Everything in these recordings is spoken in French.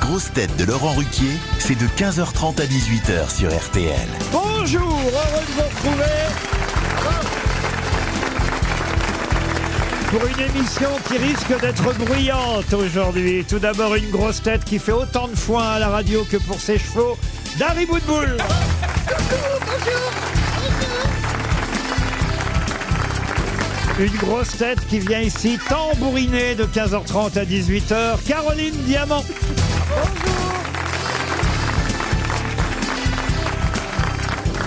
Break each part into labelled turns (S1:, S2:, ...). S1: grosses têtes de Laurent Ruquier, c'est de 15h30 à 18h sur RTL.
S2: Bonjour, heureux de vous retrouver pour une émission qui risque d'être bruyante aujourd'hui. Tout d'abord, une grosse tête qui fait autant de foin à la radio que pour ses chevaux, Dari Boudboul. Une grosse tête qui vient ici tambouriner de 15h30 à 18h, Caroline Diamant.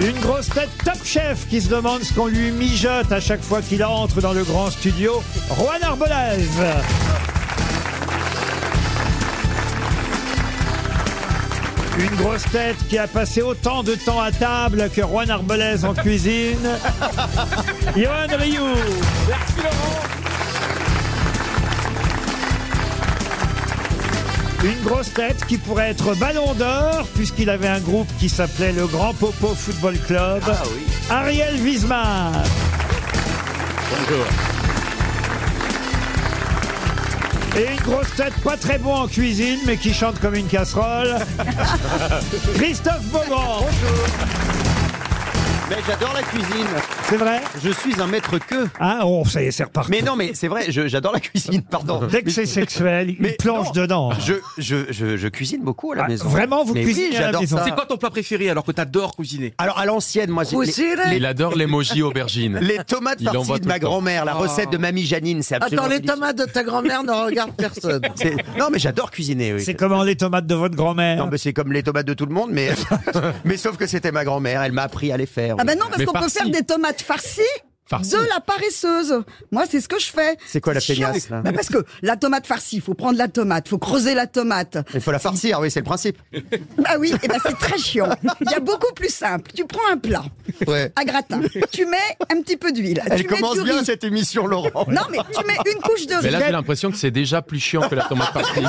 S2: Une grosse tête top chef qui se demande ce qu'on lui mijote à chaque fois qu'il entre dans le grand studio, Juan Arbolaz. Une grosse tête qui a passé autant de temps à table que Juan Arbolaz en cuisine, Johan Rioux.
S3: Merci Laurent.
S2: Une grosse tête qui pourrait être ballon d'or, puisqu'il avait un groupe qui s'appelait le Grand Popo Football Club.
S3: Ah
S2: Ariel Wiesmann.
S3: Bonjour.
S2: Et une grosse tête pas très bon en cuisine, mais qui chante comme une casserole. Christophe Beaugrand.
S4: Mais j'adore la cuisine.
S2: C'est vrai
S4: Je suis un maître queue.
S2: Ah, oh, ça y est, c'est reparti.
S4: Mais non, mais c'est vrai, je- j'adore la cuisine, pardon.
S2: Dès que c'est sexuel, il plonge
S4: non.
S2: dedans.
S4: Je, je, je, je cuisine beaucoup à la
S2: Ah,
S4: maison.
S2: vraiment, vous
S4: Mais oui,
S2: cuisinez à la
S4: j'adore
S2: maison.
S4: ça.
S2: C'est
S5: ton plat préféré alors que t'adores cuisiner
S4: Alors à l'ancienne, moi j'ai les, les-
S5: Il adore l'emoji aubergine.
S4: les tomates
S5: Il en voit
S4: farcies de
S5: tout
S4: ma
S5: le temps.
S4: grand-mère, la
S2: Oh.
S4: recette de mamie Janine, c'est absolument
S6: Attends, les
S4: délicieux.
S6: tomates de ta grand-mère ne regardent personne.
S4: C'est- Non mais j'adore cuisiner, oui.
S2: C'est comment les tomates de votre grand-mère
S4: Non mais c'est comme les tomates de tout le monde, mais mais sauf que c'était ma grand-mère, elle m'a appris à les faire.
S7: Ah ben non, parce
S5: Mais
S7: qu'on peut
S5: farci.
S7: faire des tomates farcies.
S5: Farci.
S7: De la paresseuse. Moi, c'est ce que je fais.
S4: C'est quoi la
S7: chiant.
S4: feignasse, là
S7: Bah, Parce que la tomate farcie, faut prendre la tomate, faut creuser la tomate.
S4: Il faut la farcir, oui, c'est le principe.
S7: Bah oui, et ben c'est très chiant. Il y a beaucoup plus simple. Tu prends un plat
S4: Ouais.
S7: à gratin, tu mets un petit peu d'huile, Ah, tu
S4: Elle
S7: mets
S4: commence
S7: du
S4: bien
S7: riz.
S4: cette émission, Laurent.
S7: Non mais tu mets une couche de riz.
S5: Mais là, j'ai l'impression que c'est déjà plus chiant que la tomate partie.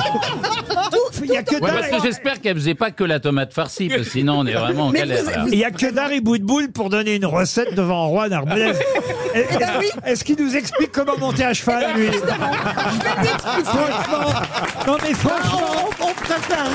S2: Il n'y a que
S8: Ouais,
S2: Dar-
S8: parce que j'espère qu'elle faisait pas que la tomate farcie, parce que sinon on est vraiment en
S7: Mais
S8: galère.
S7: vous-
S8: là.
S7: vous-
S2: il y a que Dari Boudboul pour donner une recette devant Juan Arbolez. Est-ce
S7: ben oui. Eh ben
S2: est-ce qu'il nous explique comment monter à cheval, lui Franchement, non mais
S7: Ah,
S2: franchement,
S4: Attends,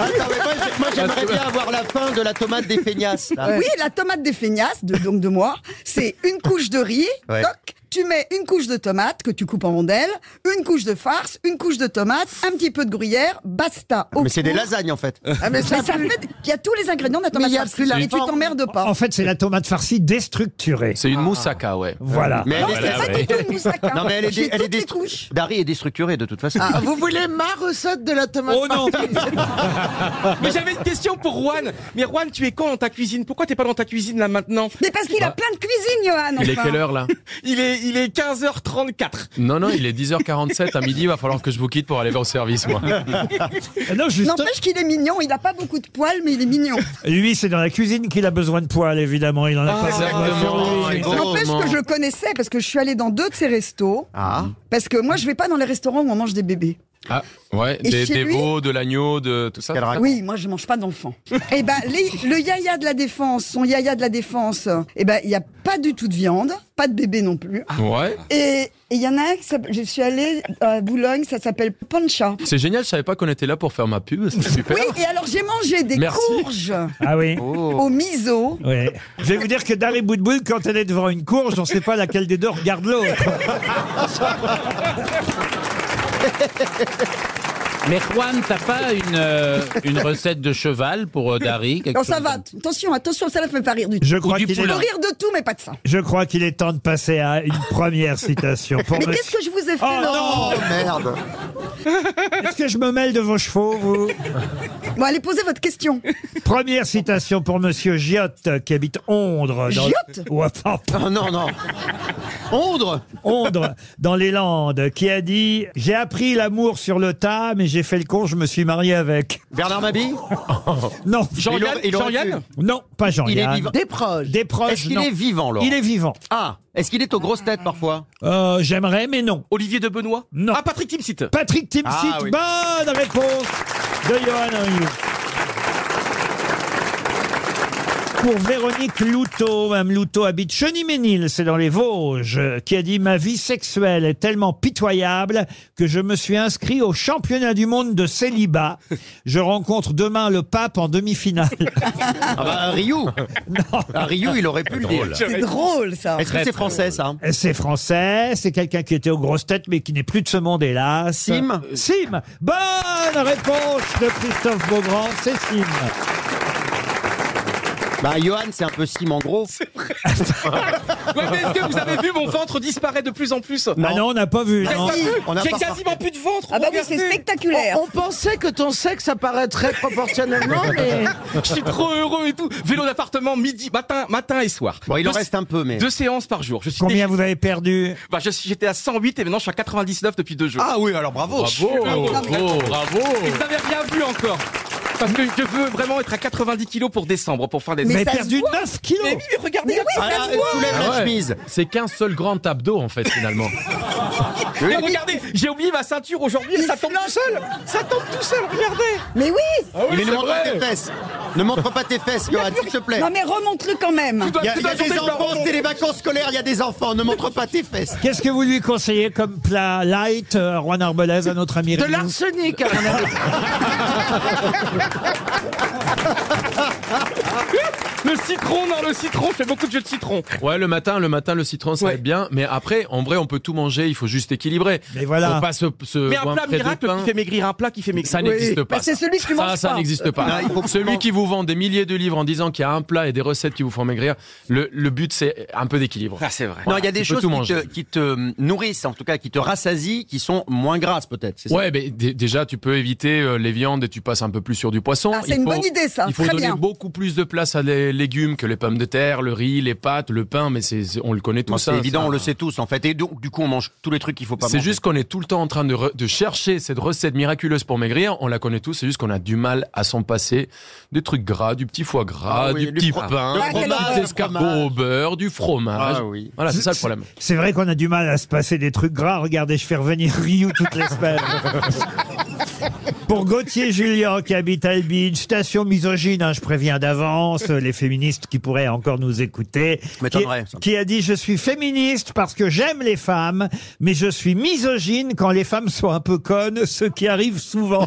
S4: Ah, mais moi, j'ai- moi, j'aimerais bien avoir la fin de la tomate des feignasses. là.
S7: Oui, la tomate des feignasses, de, donc de moi, c'est une couche de riz,
S4: Ouais.
S7: toc, tu mets une couche de tomate que tu coupes en rondelles, une couche de farce, une couche de tomate, un petit peu de gruyère, basta. Au
S4: Mais c'est des
S7: four.
S4: lasagnes en fait.
S6: Ah, mais
S7: Mais
S6: ça
S7: ça
S6: pue.
S7: fait- il y a tous les ingrédients de la tomate
S6: il y a
S7: farcie,
S6: plus la
S7: et tu
S6: forme.
S7: t'emmerdes pas.
S2: en fait, c'est la tomate farcie déstructurée.
S5: C'est une moussaka, ouais.
S2: Voilà.
S4: Mais
S7: Non,
S4: elle
S7: c'est
S4: est,
S7: pas du tout une moussaka.
S4: non, mais elle est,
S7: J'ai
S4: dé- elle est
S7: toutes les
S4: destru-
S7: couches.
S4: Dari est déstructurée de toute façon.
S6: Ah, vous voulez ma recette de la tomate
S5: Oh non
S6: farcie
S5: Mais j'avais une question pour Juan. Mais Juan, tu es quand dans ta cuisine Pourquoi t'es pas dans ta cuisine là maintenant Bah.
S7: Mais parce qu'il a plein de cuisine, Johan.
S8: Il est
S7: enfin.
S8: quelle heure là
S5: Il est, il est 15h34.
S9: Non, non, il est 10h47 à midi, il va falloir que je vous quitte pour aller au service, moi.
S2: Non, juste,
S7: N'empêche qu'il est mignon, il n'a pas beaucoup de poils, mais il est mignon.
S2: lui, c'est dans la cuisine qu'il a besoin de poils, évidemment. Il en a pas besoin sur
S4: Oh,
S2: lui.
S7: N'empêche que je le connaissais parce que je suis allée dans deux de ses restos.
S4: Ah.
S7: Parce que moi, je vais pas dans les restaurants où on mange des bébés.
S9: Ah, ouais,
S7: Et
S9: des,
S7: chez
S9: des
S7: lui
S9: veaux, de l'agneau, de tout ça.
S4: Qu'elle raconte.
S7: Oui, moi je mange pas d'enfants. Eh ben les- le yaya de la défense, son yaya de la défense, eh ben il y a pas du tout de viande, pas de bébé non plus.
S9: Ouais.
S7: Et et il y en a un qui s'appelle- je suis allée à Boulogne, ça s'appelle pancha.
S9: C'est génial, je savais pas qu'on était là pour faire ma pub, c'est super.
S7: Oui, et alors j'ai mangé des
S9: Merci.
S7: courges
S2: Ah oui.
S7: au miso.
S2: Ouais. Je vais vous dire que Dari Boudboul, quand elle est devant une courge, on ne sait pas laquelle des deux regarde l'autre.
S8: Mais Juan, t'as pas une, euh, une recette de cheval pour euh, Dari quelque
S7: Non, ça
S8: chose
S7: va. Attention, attention, ça ne fait pas rire du tout.
S2: Je crois
S8: du
S2: qu'il est,
S7: Je peux
S8: poulain.
S7: rire de tout, mais pas de ça.
S2: je crois qu'il est temps de passer à une première citation. Pour
S7: Mais
S2: monsieur-
S7: qu'est-ce que je vous ai fait,
S2: Oh
S7: Laurent
S2: non
S4: Oh merde.
S2: Est-ce que je me mêle de vos chevaux, vous
S7: Bon, allez poser votre question.
S2: Première citation pour Monsieur Giotte, qui habite Ondre. Dans...
S7: Giotte Ah,
S2: Ouais, pardon.
S4: Oh non, non. Ondre
S2: Ondre, dans les Landes, qui a dit J'ai appris l'amour sur le tas, mais j'ai fait le con, je me suis marié avec.
S4: Bernard Mabille
S2: Non,
S5: Jean-Yann
S4: Il aurait- il aurait
S5: Jean-Yann
S2: non, pas
S4: Il est
S2: Jean-Yann.
S4: vivant.
S6: Des proches.
S2: Des proches,
S4: Est-ce qu'il
S2: non.
S4: est vivant, Laurent
S2: Il est vivant.
S4: Ah, est-ce qu'il est aux grosses têtes parfois
S2: Euh, J'aimerais, mais non.
S5: Olivier de Benoît
S2: Non.
S5: Ah, Patrick Timsit
S2: Patrick Timsit,
S4: Ah, oui.
S2: bonne réponse de Johan Rioux. Pour Véronique Loutot, Mme Loutot habite Cheniménil, c'est dans les Vosges, qui a dit Ma vie sexuelle est tellement pitoyable que je me suis inscrit au championnat du monde de célibat. Je rencontre demain le pape en demi-finale.
S4: Ah bah, un Ryu Un Ryu, il aurait pu le dire.
S7: C'est drôle, ça.
S4: Est-ce que c'est français, ça
S2: Euh, C'est français, c'est quelqu'un qui était aux grosses têtes mais qui n'est plus de ce monde, hélas.
S4: Sim
S2: Sim Bonne réponse de Christophe Beaugrand, c'est Sim.
S4: Bah, Johan, c'est un peu Sim en gros.
S5: Ouais, mais est-ce que vous avez vu mon ventre disparaît de plus en plus
S2: Ah non, on n'a pas vu, non.
S4: On a
S5: J'ai
S4: pas
S5: quasiment plus de ventre.
S7: Ah bah oui, c'est
S5: regardez.
S7: spectaculaire.
S6: On, on pensait que ton sexe apparaîtrait proportionnellement, mais
S5: Je suis trop heureux et tout. Vélo d'appartement midi, matin, matin et soir.
S4: Bon, il en
S5: Deux-
S4: reste un peu, mais.
S5: Deux séances par jour. Je suis
S2: Combien vous avez perdu
S5: Bah, je suis- j'étais à 108 et maintenant je suis à 99 depuis deux jours.
S4: Ah oui, alors bravo.
S9: Bravo, bravo, bravo.
S5: Et vous n'avez rien vu encore. Parce que je veux vraiment être à 90 kilos pour décembre, pour fin
S2: Vous
S5: décembre.
S2: avez
S7: ça se
S2: perdu 9 kilos
S5: Mais oui, mais regardez.
S7: Mais oui,
S4: Ah,
S7: ça se
S4: elle
S7: voit.
S4: soulève
S9: Ah
S4: la
S9: ouais.
S4: chemise.
S9: C'est qu'un seul grand abdo en fait finalement.
S4: Ah
S5: Mais regardez, j'ai oublié ma ceinture aujourd'hui et ça tombe tout seul. Ça tombe tout seul, regardez. Ah
S7: Mais oui
S4: Mais ne montre pas tes fesses. Ne montre pas tes fesses, Johan, s'il te plaît.
S7: Non, mais remonte-le quand même.
S4: Il y a,
S5: Toute
S4: il y a
S5: la journée,
S4: des
S5: je me
S4: enfants,
S5: remonte.
S4: c'est les vacances scolaires, il y a des enfants. Ne montre pas tes fesses.
S2: Qu'est-ce que vous lui conseillez comme plat light, euh, Juan Arbelez, à notre ami
S6: de
S2: Rémi
S6: l'arsenic. à mon avis.
S5: Le citron, non, le citron, je fais beaucoup de jeux de citron.
S9: Ouais, le matin, le matin, le citron, ça va
S5: Ouais.
S9: être bien. Mais après, en vrai, on peut tout manger. Il faut juste équilibrer.
S2: Mais voilà.
S9: Faut pas se, se
S5: Mais
S9: ou
S5: un plat
S9: prêt de
S5: miracle
S9: pain.
S5: qui fait maigrir, un plat qui fait maigrir.
S9: Ça n'existe pas.
S7: Bah, c'est
S9: ça.
S7: celui que tu
S9: ça,
S7: manges
S9: ça
S7: pas.
S9: n'existe pas.
S4: Non, il faut-
S9: Celui qui vous vend des milliers de livres en disant qu'il y a un plat et des recettes qui vous font maigrir, le, le but c'est un peu d'équilibre.
S5: Ah, c'est vrai.
S4: non, il y a des
S9: tu peux
S4: choses
S9: tout
S4: qui te,
S9: manger.
S4: qui te nourrissent, en tout cas, qui te rassasient, qui sont moins grasses, peut-être. c'est ça
S9: Ouais, mais dé- déjà tu peux éviter euh, les viandes et tu passes un peu plus sur du poisson.
S7: Ah, c'est
S9: Il
S7: une
S9: faut-
S7: bonne idée, ça.
S9: Il faut
S7: Très
S9: donner
S7: bien.
S9: beaucoup plus de place à des légumes que les pommes de terre, le riz, les pâtes, le pain. Mais c'est c'est- on le connaît
S4: Bon,
S9: tous.
S4: c'est
S9: ça,
S4: évident,
S9: ça.
S4: on le sait tous, en fait. Et donc, du coup, on mange tous les trucs qu'il faut pas manger.
S9: C'est juste qu'on est tout le temps en train de, re- de chercher cette recette miraculeuse pour maigrir. On la connaît tous. C'est juste qu'on a du mal à s'en passer. Des trucs gras, du petit foie gras,
S4: Ah oui,
S9: du
S4: le
S9: petit
S4: fro-
S9: pain,
S4: le
S9: des
S4: fromage, le fromage.
S9: escargots au beurre, du fromage.
S4: Ah oui.
S9: Voilà, c'est ça le problème.
S2: C'est vrai qu'on a du mal à se passer des trucs gras. Regardez, je fais revenir Ryu toutes les semaines. Pour Gauthier Julien qui habite Albi, une station misogyne, hein, je préviens d'avance, euh, les féministes qui pourraient encore nous écouter, qui,
S4: m'étonnerait, ça.
S2: qui a dit je suis féministe parce que j'aime les femmes, mais je suis misogyne quand les femmes sont un peu connes, ce qui arrive souvent.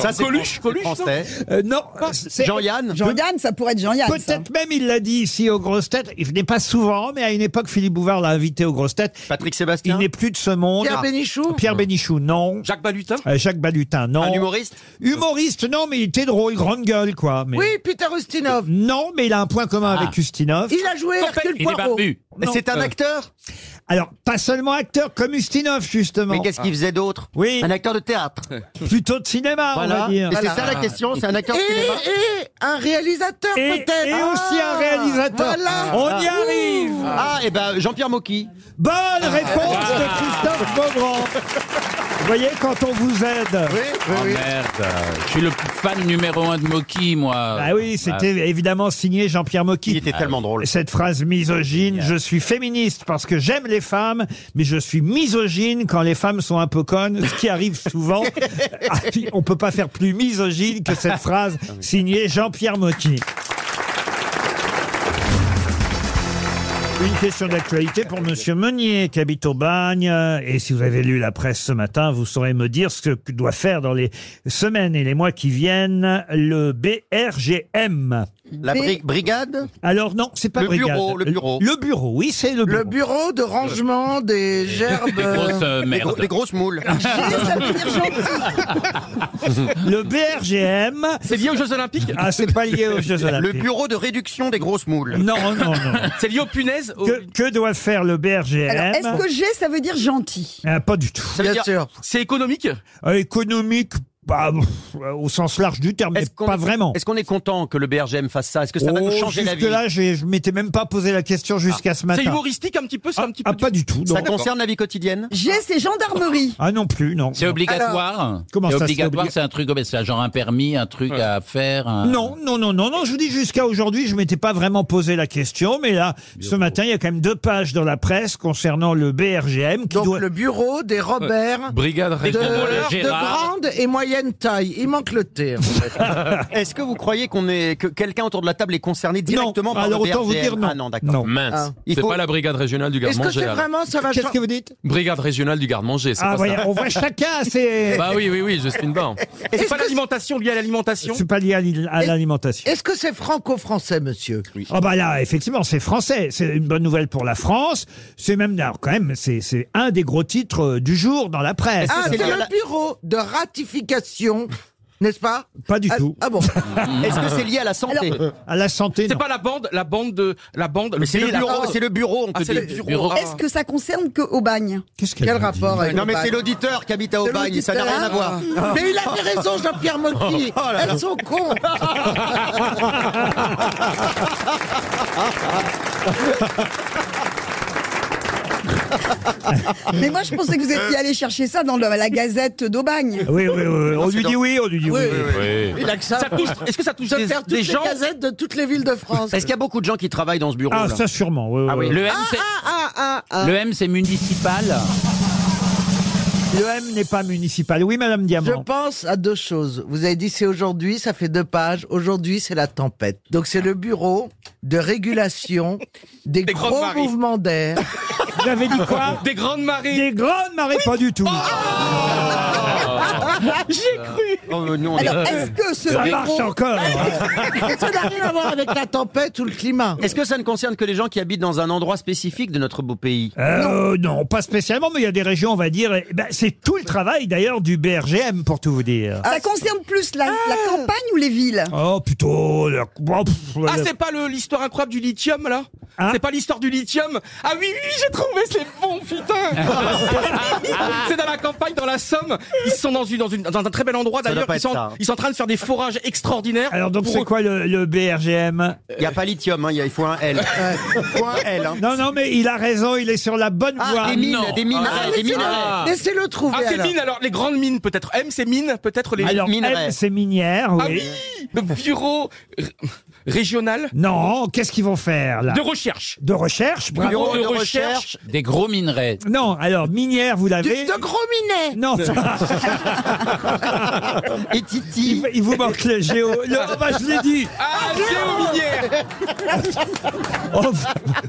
S4: Ça, c'est
S5: Coluche,
S4: fran-
S5: Coluche,
S4: français.
S2: Euh, non, c'est-
S4: Jean-Yann
S7: Jean-Yann, ça pourrait être Jean-Yann. ça.
S2: Peut-être même il l'a dit ici aux grosses têtes. Il n'est pas souvent, mais à une époque, Philippe Bouvard l'a invité aux grosses têtes.
S4: Patrick
S2: Il
S4: Sébastien
S2: n'est plus de ce monde.
S6: Pierre Bénichou
S2: Pierre Bénichou, non.
S5: Jacques Balutin.
S2: Euh, Jacques Balutin, non.
S4: Un humoriste
S2: Humoriste, non, mais il était drôle, grande gueule, quoi. Mais...
S6: Oui, Peter Ustinov.
S2: Non, mais il a un point commun
S4: Ah.
S2: avec Ustinov. Euh.
S6: Il a joué Hercule Poirot.
S4: Mais C'est un acteur
S2: Alors, pas seulement acteur comme Ustinov, justement. Ah.
S4: Mais qu'est-ce qu'il faisait d'autre
S2: Oui.
S4: Un acteur de théâtre.
S2: Plutôt de cinéma, on va dire.
S4: Et C'est ça la question, c'est un acteur
S6: Et,
S4: de cinéma
S6: et un réalisateur
S2: Et,
S6: peut-être. Ah,
S2: et aussi un réalisateur.
S6: Voilà.
S2: On y arrive.
S4: Ah, et ben Jean-Pierre Mocky. Ah.
S2: Bonne réponse de Christophe Beaugrand. Vous voyez, quand on vous aide.
S8: Oh, merde. Je suis le fan numéro un de Moki, moi.
S2: Ah oui, c'était évidemment signé Jean-Pierre
S4: Il
S2: Mocky.
S4: était tellement drôle.
S2: Cette phrase misogyne,
S8: Génial.
S2: je suis féministe parce que j'aime les femmes, mais je suis misogyne quand les femmes sont un peu connes, ce qui arrive souvent. Ah, puis, On peut pas faire plus misogyne que cette phrase
S4: Ah
S2: signée Jean-Pierre Mocky. Une question d'actualité pour Monsieur Meunier qui habite au bagne. Et si vous avez lu la presse ce matin, vous saurez me dire ce que doit faire dans les semaines et les mois qui viennent le BRGM.
S4: La bri- brigade
S2: Alors non, c'est pas
S4: Le
S2: brigade.
S4: bureau, le bureau.
S2: Le bureau, oui, c'est le bureau.
S6: Le bureau de rangement des gerbes.
S8: Grosse
S6: euh,
S8: euh,
S4: les, gros-
S8: merde.
S4: les grosses moules.
S7: Ça veut dire gentil.
S2: Le BRGM.
S5: C'est lié aux Jeux Olympiques.
S2: Ah, c'est pas lié aux Jeux
S4: Le
S2: Olympiques.
S4: bureau de réduction des grosses moules.
S2: Non, non, non.
S5: C'est lié aux punaises. aux-
S2: Que, que doit faire le BRGM
S7: Alors, est-ce que j'ai, ça veut dire gentil
S2: Ah, Pas du tout.
S4: Ça veut
S6: Bien
S4: dire-
S6: sûr.
S5: C'est économique.
S2: Euh, économique, bah, pff, au sens large du terme, mais
S4: Est-ce qu'on
S2: pas
S4: est-
S2: vraiment.
S4: Est-ce qu'on est content que le BRGM fasse ça Est-ce que ça va nous
S2: Oh,
S4: changer la vie
S2: jusque-là, j'ai- je m'étais même pas posé la question jusqu'à ce
S5: C'est
S2: matin.
S5: humoristique un petit peu, c'est
S2: Ah,
S5: un petit
S2: ah,
S5: peu.
S2: pas du tout, non.
S4: Ça concerne la vie quotidienne
S7: J'ai, c'est gendarmerie.
S2: Ah non plus, non.
S8: C'est obligatoire
S2: Comment
S8: C'est
S2: ça, c'est
S8: obligatoire,
S2: obliga-
S8: c'est un truc, c'est genre un permis, un truc à faire. un-
S2: Non, non, non, non, non, je vous dis jusqu'à aujourd'hui, je m'étais pas vraiment posé la question, mais là, ce matin, il y a quand même deux pages dans la presse concernant le BRGM qui
S6: Donc
S2: doit...
S6: le bureau des Robert
S9: Euh, Brigade
S6: de,
S9: régionale.
S6: de
S8: Gérard.
S6: grande et moyenne taille. Il manque le thé. en fait.
S4: Est-ce que vous croyez qu'on est que quelqu'un autour de la table est concerné directement par
S2: alors
S4: le
S2: autant vous
S4: BRDM?
S2: dire non.
S4: Ah non, d'accord.
S2: Non.
S9: Mince.
S6: Ah.
S4: Il
S9: C'est
S4: faut-
S9: pas la brigade régionale du
S6: Est-ce que
S9: garde-manger.
S6: c'est
S9: alors.
S6: vraiment ça va
S2: Qu'est-ce
S6: changer
S2: que vous dites
S9: Brigade régionale du garde-manger, c'est
S2: Ah,
S9: pas
S2: voyez,
S9: ça.
S2: on voit chacun, c'est.
S9: Bah oui, oui, oui, Justine Bain.
S5: Et c'est pas l'alimentation liée à l'alimentation
S2: C'est pas lié à l'il- à
S6: Et-
S2: l'alimentation.
S6: Est-ce que c'est franco-français, monsieur
S2: Ah bah là, effectivement, c'est français. C'est une bonne nouvelle pour la France. C'est même, alors quand même, c'est c'est un des gros titres euh, du jour dans la presse.
S6: Ah,
S4: c'est
S6: c'est
S4: lié à la-
S6: le bureau de ratification, n'est-ce pas
S2: Pas du
S6: ah,
S2: tout.
S6: Ah bon
S4: Est-ce que c'est lié à la santé
S2: À la santé,
S5: Mhm. C'est
S2: non.
S5: pas la bande, la bande de, la bande.
S4: Mais c'est le
S5: la-
S4: bureau, c'est le bureau, on
S5: Ah,
S4: te
S5: c'est le
S4: dit.
S5: bureau.
S9: Bureau.
S5: Ah.
S7: Est-ce que ça concerne que Aubagne
S2: Qu'est-ce qu'elle
S6: Quel
S2: a dit
S6: rapport avec
S4: Non mais
S6: Oban
S4: c'est l'auditeur qui habite à
S6: C'est
S4: Aubagne, ça n'a rien à
S6: l'auditeur. Ah.
S4: voir. Oh
S6: Mais il avait raison, Jean-Pierre Motti. Elles sont cons.
S7: Mais moi, je pensais que vous étiez allé chercher ça dans le- la Gazette d'Aubagne.
S2: Ah Oui, oui, oui. On lui dit oui, on lui dit oui.
S6: Il a que ça.
S5: Ça touche. Est-ce que ça touche
S6: de
S5: des,
S6: faire toutes
S5: des
S6: les
S5: gens
S6: gazettes de toutes les villes de France.
S4: Est-ce qu'il y a beaucoup de gens qui travaillent dans ce bureau
S2: Ah,
S4: là
S2: ça sûrement. oui, oui, oui.
S8: Le M, c'est-
S6: Ah, ah, ah.
S8: le M, c'est municipal.
S2: Le M n'est pas municipal. Oui, Madame
S6: Je
S2: Diamant.
S6: pense à deux choses. Vous avez dit c'est aujourd'hui, ça fait deux pages. Aujourd'hui, c'est la tempête. Donc c'est le bureau de régulation des
S5: Des
S6: gros
S5: grandes marées.
S6: mouvements d'air.
S2: Vous avez dit quoi
S5: des grandes marées
S2: Des grandes marées, pas du tout.
S6: Ah.
S4: Oh, non, on est-
S7: Alors, est-ce que ce Ah,
S2: ça
S7: bureau...
S2: marche encore. Ah,
S6: ça n'a rien à voir avec la tempête ou le climat.
S4: Est-ce que ça ne concerne que les gens qui habitent dans un endroit spécifique de notre beau pays
S2: Euh, non. pas spécialement, mais il y a des régions, on va dire. eh ben, c'est tout le travail d'ailleurs du BRGM, pour tout vous dire.
S6: Ah.
S7: Ça concerne plus la,
S2: Ah.
S7: la campagne ou les villes
S2: Oh, plutôt. le- bon, pff,
S5: Ah,
S2: le-
S5: c'est pas le- l'histoire incroyable du lithium, là
S2: Hein
S5: C'est pas l'histoire du lithium Ah oui, oui, oui, j'ai trouvé, c'est bon, putain C'est dans la campagne, dans la Somme. Ils sont dans, une, dans, une, dans un très bel endroit,
S4: doit
S5: d'ailleurs.
S4: pas
S5: Ils,
S4: être
S5: sont-
S4: ça, hein.
S5: ils sont en train de faire des forages extraordinaires.
S2: Alors, donc,
S5: pour-
S2: c'est quoi le, le BRGM
S4: Il n'y a pas lithium, hein, il y a- il faut un L. Il faut un L. hein.
S2: Non, non, mais il a raison, il est sur la bonne voie.
S4: Ah, des mines,
S8: non.
S4: des mines,
S8: Ah,
S4: des mines.
S8: Ah.
S6: Laissez-le trouver.
S5: Ah, c'est
S6: alors.
S5: mines, alors, les grandes mines, peut-être. M, c'est mines, peut-être les.
S2: Alors,
S4: minerais.
S2: M, c'est minière, oui.
S5: ah oui Le
S4: euh,
S5: bureau r- régional
S2: Non, qu'est-ce qu'ils vont faire, là
S5: de recherche.
S2: De recherche, bravo.
S5: Bureau
S4: de recherche.
S8: Des gros minerais.
S2: Non, alors, minière, vous
S6: Du-
S2: l'avez
S6: De gros minets.
S2: Non, ça-
S4: Et Titi.
S2: il, il vous manque le géo. Le, oh, bah, je l'ai dit
S5: Ah, géominière
S2: Oh,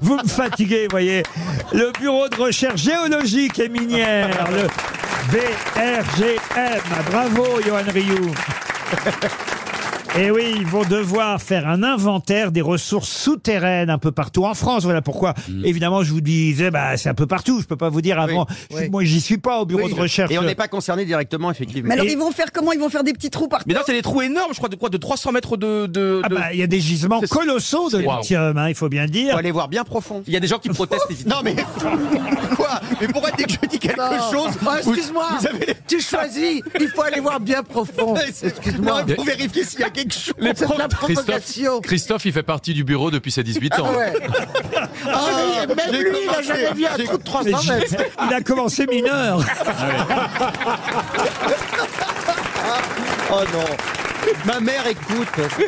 S2: vous- Vous me fatiguez, voyez. Le bureau de recherche géologique et minière, le BRGM. Bravo, Johan Rioux. Et oui, ils vont devoir faire un inventaire des ressources souterraines un peu partout en France. Voilà pourquoi,
S4: Mm.
S2: évidemment, je vous disais, bah, c'est un peu partout. Je peux pas vous dire avant. Je-
S6: oui.
S2: Moi, j'y suis pas au bureau de recherche.
S4: Et on n'est pas concerné directement, effectivement.
S7: Mais alors,
S2: Et-
S7: ils vont faire comment Ils vont faire des petits trous partout
S5: Mais non, c'est des trous énormes, je crois, de quoi De 300 mètres de. de-
S2: Ah
S5: de-
S2: bah, il y a des gisements
S5: C'est-
S2: colossaux de
S5: c'est- Wow.
S2: lithium, hein, il faut bien le
S4: Il faut
S2: dire.
S4: aller voir bien profond.
S5: Il y a des gens qui protestent, évidemment.
S4: Non
S5: Euh,
S4: mais quoi Mais pourquoi dès que je dis quelque
S6: Non.
S4: chose,
S6: Oh, Excuse-moi.
S4: vous avez-
S6: Tu choisis. Il faut aller voir bien profond. Excuse-moi.
S4: Non, il faut vérifier s'il y a quelque chose.
S6: C'est de la
S9: Christophe,
S6: provocation.
S9: Christophe, il fait partie du bureau depuis ses 18 ans.
S6: Ah ouais. Ah, mais même
S4: j'ai
S6: lui, il n'a
S4: commencé.
S6: jamais vu un trou de 300
S2: Mais
S6: mètres.
S2: j'ai- il a commencé mineur.
S4: Ah Oh non. Ma mère écoute.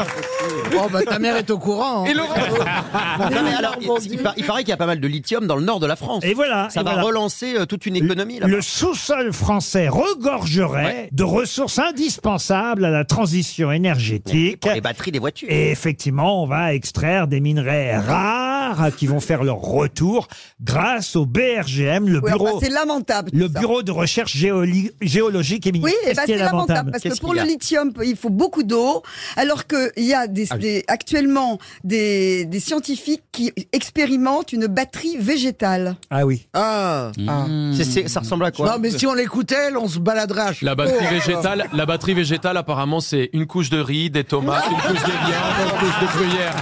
S6: Bon, bah, ta mère est au courant. hein.
S5: Et Laurent
S4: Non, mais alors, il, il par- il paraît qu'il y a pas mal de lithium dans le nord de la France.
S2: Et voilà.
S4: Ça
S2: et
S4: va
S2: voilà.
S4: relancer euh, toute une économie là.
S2: Le sous-sol français regorgerait de ressources indispensables à la transition énergétique.
S4: Pour les batteries des voitures.
S2: Et effectivement, on va extraire des minerais rares qui vont faire leur retour grâce au BRGM, le
S7: Oui, enfin,
S2: bureau,
S7: C'est lamentable. tout
S2: le
S7: ça.
S2: bureau de recherche géoli- géologique et minière.
S7: Oui, eh
S2: Qu'est-ce
S7: ben,
S2: qui est
S7: c'est lamentable parce que
S4: Qu'est-ce
S7: pour
S4: qu'il
S7: le
S4: y a
S7: lithium, il faut beaucoup d'eau, alors qu'il y a des, des- actuellement des, des scientifiques qui expérimentent une batterie végétale.
S2: Ah oui.
S6: Ah. Ah.
S4: C'est- c'est- ça ressemble à quoi
S6: Non, mais si on l'écoutait, elle, on se baladerait à
S9: La
S6: Chapeau.
S9: batterie végétale, la batterie végétale, apparemment, c'est une couche de riz, des tomates, une couche de viande, une couche de gruyère.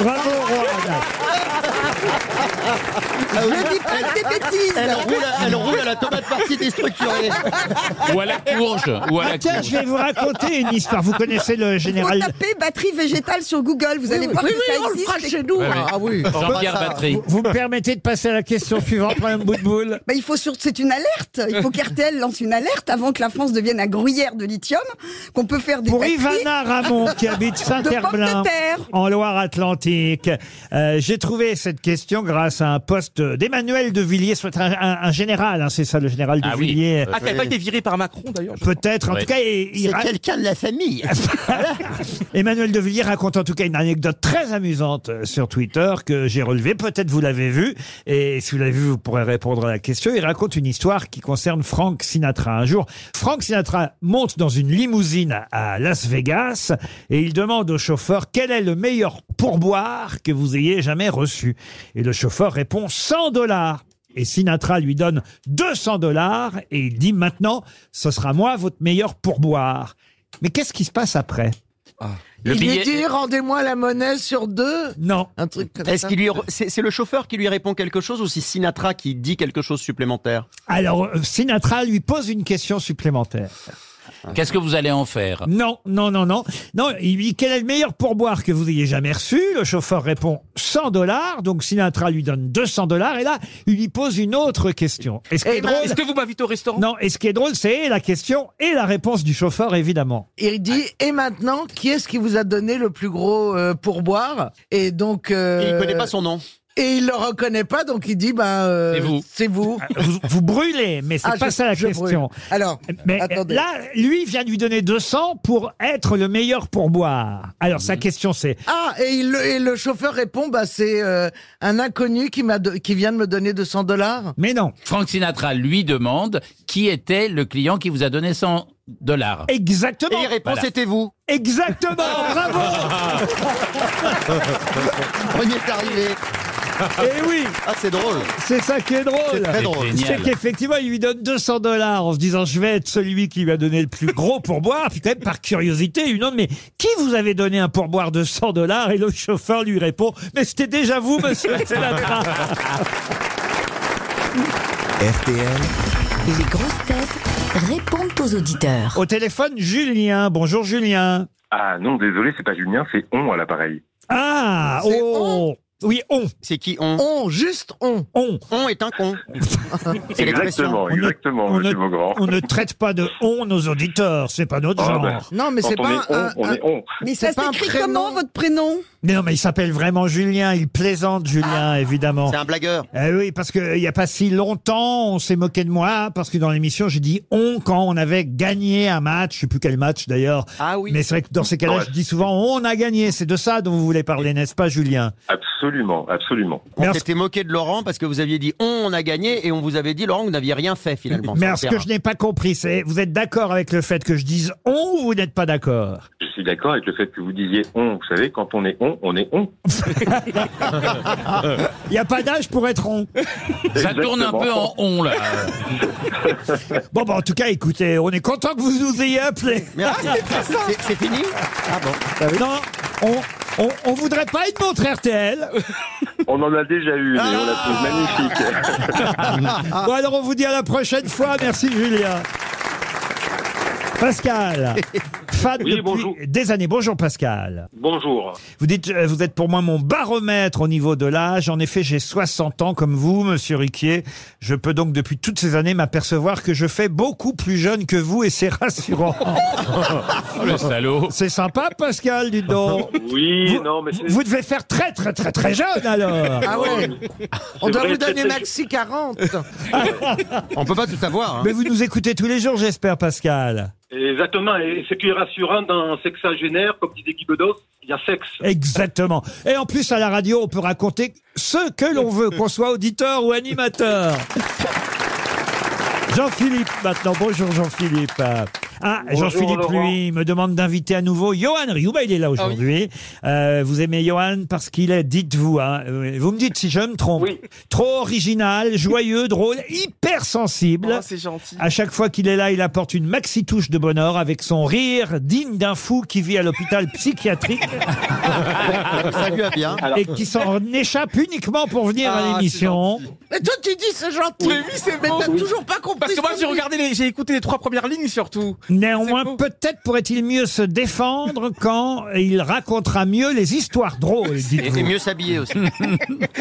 S2: Bravo, Rouen.
S7: Ne dis pas des bêtises
S4: Elle roule, à- elle roule à la tomate partie déstructurée.
S8: Ou à la courge. Euh, Ou à
S2: Ah
S8: la
S2: tiens,
S8: courge.
S2: je vais vous raconter une histoire. Vous connaissez le
S7: Il faut
S2: général
S7: taper batterie végétale sur Google, vous allez
S6: Oui,
S7: voir
S6: oui,
S7: que hein.
S6: oui,
S7: ça
S6: on le fera
S7: existe.
S6: chez nous.
S8: Ouais, ouais.
S6: Ah oui.
S8: Jean-Pierre
S6: Ah, bah, ça-
S8: Battery.
S2: Vous- Vous me permettez de passer à la question suivante, Madame Boutboul
S7: Bah, il faut sur... C'est une alerte. Il faut qu'RTL lance une alerte avant que la France devienne un gruyère de lithium, qu'on peut faire des
S2: Pour
S7: batteries
S2: Ivana Ramon, qui habite
S7: de pommes
S2: Saint-Herblain,
S7: de terre.
S2: en Loire-Atlantique, euh, j'ai trouvé cette question grâce à un post poste d'Emmanuel de Villiers soit un, un- un général. hein, c'est ça, le général de
S5: Ah oui.
S2: Villiers.
S5: Ah, qui avait pas été viré par Macron d'ailleurs. je
S2: Peut-être. En
S8: Ouais.
S2: tout cas, il- il
S4: C'est
S2: ra-
S4: quelqu'un de la famille.
S2: Emmanuel de Villiers raconte en tout cas une anecdote très amusante euh, sur Twitter que j'ai relevée. Peut-être vous l'avez vue. Et si vous l'avez vue, vous pourrez répondre à la question. Il raconte une histoire qui concerne Frank Sinatra. Un jour, Frank Sinatra monte dans une limousine à Las Vegas et il demande au chauffeur quel est le meilleur pourboire que vous ayez jamais reçu. Et le chauffeur répond 100 dollars. Et Sinatra lui donne 200 dollars et il dit maintenant, ce sera moi votre meilleur pourboire. Mais qu'est-ce qui se passe après
S8: Le
S6: Ah. il
S8: billet-
S6: lui dit rendez-moi la monnaie sur deux.
S2: Non.
S6: Un truc comme
S4: Est-ce
S6: ça.
S4: qu'il lui re- c'est c'est le chauffeur qui lui répond quelque chose ou c'est Sinatra qui dit quelque chose supplémentaire
S2: Alors, euh, Sinatra lui pose une question supplémentaire.
S8: Qu'est-ce que vous allez en faire
S2: Non, non, non, non. Non, il lui dit quel est le meilleur pourboire que vous ayez jamais reçu Le chauffeur répond 100 dollars. Donc, Sinatra lui donne 200 dollars. Et là, il lui pose une autre question. Et ce qui est
S6: Eh ben,
S5: crois.
S2: drôle,
S5: Est-ce que vous m'invitez au restaurant
S2: non, et ce qui est drôle, c'est la question et la réponse du chauffeur, évidemment.
S6: Il dit et maintenant qui est-ce qui vous a donné le plus gros euh, pourboire Et donc euh,
S4: Et Il connaît pas son nom.
S6: et il le reconnaît pas donc il dit bah euh,
S8: C'est vous.
S6: C'est vous.
S2: Vous, vous brûlez, mais c'est
S6: Ah,
S2: pas
S6: je-
S2: ça la
S6: je
S2: question.
S6: brûle. Alors
S2: Mais
S6: Attendez.
S2: là, lui vient lui donner 200 pour être le meilleur pourboire. Alors,
S8: Mmh.
S2: sa question, c'est
S6: ah et, il, le- et le chauffeur répond bah c'est euh, un inconnu qui m'a do- qui vient de me donner 200 dollars.
S2: mais non.
S8: Frank Sinatra lui demande qui était le client qui vous a donné 100 dollars.
S4: Et
S2: Exactement.
S4: il répond
S8: Voilà.
S4: c'était vous.
S2: Exactement.
S8: Oh,
S2: Bravo.
S4: On y est arrivé.
S2: Et Eh oui.
S4: Ah c'est drôle.
S2: C'est ça qui est drôle.
S4: Très drôle.
S2: Oh C'est qu'effectivement, il lui donne 200 dollars en se disant je vais être celui qui lui a donné le plus gros pourboire. Puis quand même, par curiosité, il lui demande mais qui vous avait donné un pourboire de 100 dollars Et le chauffeur lui répond mais c'était déjà vous, monsieur Sinatra.
S1: RTL,
S10: Les grosses têtes répondent aux auditeurs.
S2: Au téléphone, Julien. Bonjour Julien.
S11: Ah non, désolé, c'est pas Julien, c'est on à l'appareil.
S2: Ah
S6: C'est
S2: oh. Oui, on,
S4: C'est qui on
S6: On juste on.
S2: on.
S4: On est un con. C'est
S11: Exactement,
S4: l'expression.
S11: exactement,
S2: on ne-
S11: monsieur Beaugrand.
S2: On ne traite pas de on nos auditeurs, c'est pas notre
S11: Ah,
S2: genre.
S11: ben.
S6: Non mais
S11: Quand
S6: c'est
S11: on
S6: pas
S11: est on,
S6: un-
S11: on
S6: un-
S11: est on.
S7: Mais
S6: C'est
S7: ça
S6: pas un
S7: s'écrit
S6: prénom.
S7: comment votre prénom
S2: Mais non, mais il s'appelle vraiment Julien, il plaisante Julien, évidemment.
S4: C'est un blagueur.
S2: Eh oui, parce qu'il n'y a pas si longtemps, on s'est moqué de moi, parce que dans l'émission, j'ai dit on quand on avait gagné un match, je sais plus quel match d'ailleurs.
S4: Ah oui.
S2: Mais c'est vrai que dans ces cas-là,
S11: Ouais.
S2: je dis souvent on a gagné, c'est de ça dont vous voulez parler, n'est-ce pas Julien
S11: Absolument, absolument.
S2: Mais en
S4: On
S2: ce-
S4: s'était moqué de Laurent parce que vous aviez dit on, on a gagné et on vous avait dit Laurent vous n'aviez rien fait finalement.
S2: Mais
S4: sur
S2: alors,
S4: le
S2: ce que
S4: terrain.
S2: je n'ai pas compris, c'est vous êtes d'accord avec le fait que je dise on ou vous n'êtes pas d'accord
S11: Je suis d'accord avec le fait que vous disiez on. Vous savez, quand on est on, on est on.
S6: Ah.
S2: Il n'y a pas d'âge pour être on.
S8: Ça tourne un peu en on là.
S2: Bon, bah, en tout cas, écoutez, on est content que vous nous ayez appelés.
S4: Merci. C'est- C'est fini Ah bon.
S2: Non, on, on, on voudrait pas une montre RTL.
S11: On en a déjà eu, mais on
S6: Ah.
S11: la trouve magnifique.
S2: Bon, alors on vous dit à la prochaine fois. Merci, Julien. Pascal, fan
S11: Oui,
S2: depuis
S11: bonjour.
S2: des années. Bonjour Pascal.
S11: Bonjour.
S2: Vous dites, euh, vous êtes pour moi mon baromètre au niveau de l'âge. En effet, j'ai 60 ans comme vous, Monsieur Riquier. Je peux donc depuis toutes ces années m'apercevoir que je fais beaucoup plus jeune que vous et c'est rassurant.
S8: Oh, le salaud.
S2: c'est sympa, Pascal, dis donc.
S11: Oui,
S2: Vous-
S11: non, mais c'est.
S2: Vous devez faire très très très très jeune alors.
S6: Ah ouais. On
S11: C'est
S6: doit
S11: vrai,
S6: vous donner
S11: c'était-
S6: maxi 40.
S4: On peut pas tout avoir. hein.
S2: Mais vous nous écoutez tous les jours, j'espère, Pascal.
S11: Exactement. Et ce qui est rassurant dans sexagénaire, comme disait Guy Bedos, il y a sexe.
S2: Exactement. Et en plus, à la radio, on peut raconter ce que l'on veut, qu'on soit auditeur ou animateur. Jean-Philippe, maintenant. Bonjour, Jean-Philippe. Ah,
S11: Bonjour,
S2: Jean-Philippe,
S11: Laurent.
S2: lui, me demande d'inviter à nouveau Johan Riouba. Il est
S5: Ah
S2: là aujourd'hui. Euh, vous aimez Johan parce qu'il est, dites-vous, hein, euh, vous me dites si je me trompe,
S11: Oui.
S2: trop original, joyeux, drôle, hyper sensible.
S5: Oh, c'est gentil.
S2: À chaque fois qu'il est là, il apporte une maxi touche de bonheur avec son rire digne d'un fou qui vit à l'hôpital psychiatrique
S4: Ça lui va bien.
S2: et qui s'en échappe uniquement pour venir
S5: Ah,
S2: à
S5: c'est
S2: l'émission.
S6: Mais toi tu dis c'est gentil.
S5: Mais oui, c'est
S6: Mais
S5: beau.
S6: t'as toujours pas compris.
S5: Parce que moi
S6: ce
S5: j'ai
S6: qu'on dit.
S5: regardé, les- j'ai écouté les trois premières lignes surtout. C'est
S2: Néanmoins,
S5: beau.
S2: peut-être pourrait-il mieux se défendre quand il racontera mieux les histoires drôles,
S4: Et, et
S2: dites-vous.
S4: mieux s'habiller aussi.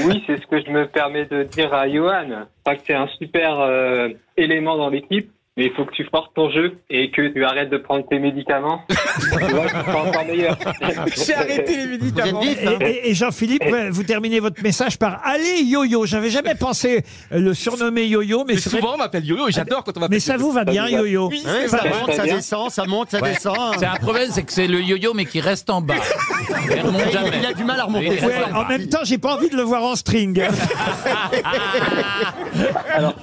S11: Oui, c'est ce que je me permets de dire à Johan. C'est vrai que c'est un super euh, élément dans l'équipe,
S12: mais il faut que tu forces ton jeu et que tu arrêtes de prendre tes médicaments. tu vois, tu seras encore meilleur.
S2: Et, et- et Jean-Philippe, ouais, vous terminez votre message par Allez Yo-Yo. J'avais jamais pensé euh, le surnommer Yo-Yo, mais,
S5: Mais souvent, on m'appelle Yo-Yo et j'adore quand on m'appelle
S2: Mais ça
S5: Yo-Yo.
S2: vous va bien
S5: Ça vous va.
S2: Yo-Yo
S5: Oui, c'est vrai. Ça monte, ça descend,
S4: ça monte, ça descend.
S8: C'est un problème, c'est que c'est le yo-yo, mais qui reste en bas. Il remonte jamais. Il reste
S2: Ouais,
S8: en
S2: en
S8: bas.
S2: même temps, j'ai pas envie de le voir en string.
S12: Alors,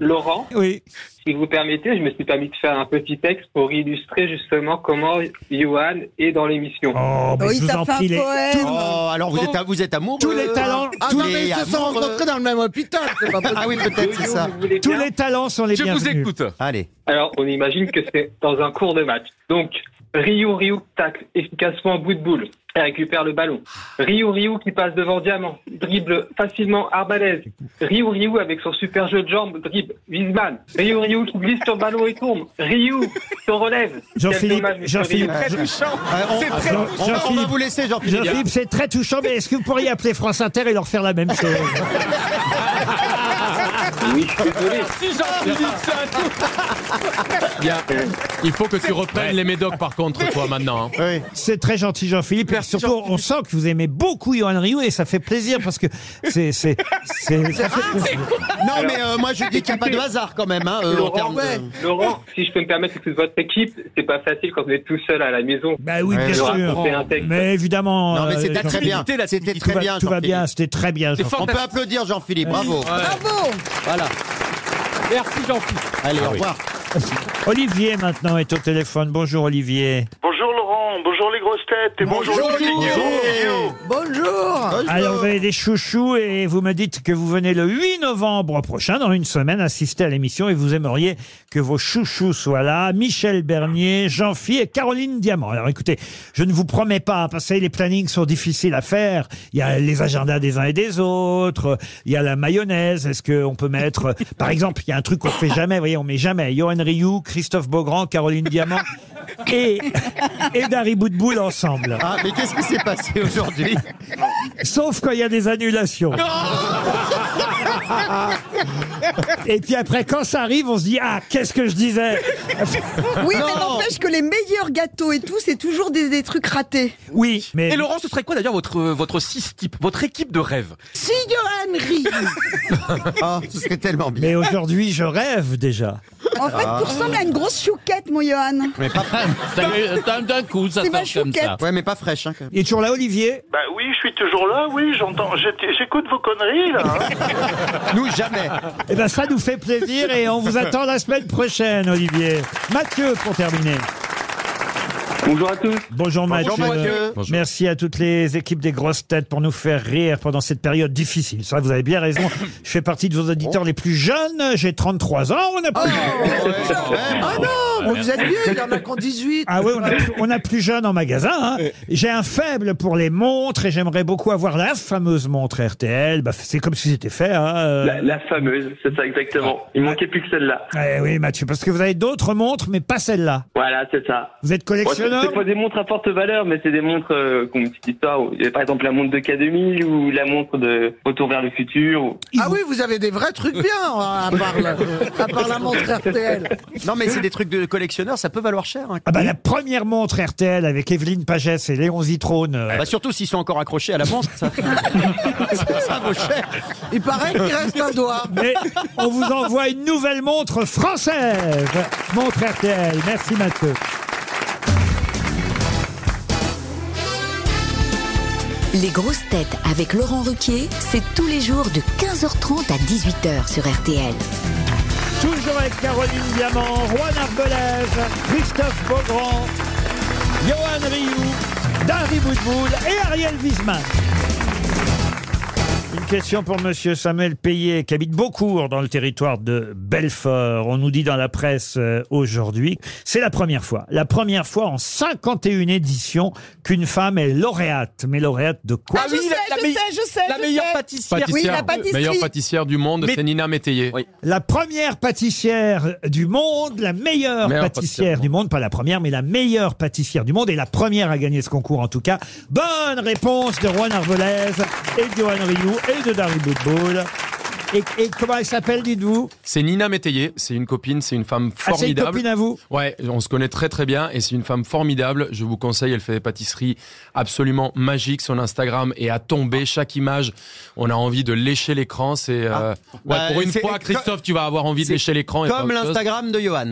S12: Laurent,
S2: oui.
S12: si vous permettez, je me suis permis de faire un petit texte pour illustrer justement comment Johan est dans l'émission.
S2: Oh,
S4: mais Oui, je vous t'as en fait un prie, les- poème.
S12: Oh,
S4: alors vous êtes à- vous êtes amoureux.
S2: Tous
S6: Euh,
S2: les talents,
S4: Ah,
S2: tous
S4: mais
S2: les-
S4: ils se sont
S2: amoureux.
S4: rencontrés dans le même hôpital. c'est pas possible.
S12: Ah oui, peut-être, c'est ça.
S2: Tous les talents sont les bienvenus.
S12: Allez. Alors, on imagine que c'est dans un cours de match. Donc, Ryu Ryu tacle efficacement bout de boule et récupère le ballon. Ryu Ryu qui passe devant Diamant, dribble facilement Arbalèze. Ryu Ryu avec son super jeu de jambes, dribble Wiesmann. Ryu Ryu qui glisse sur le ballon et tombe. Ryu se relève. Quel
S2: Jean-Philippe,
S12: dommage, monsieur
S2: Jean-Philippe, Euh,
S12: Ryu. Ah,
S2: Jean- Jean-Philippe, Jean-Philippe, c'est très touchant, mais est-ce que vous pourriez appeler France Inter et leur faire la même chose
S12: Oui, je suis désolé.
S9: Bien. Il faut que tu reprennes les médocs par contre, toi, maintenant. hein.
S2: C'est très gentil, Jean-Philippe. Et surtout, on sent que vous aimez beaucoup Johan Rioux et ça fait plaisir parce que c'est. c'est- c'est- ça fait plaisir.
S4: Non, mais euh, moi je dis qu'il n'y a pas de hasard quand même. Hein, euh, en
S12: Laurent,
S4: termes de-
S12: Laurent, si je peux me permettre, c'est que votre équipe, c'est pas facile quand vous êtes tout seul à la maison.
S2: Bah oui, bien
S12: De
S2: sûr.
S12: raconter un texte.
S2: Mais évidemment.
S12: Non, mais
S2: euh,
S12: c'était très
S2: Jean-Philippe,
S12: bien.
S4: C'était
S2: tout
S4: très
S2: va-
S4: bien,
S2: Tout va
S4: Jean-Philippe.
S2: bien, c'était très bien.
S4: C'est
S2: Jean-Philippe.
S4: On peut applaudir Jean-Philippe, bravo.
S7: Bravo
S4: Voilà.
S5: Merci Jean-Philippe.
S4: Allez,
S2: Ah
S4: au
S2: oui.
S4: revoir.
S2: Olivier maintenant est au téléphone. Bonjour Olivier.
S13: Bonjour Laurent, bonjour les grosses têtes et bonjour,
S2: Bonjour,
S13: les
S2: Bonjour.
S13: vidéos.
S6: Bonjour
S2: Alors vous avez des chouchous et vous me dites que vous venez le 8 novembre prochain, dans une semaine, assister à l'émission et vous aimeriez que vos chouchous soient là. Michel Bernier, jean phi et Caroline Diamant. Alors écoutez, je ne vous promets pas, parce que les plannings sont difficiles à faire. Il y a les agendas des uns et des autres, il y a la mayonnaise. Est-ce qu'on peut mettre, par exemple, il y a un truc qu'on ne fait jamais, vous voyez, on met jamais Johan Rioux, Christophe Beaugrand, Caroline Diamant et, et Dari Boudboul ensemble.
S4: Ah, mais qu'est-ce qui s'est passé aujourd'hui
S2: Sauf quand il y a des annulations. Et puis après, quand ça arrive, on se dit Ah, qu'est-ce que je disais
S7: Oui, mais n'empêche que les meilleurs gâteaux et tout, c'est toujours des, des trucs ratés.
S2: Oui, mais.
S5: Et Laurent, ce serait quoi d'ailleurs votre, euh, votre six type, votre équipe de rêve
S7: Si Johan rit
S4: Ah, ce serait tellement bien.
S2: Mais aujourd'hui, je rêve déjà.
S7: En fait,
S2: Ah.
S7: tu ressembles à une grosse chouquette, mon Johan.
S4: Mais pas
S8: D'un d'un coup, ça
S7: C'est ma
S8: sort comme ça.
S4: Ouais, mais pas fraîche. Hein, quand même.
S2: Il est toujours là, Olivier
S13: Bah oui, je suis toujours là, oui, j'entends, j'étais- j'écoute vos conneries là. hein.
S4: Nous, jamais.
S2: Eh bien, ça nous fait plaisir et on vous attend la semaine prochaine, Olivier. Mathieu, pour terminer.
S12: Bonjour à tous.
S2: Bonjour Mathieu.
S12: Mathieu.
S2: Bonjour. Merci à toutes les équipes des grosses têtes pour nous faire rire pendant cette période difficile. Ça, vous avez bien raison. Je fais partie de vos
S4: Oh.
S2: auditeurs les plus jeunes. J'ai 33 ans. On a plus...
S6: Ah non, vous êtes vieux, il y en a qu'en 18.
S2: Ah oui, on a, plus- on a plus jeune en magasin. hein. J'ai un faible pour les montres et j'aimerais beaucoup avoir la fameuse montre RTL. Bah, c'est comme si c'était fait. hein, euh.
S12: La, la fameuse, c'est ça exactement. Il manquait plus que celle-là.
S2: Eh oui, Mathieu, parce que vous avez d'autres montres, mais pas celle-là.
S12: Voilà, c'est ça.
S2: Vous êtes
S12: Bon, c'est-
S2: collectionneur
S12: c'est pas des montres à forte valeur, mais c'est des montres euh, qui ont une petite histoire. où- il y a Par exemple, la montre de K2000 ou la montre de Retour vers le futur. ou-
S6: Ah oui, vous avez des vrais trucs bien, hein, à part la, à part la montre RTL.
S4: Non, mais c'est des trucs de collectionneur, ça peut valoir cher. hein.
S2: Ah bah la première montre RTL avec Evelyne Pagès et Léon Zitrone. euh,
S4: Bah, surtout s'ils sont encore accrochés à la montre, ça, ça, ça vaut cher.
S6: Il paraît qu'il reste un doigt.
S2: Mais on vous envoie une nouvelle montre française. Montre RTL. Merci Mathieu.
S10: Les grosses têtes avec Laurent Ruquier, c'est tous les jours de 15h30 à 18h sur RTL.
S2: Toujours avec Caroline Diamant, Juan Arbelez, Christophe Beaugrand, Johan Rioux, Dari Boudboul et Ariel Wiesmann. Une question pour Monsieur Samuel Payet, qui habite Beaucourt, dans le territoire de Belfort. On nous dit dans la presse euh, aujourd'hui, c'est la première fois, la première fois en 51 éditions qu'une femme est lauréate. Mais lauréate de quoi
S5: Ah oui, la- la meille- La meilleure pâtissière.
S9: meilleure pâtissière du monde, c'est Nina Métayer.
S2: La première pâtissière du monde, la meilleure,
S9: Meilleure
S2: pâtissière
S9: pâtissière
S2: du monde, pas la première, mais la meilleure pâtissière du monde et la première à gagner ce concours en tout cas. Bonne réponse de Juan Arvelez et de Johan Rioux et de Dari Boudboul. Et, et comment elle s'appelle, dites-vous
S9: C'est Nina Métayer, c'est une copine, c'est une femme
S2: Ah, c'est une
S9: formidable.
S2: copine à vous
S9: Ouais, on se connaît très très bien et c'est une femme formidable. Je vous conseille, elle fait des pâtisseries absolument magiques. Son Instagram est à tomber. Chaque image, on a envie de lécher l'écran. C'est euh, ouais,
S4: Bah,
S9: pour une
S4: c'est-
S9: fois, Christophe, tu vas avoir envie de
S4: C'est
S9: lécher l'écran. et pas
S4: Comme
S9: autre chose.
S4: l'Instagram de Johan.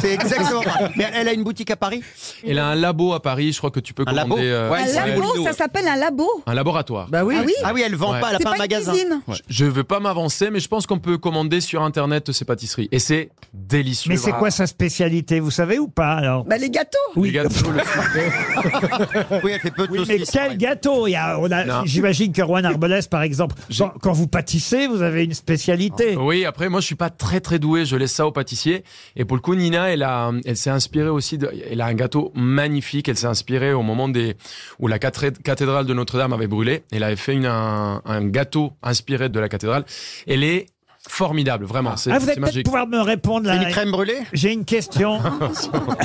S4: C'est exactement ça. Mais elle a une boutique à Paris
S9: Elle a un labo à Paris. Je crois que tu peux
S4: Un labo
S9: commander. euh,
S7: un labo, ça s'appelle un labo.
S9: Un laboratoire.
S6: Bah
S7: Ah oui
S4: Ah oui, elle vend
S9: Ouais.
S4: pas, elle a
S7: C'est
S4: pas un
S7: pas une
S4: magasin.
S7: cuisine.
S9: Je- Je veux pas m'avancer, mais je pense qu'on peut commander sur internet ces pâtisseries. Et c'est délicieux.
S2: Mais c'est quoi sa spécialité, vous savez ou pas alors
S7: Bah, les gâteaux.
S2: Oui.
S9: Les gâteaux, le
S4: Oui, elle fait peu de
S2: Oui, mais quel gâteau Il y a- on a-
S9: Non.
S2: J'imagine que Juan Arbolès, par exemple, quand, quand vous pâtissez, vous avez une spécialité.
S9: Ah, Oui, après, moi, je suis pas très, très doué. Je laisse ça aux pâtissiers. Et pour le coup, Nina, elle, a, elle s'est inspirée aussi. De, elle a un gâteau magnifique. Elle s'est inspirée au moment des, où la catré- cathédrale de Notre-Dame avait brûlé. Elle avait fait une- un, un gâteau inspiré de la cathédrale. Elle est formidable, vraiment. C'est
S2: Ah, vous allez
S9: c'est
S2: peut-être
S9: magique.
S2: pouvoir me répondre là.
S9: C'est une crème
S4: brûlée
S2: J'ai une question.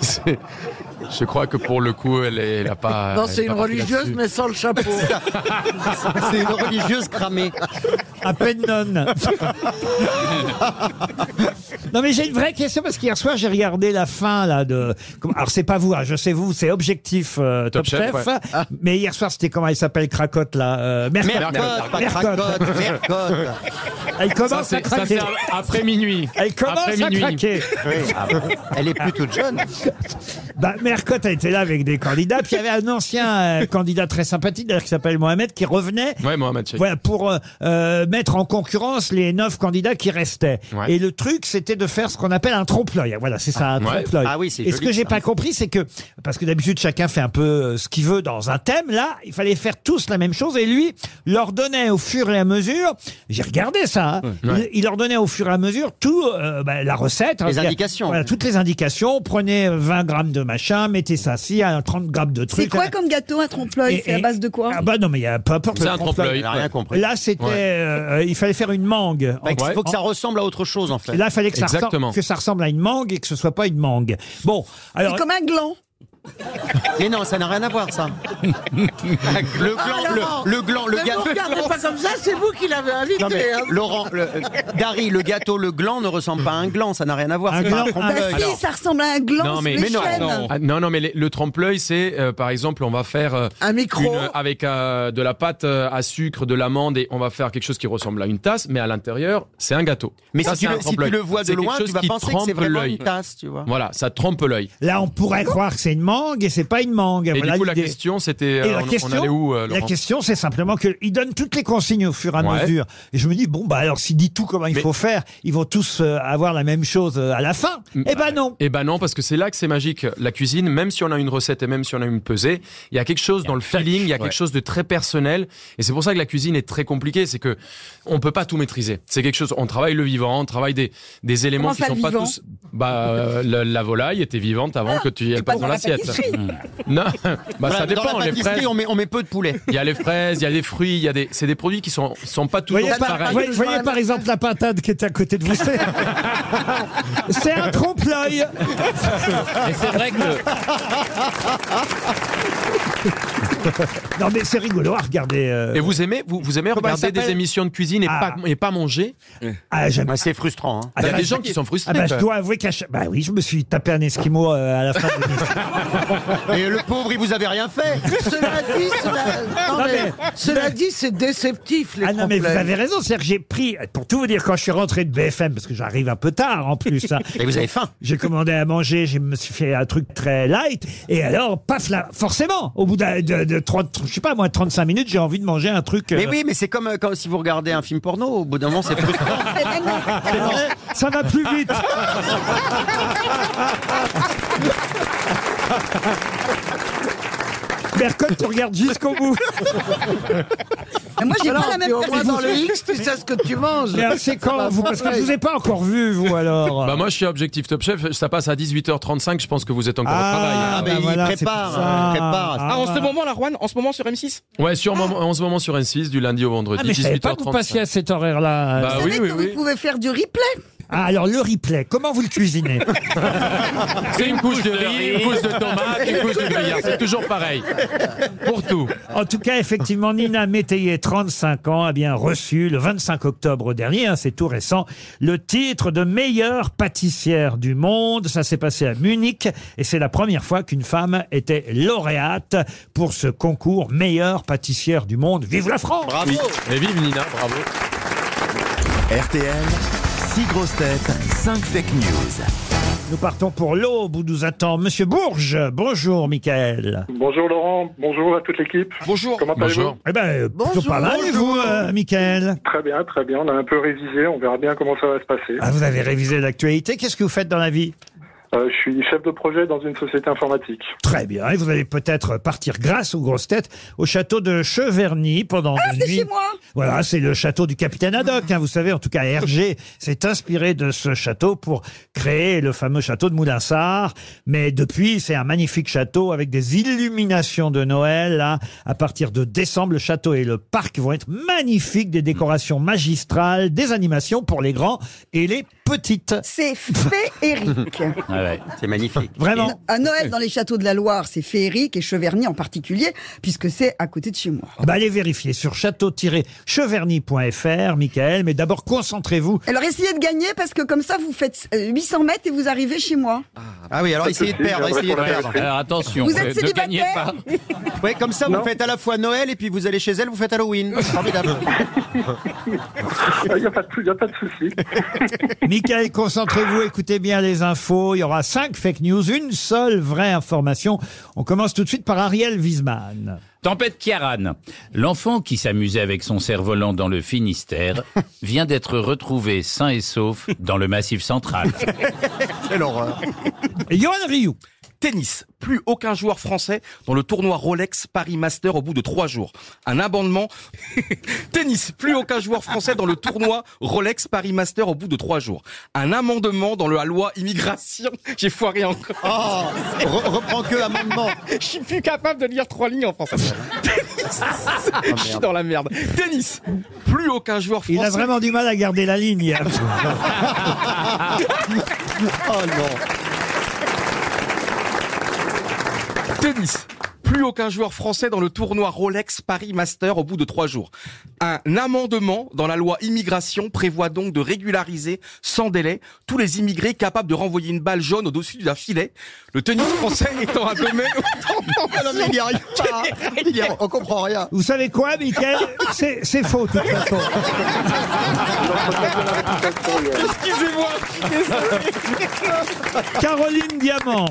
S9: C'est- Je crois que pour le coup, elle est- elle a pas.
S6: Non,
S9: Ah, elle
S6: c'est
S9: est
S6: une
S9: pas partie
S6: religieuse,
S9: là-dessus.
S6: mais sans le chapeau.
S4: C'est une religieuse cramée. Bah,
S2: À peine nonne. non mais j'ai une vraie question parce qu'hier soir j'ai regardé la fin là de. comment- Alors c'est pas vous, hein, je sais vous, c'est objectif euh, Top,
S9: Top
S2: Chef.
S9: Chef, ouais.
S2: Ah. Mais hier soir c'était comment il s'appelle Cracotte là. euh, Mercotte.
S4: Mercotte, pas Cracotte, Mercotte.
S2: Elle
S9: Ça,
S2: commence à
S9: c'est ça,
S2: craquer.
S9: c'est après minuit.
S2: Elle commence
S9: Après
S2: à
S9: minuit.
S2: craquer.
S4: Oui, ah, elle est plus toute jeune.
S2: Bah, Mercotte a été là avec des candidats. Puis il y avait un ancien euh, candidat très sympathique, d'ailleurs, qui s'appelle Mohamed, qui revenait
S9: Ouais, Mohamed Sheikh.
S2: voilà, pour euh, euh, mettre en concurrence les neuf candidats qui restaient.
S9: Ouais.
S2: Et le truc, c'était de faire ce qu'on appelle un trompe-l'œil. Voilà, c'est ça, un
S9: Ouais.
S2: trompe-l'œil.
S4: Ah oui, c'est
S2: Et ce
S4: joli,
S2: que j'ai
S4: ça.
S2: pas compris, c'est que, parce que d'habitude, chacun fait un peu euh, ce qu'il veut dans un thème. Là, il fallait faire tous la même chose. Et lui leur donnait au fur et à mesure, j'ai regardé ça, hein.
S9: Ouais.
S2: il, il leur donnait au fur et à mesure tout, euh, bah, la recette. hein.
S4: Les
S2: C'est-à-dire,
S4: indications.
S2: Voilà, toutes les indications. Prenez euh, 20 grammes de machin, mettez ça ci, hein, 30 grammes de trucs.
S7: C'est quoi
S2: hein.
S7: comme gâteau, un trompe-l'œil
S2: Et-
S7: C'est à
S2: et-
S7: base de quoi
S2: Ah bah non, mais il y a peu importe.
S9: C'est
S2: le
S9: un
S2: trompe-l'œil.
S9: trompe-l'œil.
S4: Elle a rien compris.
S2: Là, c'était,
S9: Ouais.
S2: euh, il fallait faire une mangue.
S4: Bah, Il
S9: Ouais.
S4: faut que ça ressemble à autre chose en fait.
S2: Et là, il fallait que ça,
S9: Exactement.
S2: ressemble, que ça ressemble à une mangue et que ce soit pas une mangue. Bon, alors
S7: C'est comme un gland.
S4: Mais non, ça n'a rien à voir ça. Le
S6: Ah,
S4: gland,
S6: Laurent,
S4: le, le gland, le
S6: ne vous regardez
S4: gâteau.
S6: pas comme ça, c'est vous qui l'avez invité.
S4: Non mais
S6: hein.
S4: Laurent, le- euh, Dari, le gâteau, le gland ne ressemble pas à un gland, ça n'a rien à voir.
S2: Un
S4: C'est pas un
S2: gland,
S7: Bah
S4: trompe-l'œil.
S7: si,
S4: Alors,
S7: ça ressemble à un gland
S9: Non,
S7: sur
S9: mais-
S7: les
S9: mais non,
S7: chênes.
S5: non.
S9: Ah, non, non, mais les- le trempleuil, c'est, euh, par exemple, on va faire euh,
S6: Un micro.
S9: une- avec euh, de la pâte euh, à sucre, de l'amande, et on va faire quelque chose qui ressemble à une tasse, mais à l'intérieur, c'est un gâteau.
S4: mais
S9: Ça,
S4: si, tu
S9: c'est
S4: le,
S9: un
S4: si tu
S9: trempe-l'œil.
S4: le vois de
S9: C'est quelque
S4: loin, tu
S9: chose
S4: vas
S9: qui
S4: penser que c'est
S9: trempe
S4: vraiment
S9: l'œil.
S4: une tasse, tu vois.
S9: Voilà, ça trompe l'œil.
S2: là, on pourrait croire que c'est une mangue et c'est pas une mangue.
S9: Et
S2: Voilà
S9: du coup, la
S2: l'idée.
S9: question, c'était,
S2: Et
S9: euh,
S2: la
S9: on,
S2: question,
S9: on allait où, euh,
S2: la
S9: Laurent
S2: question, c'est simplement qu'ils donnent toutes les consignes au fur et à
S9: Ouais.
S2: mesure. Et je me dis, bon, bah alors s'il dit tout comment il
S9: Mais-
S2: faut faire, ils vont tous euh, avoir la même chose euh, à la fin. Eh ben non.
S9: Eh ben non, parce que c'est là que c'est magique. La cuisine, même si on a une recette et même si on a une pesée, il y a quelque chose dans le feeling, il y a quelque chose de très personnel. Et c'est pour ça que la cuisine est très compliquée. C'est que on peut pas tout maîtriser. C'est quelque chose. On travaille le vivant, on travaille des, des éléments
S7: Comment
S9: qui
S7: ça,
S9: sont
S7: le
S9: pas
S7: vivant
S9: tous. Bah, euh, la, la volaille était vivante avant que tu elle
S7: pas
S9: passe dans
S7: dans la
S9: l'assiette.
S7: pâtisserie.
S9: Non, bah ça
S4: Voilà,
S9: dépend.
S4: Dans la
S9: Les
S4: pâtisserie,
S9: fraises.
S4: on met, on met peu de poulet.
S9: Il y a les fraises, il y a des fruits, il y a des. C'est des produits qui sont sont pas
S2: Vous
S9: toujours
S2: voyez, par,
S9: pareils.
S2: voyez- voyez par exemple la pintade qui est à côté de vous. C'est c'est un trompe-l'œil.
S8: Et c'est vrai que
S2: Non mais c'est rigolo à regarder. euh.
S9: Et vous aimez, vous, vous aimez
S2: Comment elle
S9: regarder des
S2: s'appelle
S9: émissions de cuisine et,
S2: Ah.
S9: pas, et pas manger
S2: Ah, j'aime
S4: Ouais, c'est frustrant. hein.
S2: Ah,
S9: Il y a
S2: bah,
S9: des
S2: je-
S9: gens qui sont
S2: Ah
S9: frustrés.
S2: bah, je
S9: quoi.
S2: dois avouer qu'à chaque... Bah oui, je me suis tapé un esquimau euh, à la fin de l'émission.
S4: hein. Et le pauvre, il vous avait rien fait.
S6: Cela dit, cela, non,
S2: Non,
S6: mais-
S2: mais-
S6: cela dit, c'est déceptif les
S2: Ah non, mais vous
S6: trompe-l'œil.
S2: avez raison. C'est-à-dire que j'ai pris, pour tout vous dire, quand je suis rentré de BFM, parce que j'arrive un peu tard en plus, hein,
S4: Et vous avez faim.
S2: j'ai commandé à manger, je me suis fait un truc très light, et alors, paf, là, forcément, au bout d'un- de, de, 30, je sais pas, moi, 35 minutes, j'ai envie de manger un truc. euh,
S4: Mais oui, mais c'est comme euh, quand, si vous regardez un film porno, au bout d'un moment, c'est frustrant.
S7: Eh ben non.
S2: Ça va plus vite.
S4: Ah,
S2: Bercotte, tu regardes jusqu'au bout.
S7: Ah, Moi,
S2: Ah
S7: j'ai
S6: Alors,
S7: pas la
S6: t'es
S7: même
S6: au moins dans le X, tu sais ce que tu manges.
S2: Mais alors, c'est quand vous Parce que je vous ai pas encore vu, vous, alors.
S9: Bah moi je suis objectif top chef, ça passe à 18h35, je pense que vous êtes encore
S2: Ah,
S9: au
S2: bah
S4: mais il
S2: voilà, c'est
S4: prépare,
S2: pour ça.
S4: euh, prépare.
S5: Ah, en ce moment, la Rouen, en ce moment sur M6
S9: travail. Ouais, sur moment- en ce moment sur N6 du lundi au vendredi
S2: Ah, mais je savais pas que vous
S9: 18h35.
S2: passiez à cet horaire-là.
S9: Bah
S7: Vous
S9: oui
S7: savez
S9: oui
S7: que
S9: oui.
S7: vous pouvez faire du replay.
S2: Ah, alors le replay, comment vous le cuisinez
S9: C'est une couche de riz, une couche de tomate, une couche de gruyère. C'est toujours pareil. Pour tout.
S2: En tout cas, effectivement, Nina Métayer, 35 ans, a bien reçu le 25 octobre dernier, hein, c'est tout récent, le titre de meilleure pâtissière du monde. Ça s'est passé à Munich et c'est la première fois qu'une femme était lauréate pour ce concours meilleure pâtissière du monde. Vive la France
S9: Oui. Et vive Nina, bravo.
S1: RTL, 6 grosses têtes, 5 fake news.
S2: Nous partons pour l'aube où nous attend Monsieur Bourges. Bonjour, Michael.
S14: Bonjour Laurent, bonjour à toute l'équipe. Bonjour. Comment allez-vous
S2: Eh ben, euh, plutôt pas mal, et vous, euh, Michael
S14: Très bien, très bien. On a un peu révisé, on verra bien comment ça va se passer.
S2: Ah, vous avez révisé l'actualité. Qu'est-ce que vous faites dans la vie
S14: Euh, je suis chef de projet dans une société informatique.
S2: Très bien. Et vous allez peut-être partir grâce aux grosses têtes au château de Cheverny pendant ah,
S7: c'est chez moi
S2: Voilà, c'est le château du capitaine Haddock. hein, vous savez, en tout cas, Hergé s'est inspiré de ce château pour créer le fameux château de Moulinsart. Mais depuis, c'est un magnifique château avec des illuminations de Noël. là. À partir de décembre, le château et le parc vont être magnifiques, des décorations magistrales, des animations pour les grands et les petites.
S7: C'est féerique.
S4: Ah
S9: C'est magnifique.
S2: Vraiment.
S7: À Noël, dans les châteaux de la Loire, c'est féerique et Cheverny en particulier, puisque c'est à côté de chez moi.
S2: Ah bah, allez vérifier sur château-cheverny.fr, Michael. Mais d'abord, concentrez-vous.
S7: Alors essayez de gagner parce que comme ça, vous faites euh, 800 mètres et vous arrivez chez moi.
S4: Ah oui, alors
S9: Pas de
S4: essayez de
S9: soucis,
S4: perdre,
S9: je
S4: essayez de
S9: répondrai.
S4: perdre.
S9: Alors, attention,
S7: Vous êtes euh, ne gagnez célibataire
S4: Ouais, comme ça, vous faites à la fois Noël et puis vous allez chez elle, vous faites Halloween. C'est Formidable.
S14: Il n'y a pas de, y a pas de souci.
S2: Michael, concentrez-vous, écoutez bien les infos. Il y aura cinq fake news, une seule vraie information. On commence tout de suite par Ariel Wiesman.
S8: Tempête Kiaran. L'enfant qui s'amusait avec son cerf-volant dans le Finistère vient d'être retrouvé sain et sauf dans le Massif central.
S5: Quelle horreur.
S2: Johan Rioux.
S5: Tennis. Plus aucun joueur français dans le tournoi Rolex Paris Master au bout de trois jours. Un abandonnement. Tennis. Plus aucun joueur français dans le tournoi Rolex Paris Master au bout de trois jours. Un amendement dans le loi immigration. J'ai foiré encore.
S4: Oh, re- reprends que amendement.
S5: Je suis plus capable de lire trois lignes en français. Tennis. Je suis
S4: Oh,
S5: dans la merde. Tennis. Plus aucun joueur français.
S2: Il a vraiment du mal à garder la ligne.
S5: oh non. Tennis. Plus aucun joueur français dans le tournoi Rolex Paris Master au bout de trois jours. Un amendement dans la loi immigration prévoit donc de régulariser sans délai tous les immigrés capables de renvoyer une balle jaune au-dessus d'un filet. Le tennis français étant un domaine
S4: Ah non, mais il n'y arrive pas. Il y a- on comprend rien.
S2: Vous savez quoi, Michael C'est c'est faux, de toute façon.
S5: Excusez-moi.
S2: Caroline Diamant.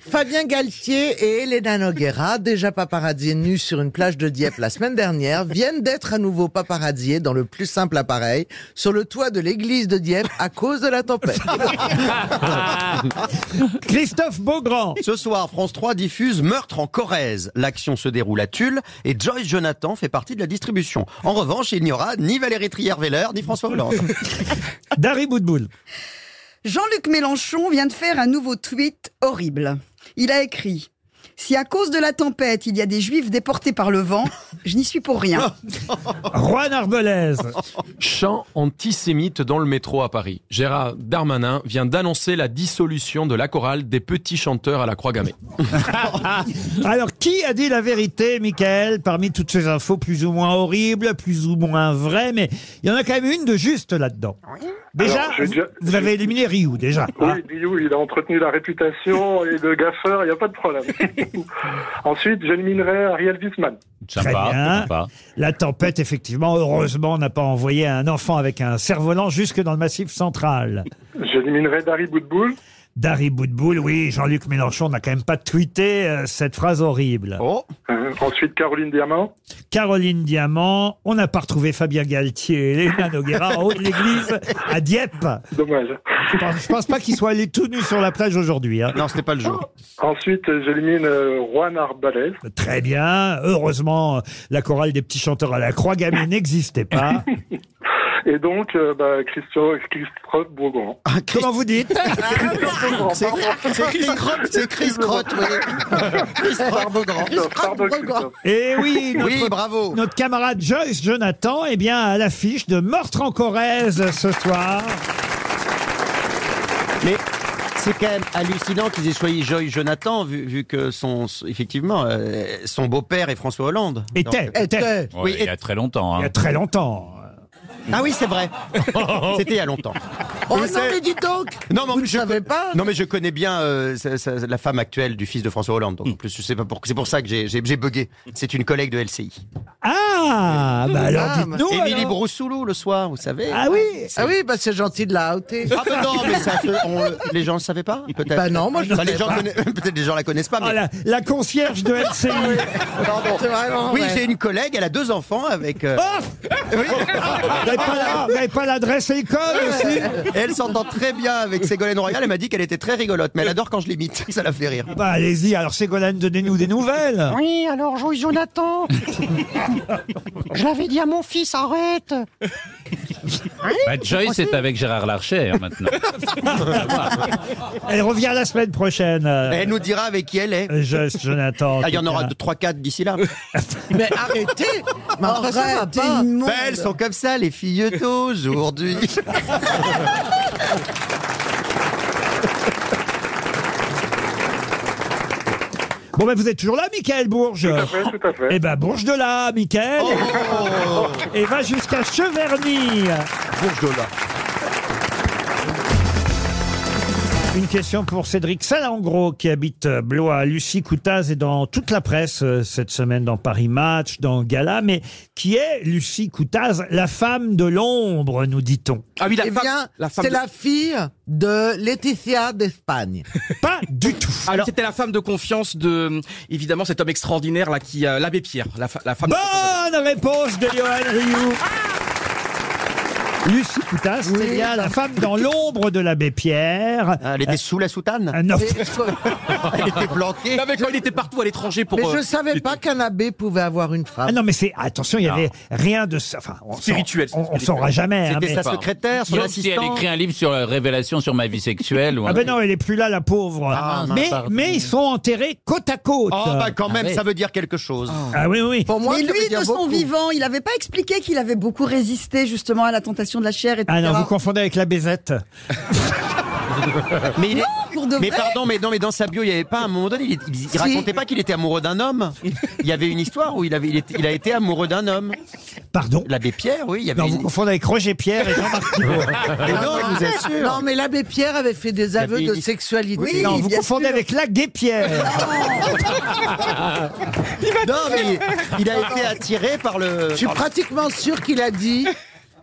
S6: Fabien Galtier et Elena Noguera, déjà paparazziers nus sur une plage de Dieppe la semaine dernière, viennent d'être à nouveau paparazziers dans le plus simple appareil, sur le toit de l'église de Dieppe à cause de la tempête.
S2: Christophe Beaugrand.
S4: Ce soir, France 3 diffuse Meurtre en Corrèze. L'action se déroule à Tulle et Joyce Jonathan fait partie de la distribution. En revanche, il n'y aura ni Valérie Trier-Veller ni François Hollande.
S2: Dari Boudboul.
S7: Jean-Luc Mélenchon vient de faire un nouveau tweet horrible. Il a écrit Si à cause de la tempête, il y a des juifs déportés par le vent, je n'y suis pour rien.
S2: Juan Arbelez.
S9: Chant antisémite dans le métro à Paris. Gérard Darmanin vient d'annoncer la dissolution de la chorale des petits chanteurs à la Croix-Gamay.
S2: Ah. Alors, qui a dit la vérité, Michael, parmi toutes ces infos plus ou moins horribles, plus ou moins vraies, mais il y en a quand même une de juste là-dedans. Déjà,
S14: Alors, je vais
S2: vous-
S14: déjà-
S2: vous avez éliminé Ryu, déjà. hein.
S14: Oui, Biou, il a entretenu la réputation et le gaffeur, il n'y a pas de problème. Ensuite, j'éliminerai Ariel Wiesman.
S2: Très bien. La tempête, effectivement, heureusement, n'a pas envoyé un enfant avec un cerf-volant jusque dans le massif central.
S14: J'éliminerai Dari Boudboul.
S2: Dari Boudboul, oui, Jean-Luc Mélenchon n'a quand même pas tweeté euh, cette phrase horrible.
S14: Euh, ensuite, Caroline Diamant.
S2: Caroline Diamant, on n'a pas retrouvé Fabien Galtier et Léna Noguera en haut de l'église à Dieppe.
S14: Dommage.
S2: Je pense, je pense pas qu'ils soient allés tout nus sur la plage aujourd'hui. hein.
S4: Non, ce n'est pas le jour.
S14: Ensuite, j'élimine euh, Juan Arbalez.
S2: Très bien. Heureusement, la chorale des petits chanteurs à la croix gammée n'existait pas.
S14: Et donc, euh, bah, Christian, Christophe Bourgoin.
S2: Comment vous dites
S4: Ah, C'est c'est Chris Crotte, c'est Chris Crotte, oui. Chris Crotte, Beaugrand.
S14: Pardon, Christophe.
S2: Et Eh oui, notre,
S4: Oui, bravo.
S2: notre camarade Joyce Jonathan, eh bien, à l'affiche de Meurtre en Corrèze ce soir.
S4: Mais c'est quand même hallucinant qu'ils aient choisi Joy Jonathan, vu, vu que son, son- effectivement, euh, son beau-père est François Hollande.
S2: Était,
S4: Donc, euh,
S2: était.
S4: Oui,
S8: il y a très longtemps. hein.
S2: Il y a très longtemps.
S4: Ah oui, c'est vrai. C'était il y a longtemps.
S6: Oh
S4: Vous
S6: non,
S4: savez-
S6: mais dis donc
S4: Non, mais en
S6: Vous
S4: plus,
S6: ne
S4: je
S6: savez
S4: co-
S6: pas
S4: Non, mais je connais bien euh, sa- sa- la femme actuelle du fils de François Hollande. Donc, en plus, je sais pas pour... c'est pour ça que j'ai- j'ai j'ai bugué. C'est une collègue de LCI.
S2: Ah, bah alors dites-nous.
S4: Émilie
S2: alors.
S4: Broussoulou le soir, vous savez.
S2: Ah oui
S4: C'est-
S6: Ah oui, bah c'est gentil de la outer.
S4: Ah ben non, mais ça, se- on- les gens ne le savaient pas, peut-être.
S6: Bah non, moi, je le
S4: Enfin, les
S6: savais
S4: gens
S6: pas.
S4: conna- Peut-être les gens la connaissent pas. Mais...
S2: Ah, la, la concierge de LCI.
S4: Pardon.
S6: C'est vraiment
S4: oui,
S6: vrai.
S4: j'ai une collègue, elle a deux enfants avec. euh,
S2: Ah
S4: oui.
S2: Vous n'avez pas la- vous n'avez pas l'adresse école aussi
S4: Et elle s'entend très bien avec Ségolène Royal. Elle m'a dit qu'elle était très rigolote, mais elle adore quand je l'imite. Ça la fait rire.
S2: Bah allez-y, alors Ségolène, donnez-nous des nouvelles.
S15: Oui, alors Joy Jonathan, je l'avais dit à mon fils, arrête.
S8: Bah, Joyce est avec Gérard Larcher hein, maintenant.
S2: Elle revient la semaine prochaine. euh,
S4: Elle nous dira avec qui elle est.
S2: Joyce Euh, Jonathan. en
S4: Ah, il y en
S2: tout
S4: aura
S2: cas.
S4: 3-4 d'ici là.
S6: Mais arrêtez Mais enfin, ça va
S7: Arrête, t'es
S6: pas
S7: immonde.
S4: Bah, elles sont comme ça, les filles aujourd'hui.
S2: Bon, ben vous êtes toujours là, Michael Bourges
S14: Tout à fait, tout à fait.
S2: Eh ben, Bourges de là, Michael
S4: Oh
S2: Et va jusqu'à Cheverny
S4: Bourgeois.
S2: Une question pour Cédric Salangro qui habite euh, Blois. Lucie Coutaz est dans toute la presse euh, cette semaine dans Paris Match, dans Gala, mais qui est Lucie Coutaz, la femme de l'ombre, nous dit-on
S5: Ah oui, la
S6: Eh
S5: femme,
S6: bien,
S5: la femme
S6: c'est
S5: de-
S6: la fille de Laetitia d'Espagne.
S2: Pas du tout.
S5: Alors, c'était la femme de confiance de, hum, évidemment, cet homme extraordinaire là qui, euh, l'abbé Pierre, la, fa- la femme.
S2: Bonne réponse de Johan Rioux. Lucie Coutaz, c'est
S6: Oui,
S2: bien
S6: ça-
S2: la femme dans l'ombre de l'abbé Pierre.
S4: Ah, Elle était sous la soutane.
S2: Ah, non.
S6: Mais,
S4: Elle était planquée.
S5: Avec il était partout à l'étranger pour.
S6: mais
S5: euh,
S6: je savais pas qu'un abbé pouvait avoir une
S2: Ah
S6: femme.
S2: non, mais c'est. Attention, il n'y avait rien de. ça. Enfin, on s'en-
S5: Spirituel, c'est
S2: On, on
S5: spirituel.
S2: saura jamais. hein,
S4: C'était
S2: mais-
S4: sa secrétaire, son
S8: Sauf si elle
S4: assistant.
S8: écrit un livre sur la révélation sur ma vie sexuelle. Ou un-
S2: Ah ben non, elle est plus là, la pauvre.
S8: Ah, mince,
S2: mais,
S8: pardon.
S2: mais ils sont enterrés côte à côte.
S4: Oh, bah quand
S8: Ah
S4: même,
S8: ouais.
S4: ça veut dire quelque chose.
S2: Ah oui, oui.
S6: Pour moi,
S7: Mais
S6: ça veut
S7: lui,
S6: dire
S7: de son
S6: beaucoup.
S7: vivant, il n'avait pas expliqué qu'il avait beaucoup résisté justement à la tentation de la chair, etc.
S2: Ah non, vous confondez avec la baisette.
S4: Mais, il est-
S7: Pour de
S4: mais
S7: vrai.
S4: pardon, mais, non, mais dans sa bio, il n'y avait pas, à un moment donné, il, il- il racontait pas qu'il était amoureux d'un homme. Il y avait une histoire où il, avait, il, était- il a été amoureux d'un homme.
S2: Pardon
S4: L'abbé Pierre, oui, il y avait
S2: Non, vous
S4: une...
S2: confondez avec Roger Pierre et Jean-Marc Thibault.
S4: Mais non, je vous assure.
S6: Ah Non, mais l'abbé Pierre avait fait des
S4: avait
S6: aveux
S4: une
S6: de
S4: liste-
S6: sexualité.
S2: non, vous confondez avec la Guépierre.
S4: Non, mais il a été attiré par le.
S6: Je suis
S4: par le-
S6: pratiquement sûr qu'il a dit.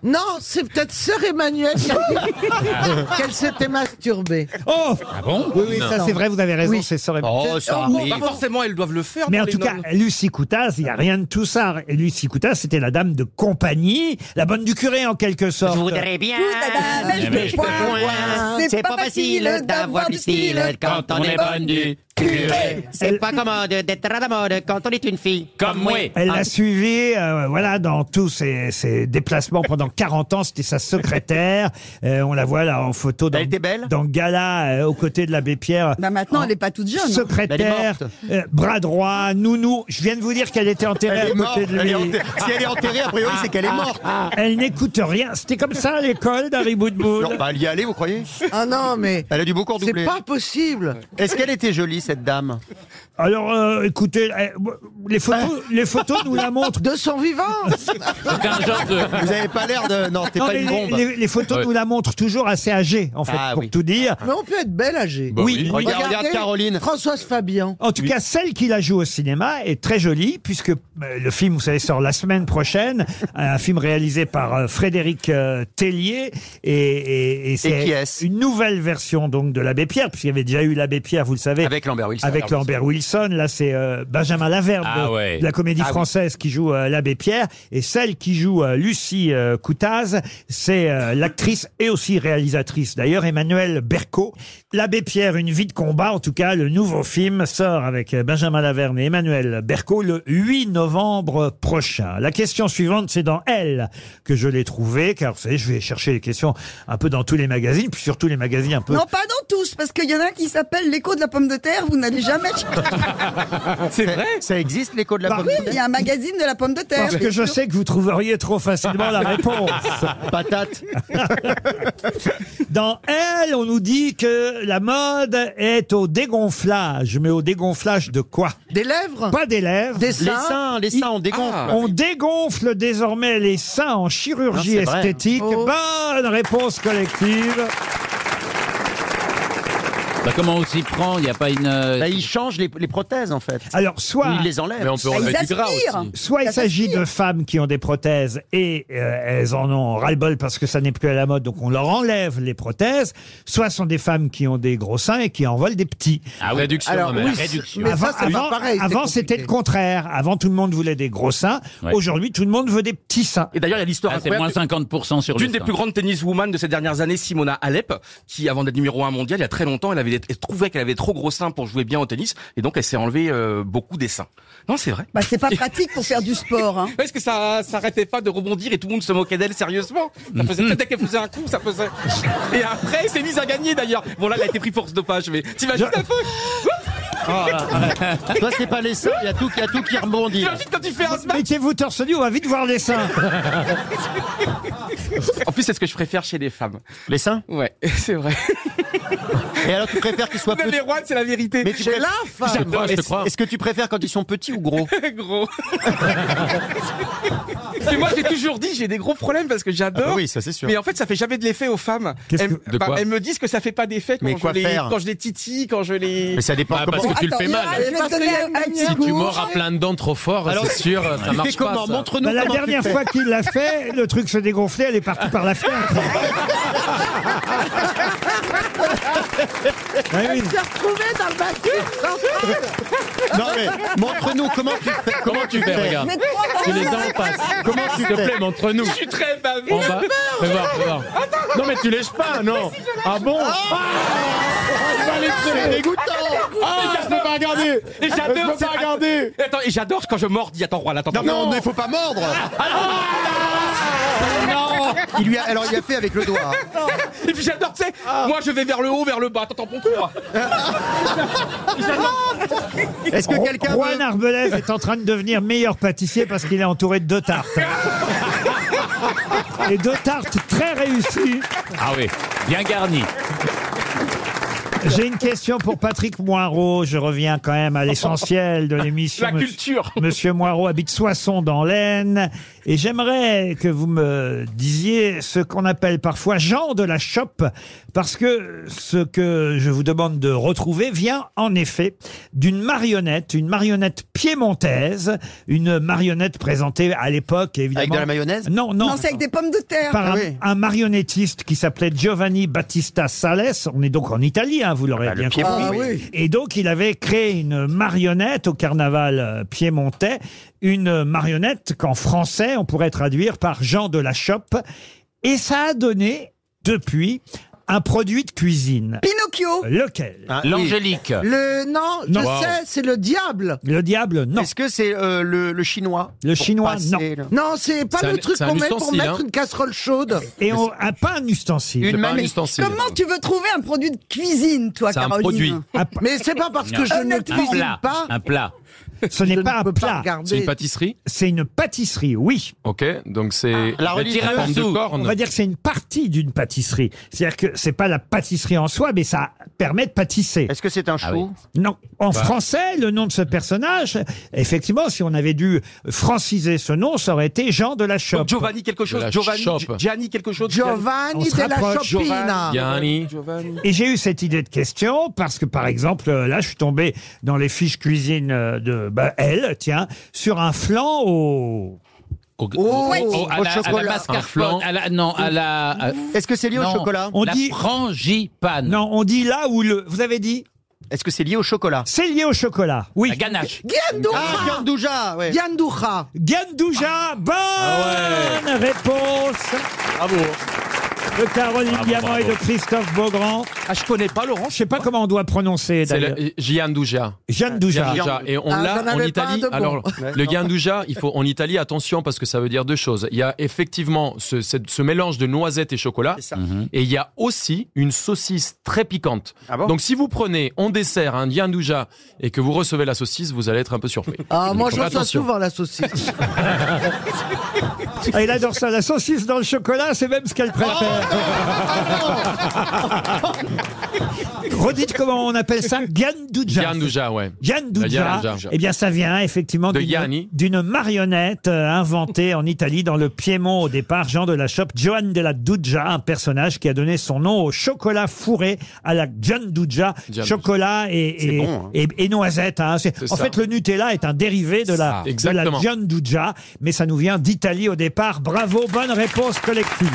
S6: Non, c'est peut-être sœur Emmanuelle qui a dit qu'elle s'était masturbée.
S2: Oh
S8: Ah bon
S2: Oui, oui, ça c'est vrai, vous avez raison,
S6: Oui.
S2: c'est serait
S8: Oh, ça
S5: Bon,
S8: arrive.
S5: pas bah, forcément, elles doivent le faire.
S2: Mais
S5: non,
S2: en
S5: les
S2: tout cas,
S5: nonnes.
S2: Lucie Coutaz, il n'y a rien de tout ça. Et Lucie Coutaz, c'était la dame de compagnie, la bonne du curé en quelque sorte.
S15: bien.
S7: Dada,
S8: mais je peux
S7: C'est pas facile d'avoir du style
S8: Quand on est
S2: Ah,
S8: bonne du curé,
S2: Elle-
S15: pas commode d'être à la mode quand on est une fille. Ah,
S8: comme moi.
S2: Elle
S4: Ah.
S2: l'a suivi, euh, voilà, dans tous ses, ses déplacements pendant 40 ans. C'était sa secrétaire. Euh, on la voit là en photo dans,
S4: Elle était belle
S2: dans Gala, euh, aux côtés de l'abbé Pierre.
S7: Bah maintenant, elle n'est pas toute jeune.
S4: Elle est
S2: Secrétaire,
S4: morte.
S2: euh, bras droit, nounou. Je viens de vous dire qu'elle était enterrée
S4: Elle
S2: à
S4: est morte.
S2: côté de
S4: elle
S2: lui. Ah,
S4: est enterrée. Si elle est enterrée, a priori, c'est qu'elle est morte.
S2: Elle n'écoute rien. C'était comme ça à l'école d'Harry Bootbull.
S4: Non, bah, elle y est allée, vous croyez
S6: Ah non, mais
S4: Elle a dû beaucoup
S6: c'est
S4: redoubler.
S6: pas possible.
S4: Est-ce qu'elle était jolie, cette dame
S2: Alors, euh, écoutez, euh, les
S4: Bah.
S2: photos, les photos nous la montrent.
S6: De son vivant.
S8: C'est un genre de.
S4: Vous avez pas l'air de. Non, t'es
S2: Non,
S4: pas
S2: les,
S4: une
S2: les-
S4: bombe.
S2: les- les photos
S8: Ouais.
S2: nous la montrent toujours assez âgée, en fait,
S4: Ah
S2: pour
S4: oui.
S2: tout dire.
S6: Mais on peut être belle âgée.
S8: Bah oui.
S4: Regarde, regarde
S6: Regardez,
S4: Caroline.
S6: Françoise Fabian.
S2: En tout cas, celle qui la joue au cinéma est très jolie, puisque euh, le film, vous savez, sort la semaine prochaine. Un film réalisé par euh, Frédéric euh, Tellier. Et, et- et
S4: qui
S2: c'est
S4: est-ce
S2: une nouvelle version donc de l'abbé Pierre, puisqu'il y avait déjà eu l'abbé Pierre, vous le savez.
S4: Avec Lambert Wilson.
S2: avec
S4: Alors,
S2: Lambert Wilson. Là, c'est euh, Benjamin Laverne
S8: Ah
S2: de-
S8: ouais.
S2: de la comédie
S4: Ah oui.
S2: française qui joue euh, l'abbé Pierre. Et celle qui joue euh, Lucie euh, Coutaz, c'est euh, l'actrice et aussi réalisatrice d'ailleurs, Emmanuelle Berco. L'abbé Pierre, une vie de combat. En tout cas, le nouveau film sort avec euh, Benjamin Laverne et Emmanuelle Berco le 8 novembre prochain. La question suivante, c'est dans Elle que je l'ai trouvée, car vous savez, je vais chercher les questions un peu dans tous les magazines, puis surtout les magazines un peu
S7: Non, pas dans tous, parce qu'il y en a un qui s'appelle l'écho de la pomme de terre, vous n'allez jamais
S4: C'est vrai Ça existe l'écho de
S2: Bah
S4: la pomme
S7: Ah, bah, Oui,
S4: de
S7: il
S4: terre
S7: y a un magazine de la pomme de terre.
S2: Parce que je sais que vous trouveriez trop facilement la réponse.
S4: Patate.
S2: Dans Elle, on nous dit que la mode est au dégonflage. Mais au dégonflage de quoi
S6: Des lèvres
S2: Pas des lèvres.
S4: Des seins Les seins, les seins, on dégonfle. Ah.
S2: on dégonfle désormais les seins en chirurgie
S4: Non, c'est vrai, hein.
S2: esthétique. Bonne réponse collective.
S8: Bah, comment on s'y prend Il n'y a pas une. euh,
S4: Bah, ils changent les, les prothèses en fait.
S2: Alors, soit.
S4: Ou Bah, ils les enlèvent.
S2: Soit il s'agit de femmes qui ont des prothèses et euh, elles en ont ras-le-bol parce que ça n'est plus à la mode, donc on leur enlève les prothèses. Soit ce sont des femmes qui ont des gros seins et qui en veulent des petits.
S8: Ah oui. Réduction,
S6: Alors, ma mère. oui, c'est- mais
S2: Avant,
S6: ça, c'est pas
S2: avant-
S6: pareil, c'est
S2: avant,
S6: compliqué.
S2: c'était le contraire. Avant, tout le monde voulait des gros seins. Aujourd'hui, tout le monde veut des petits seins.
S5: Et d'ailleurs, il y a l'histoire
S8: Ah, c'est moins
S5: incroyable
S8: 50% sur le
S5: D'une des
S8: sein.
S5: plus grandes tenniswoman de ces dernières années, Simona Alep, qui avant d'être numéro un mondial, il y a très longtemps, elle, avait, des- elle trouvait qu'elle avait trop gros seins pour jouer bien au tennis, et donc elle s'est enlevée euh, beaucoup des seins. Non, c'est vrai.
S7: Bah, c'est pas pratique pour faire du sport. Hein.
S5: Est-ce que ça s'arrêtait pas de rebondir et tout le monde se moquait d'elle sérieusement Ça faisait peut-être qu'elle faisait un coup, ça faisait. Et après, elle s'est mise à gagner d'ailleurs. Bon là, elle a été prise pour ce dopage, mais t'imagines un peu Oh
S4: Toi, c'est pas les seins, il y, a tout- il y a tout qui rebondit. là.
S5: T'imagines quand tu fais un smash
S2: Mettez-vous torse nu, on va vite voir les seins.
S5: En plus, c'est ce que je préfère chez les femmes.
S4: Les seins
S5: Ouais, c'est vrai.
S4: Et alors, tu préfères qu'ils soient
S5: Non,
S4: petits
S5: mais Juan, c'est la vérité.
S4: Mais tu
S5: J'ai
S4: préfères-
S5: la femme.
S4: J'adore.
S5: Je te
S4: Est-ce-
S5: crois.
S4: Est-ce que tu préfères quand ils sont petits ou gros
S5: gros. Et moi, j'ai toujours dit, j'ai des gros problèmes parce que j'adore.
S4: Ah bah oui, ça, c'est sûr.
S5: Mais en fait, ça fait jamais de l'effet aux femmes.
S4: Qu'est-ce
S5: Elles, bah,
S4: que- De quoi
S5: elles me disent que ça fait pas d'effet quand,
S4: Mais
S5: je
S4: quoi
S5: les,
S4: faire
S5: quand je les titille, quand je les. Ah,
S4: Mais ça dépend Bah, comment- parce que tu le fais mal.
S7: Je vais te donner un petit
S9: Si tu
S7: goût.
S9: mords à plein de dents trop fort,
S4: Alors,
S9: c'est sûr,
S4: tu
S9: ça
S4: fais
S9: marche pas.
S4: comment
S9: ça.
S2: Bah, la dernière fois qu'il l'a fait, le truc se dégonflait, elle est partie par la fenêtre. Ah oui.
S15: Je l'ai retrouvé dans le bateau.
S4: Non mais montre-nous comment tu fais.
S9: Comment tu fais, regarde
S15: Mais toi,
S9: Tu les
S15: regarde.
S9: dents passent. Comment tu
S4: fais
S9: te plais, entre nous
S5: Je suis très bavé.
S9: On va. Fais voir, fais voir. Non, mais tu lèches pas, non Ah bon
S4: C'est dégoûtant
S5: Ah, je peux pas regarder
S4: Ah,
S5: Et
S9: Je peux
S5: j'adore
S9: pas
S5: regarder Attends, et j'adore quand je mordis. Attends, Juan, attends. Ah,
S4: Non, mais
S5: attends.
S4: on- il faut pas mordre Il lui a, alors il a fait avec le doigt. Ah. hein.
S5: ah, Et puis j'adore, tu sais, moi je vais vers le haut, vers le bas. Attends, attends, concours
S4: Est-ce que quelqu'un
S2: Juan
S4: veut-
S2: Arbelez est en train de devenir meilleur pâtissier parce qu'il est entouré de deux tartes. Et deux tartes très réussies.
S8: Ah oui, bien garni.
S2: J'ai une question pour Patrick Moirot. Je reviens quand même à l'essentiel de l'émission.
S5: La culture.
S2: Monsieur Moirot habite Soissons dans l'Aisne. Et j'aimerais que vous me disiez ce qu'on appelle parfois Jean de la chope. Parce que ce que je vous demande de retrouver vient en effet d'une marionnette, une marionnette piémontaise, une marionnette présentée à l'époque évidemment.
S4: Avec de la mayonnaise
S2: Non, non.
S7: Non, c'est avec des pommes de terre.
S5: Ah
S6: Ah
S2: par un,
S4: oui.
S2: un marionnettiste qui s'appelait Giovanni Battista Sales. On est donc en Italie, hein, vous l'aurez bien compris.
S4: Piémont,
S7: Ah
S4: oui.
S7: oui.
S2: Et donc, il avait créé une marionnette au carnaval euh, piémontais, une marionnette qu'en français, on pourrait traduire par Jean de la Chope. Et ça a donné, depuis, un produit de cuisine.
S7: Pinocchio.
S2: Lequel
S4: Ah, oui.
S8: L'angélique.
S6: Le non, je
S2: Non.
S6: sais, c'est le diable.
S2: Le diable Non.
S4: Ah. Est-ce que c'est euh, le, le chinois
S2: Le
S4: Pour
S2: chinois,
S4: passer,
S2: non.
S4: là.
S6: Non, c'est pas
S9: C'est
S6: le
S9: un-
S6: truc
S9: c'est un
S6: qu'on met pour
S9: ustensile,
S6: mettre
S9: hein.
S6: une casserole chaude.
S2: Et on, un, pas un ustensile.
S9: C'est
S4: Une
S9: pas un
S4: manie.
S9: ustensile.
S7: Comment tu veux trouver un produit de cuisine, toi,
S9: C'est un
S7: Caroline
S9: produit.
S2: Un p-
S6: Mais c'est pas parce
S8: Non.
S6: que je ne
S7: Honnêtement.
S8: Un
S6: cuisine
S8: plat.
S6: pas.
S8: Un plat.
S2: Ce n'est
S6: je
S2: pas
S6: ne
S2: un
S6: peux pas
S2: plat.
S9: C'est
S6: regarder.
S9: une pâtisserie
S2: C'est une pâtisserie, oui.
S9: Ok, donc c'est.
S4: Ah, La
S9: Le
S4: religion.
S9: tiramisu.
S8: On
S9: de
S2: On
S9: corne.
S2: va dire que c'est une partie d'une pâtisserie. C'est-à-dire que c'est pas la pâtisserie en soi, mais ça permet de pâtisser.
S4: Est-ce que c'est un chou
S8: Ah oui.
S2: Non. En
S5: Bah.
S2: français, le nom de ce personnage, effectivement, si on avait dû franciser ce nom, ça aurait été Jean de la
S5: Donc
S2: Chope.
S5: Giovanni quelque chose,
S9: De la
S5: Giovanni,
S9: chope.
S5: Gi- Gianni quelque chose.
S2: On
S6: Giovanni
S2: se
S6: de la
S2: rapproche,
S6: Chopina.
S9: Yanni.
S5: Giovanni.
S2: Et j'ai eu cette idée de question parce que, par exemple, euh, là, je suis tombé dans les fiches cuisine euh, de bah, elle, tiens, sur un flan au...
S8: Au,
S6: Oh,
S8: au-
S6: au
S8: à la, À la
S6: chocolat.
S8: mascarpone,
S9: Un flan.
S8: à la- non, à la. à-
S4: Est-ce que c'est lié
S8: non,
S4: au chocolat
S2: On
S8: la
S2: dit-
S8: frangipane.
S2: Non, on dit là où le... Vous avez dit
S4: Est-ce que c'est lié au chocolat
S2: C'est lié au chocolat, oui.
S8: La ganache.
S4: Ah,
S6: Gandoucha.
S4: Gandouja, ouais.
S6: Gandoucha.
S8: Ah
S2: Gandouja, bonne réponse de Caroline
S9: Bravo,
S2: Diamant et
S9: bravo.
S2: de Christophe Beaugrand. Ah, je connais pas Laurent. Je sais pas comment on doit prononcer
S9: C'est
S2: d'ailleurs.
S9: le Gianduja.
S2: Gianduja.
S9: Et on
S2: Ah,
S9: l'a
S2: j'en
S9: en
S2: avais pas un
S9: Italie.
S2: de bon.
S9: Alors,
S2: Ouais.
S9: le Gianduja, il faut en Italie, attention, parce que ça veut dire deux choses. Il y a effectivement ce, cette- ce mélange de noisettes et chocolat.
S2: Mhm.
S9: Et il y a aussi une saucisse très piquante.
S2: Ah
S9: Donc, si vous prenez en dessert un Gianduja et que vous recevez la saucisse, vous allez être un peu surpris.
S6: Ah, moi,
S9: Donc,
S6: je reçois
S9: attention.
S6: souvent la saucisse.
S2: Ah, il adore ça, la saucisse dans le chocolat, c'est même ce qu'elle préfère. Redites comment on appelle ça Gianduja.
S9: Gianduja, ouais. La
S2: Gianduja.
S9: Gianduja.
S2: Eh bien, ça vient effectivement
S9: De
S2: d'une-
S9: Gianni.
S2: d'une marionnette euh, inventée en Italie dans le Piémont au départ. Jean de la Chope, Joan della Duggia, un personnage qui a donné son nom au chocolat fourré à la Gianduja.
S9: Gianduja.
S2: Chocolat et, et,
S9: C'est bon, hein.
S2: et, et noisettes. hein. C'est-
S9: C'est
S2: En
S9: ça.
S2: fait, le Nutella est un dérivé de la,
S9: C'est
S2: de
S9: ça.
S2: la
S9: Exactement.
S2: Gianduja, mais ça nous vient d'Italie au départ. Bravo, bonne réponse collective.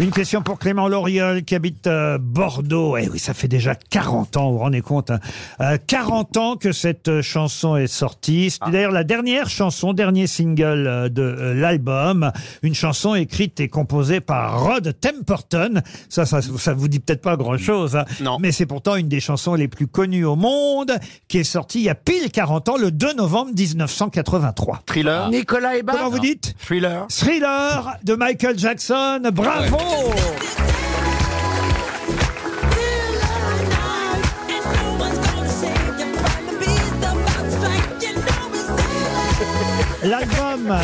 S2: Une question pour Clément Lauriol qui habite euh, Bordeaux. Eh oui, ça fait déjà 40 ans, vous vous rendez compte hein. Euh, 40 ans que cette euh, chanson est sortie. C'est d'ailleurs la dernière chanson, dernier single euh, de euh, l'album. Une chanson écrite et composée par Rod Temperton. Ça, ça, ça vous dit peut-être pas grand-chose. hein. Mais c'est pourtant une des chansons les plus connues au monde qui est sortie il y a pile 40 ans, le 2 novembre 1983.
S4: Thriller.
S2: Nicolas Hébert. Ah. Comment vous dites
S4: Thriller.
S2: Thriller de Michael Jackson. Bravo L'album,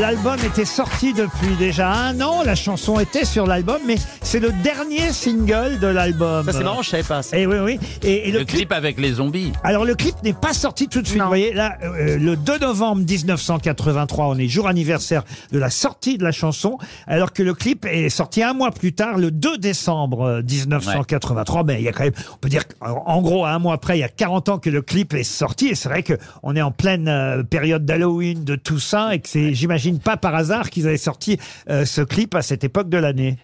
S2: l'album était sorti depuis déjà un an. La chanson était sur l'album, mais c'est le dernier single de l'album.
S8: Ça, c'est marrant, je
S2: savais pas. Et Eh oui, oui. Et, et
S8: le,
S2: le clip.
S8: clip avec les zombies.
S2: Alors le clip n'est pas sorti tout de suite. Vous voyez là, euh, le 2 novembre 1983, on est jour anniversaire de la sortie de la chanson, alors que le clip est sorti un mois plus tard, le 2 décembre euh, 1983. Mais il y a quand même, on peut dire, qu'en- en gros, un mois après, il y a 40 ans que le clip est sorti. Et c'est vrai que on est en pleine euh, période d'Halloween, de Toussaint, et que c'est, j'imagine pas par hasard qu'ils avaient sorti euh, ce clip à cette époque de l'année.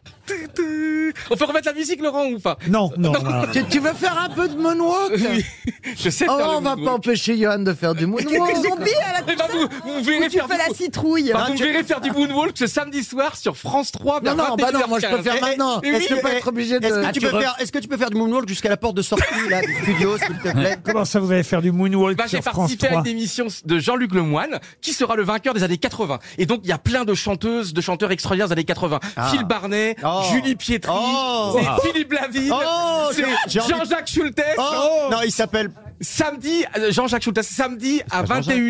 S5: On peut remettre la musique, Laurent, ou pas
S2: Non, non. alors.
S6: tu, tu veux faire un peu de moonwalk
S5: Je sais
S6: Oh,
S5: faire le
S6: on va
S5: moonwalk.
S6: pas empêcher Johan de faire du moonwalk.
S7: Zombie à la
S5: Eh ben, vous, vous verrez faire du-
S4: hein,
S5: Par contre, vous verrez faire du moonwalk ce samedi soir sur France 3.
S4: Non, non, bah non, moi je peux
S5: Eh,
S4: faire maintenant.
S5: Est-ce
S4: peux être obligé de. eh, Est-ce que, tu peux faire- est-ce que tu peux faire du moonwalk jusqu'à la porte de sortie là, du studio, s'il te plaît
S2: Comment ça, vous allez faire du moonwalk
S5: Bah,
S2: sur
S5: j'ai
S2: France
S5: participé à
S2: 3
S5: une émission de Jean-Luc Lemoine qui sera le vainqueur des années 80. Et donc il y a plein de chanteuses, de chanteurs extraordinaires des années 80.
S4: Ah.
S5: Phil Barnet,
S4: Oh.
S5: Julie Pietri,
S4: Oh.
S5: c'est
S4: Ah.
S5: Philippe Laville,
S4: Oh,
S5: c'est
S4: j'ai envie-
S5: Jean-Jacques Schultes.
S4: Oh. Non, il s'appelle Ah,
S5: Samedi, euh, Jean-Jacques Schultes, samedi à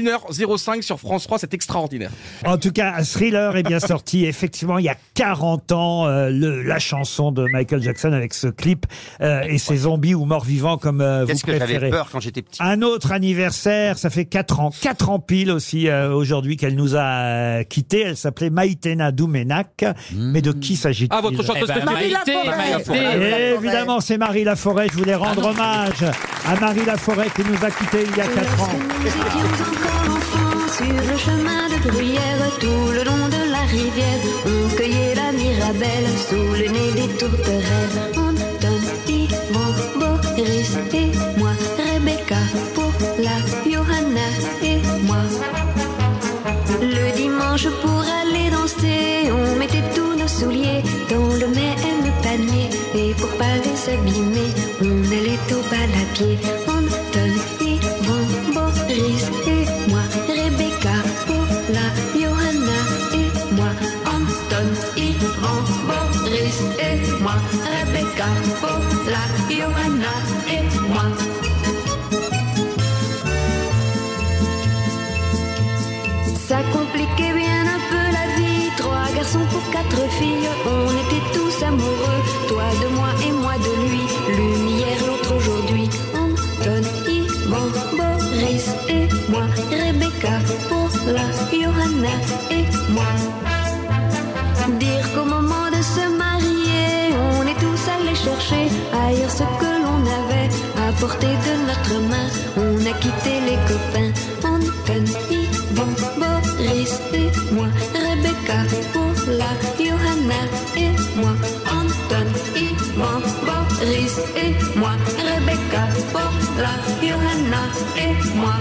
S5: 21h05 sur France 3, c'est extraordinaire.
S2: En tout cas, Thriller est bien sorti. Effectivement, il y a 40 ans, euh, le- la chanson de Michael Jackson avec ce clip euh, et ses zombies ou morts-vivants comme euh, vous
S4: Qu'est-ce que
S2: préférez.
S4: j'avais peur quand j'étais petit
S2: Un autre anniversaire, ça fait 4 ans, 4 ans pile aussi euh, aujourd'hui qu'elle nous a euh, quittés. Elle s'appelait Maïtena Doumenac.
S4: Hmm.
S2: Mais de qui s'agit-il Eh,
S5: Ah, votre chanteuse Eh ben, préférée. Marie Laforêt. Marie Laforêt.
S2: Évidemment, c'est Marie Laforêt. Je voulais
S5: Ah,
S2: rendre hommage à Marie Laforêt qui nous a quittés il y a 4 ans.
S16: Nous étions encore enfants sur le chemin de bruyère, tout le long de la rivière. On cueillait la mirabelle sous le nez des tourterelles. Anton, Yvan, Boris et moi, Rebecca, Paula, Johanna et moi. Le dimanche pour aller danser, on mettait tous nos souliers dans le même panier. Et pour pas les abîmer, on allait au bal à pied. Anton, Yvan, Boris et moi, Rebecca, Paula, Johanna et moi. Anton, Yvan, Boris et moi, Rebecca, Paula, Johanna et moi. Ça compliquait bien un peu la vie. Trois garçons pour quatre filles, on était tous amoureux. Toi de moi et moi de lui. L'une hier, l'autre aujourd'hui. Anton, Yvan, Boris et moi. Rebecca, Paula, Johanna et moi. Dire qu'au moment de se marier, on est tous allés chercher ailleurs ce que l'on avait à portée de notre main. On a quitté les copains, Anton, Yvan, Boris et moi, Rebecca, Paula, Johanna et moi, Anton, Yvan, Boris et moi, Rebecca, Paula, Johanna et moi.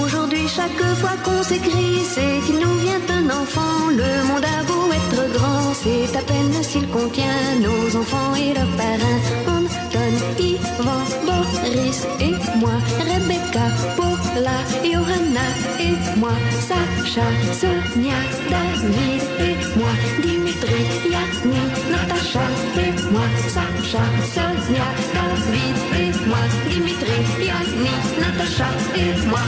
S16: Aujourd'hui, chaque fois qu'on s'écrit, c'est qu'il nous vient un enfant. Le monde a beau être grand, c'est à peine s'il contient nos enfants et leurs parrains. Anton, Ivan, Boris et moi, Rebecca, Paula, Johanna et moi, Sacha, Sonia, David et moi, Dimitri, Yanni, Natacha et moi, Sacha, Sonia, David et moi, Dimitri, Yanni, Natacha et moi.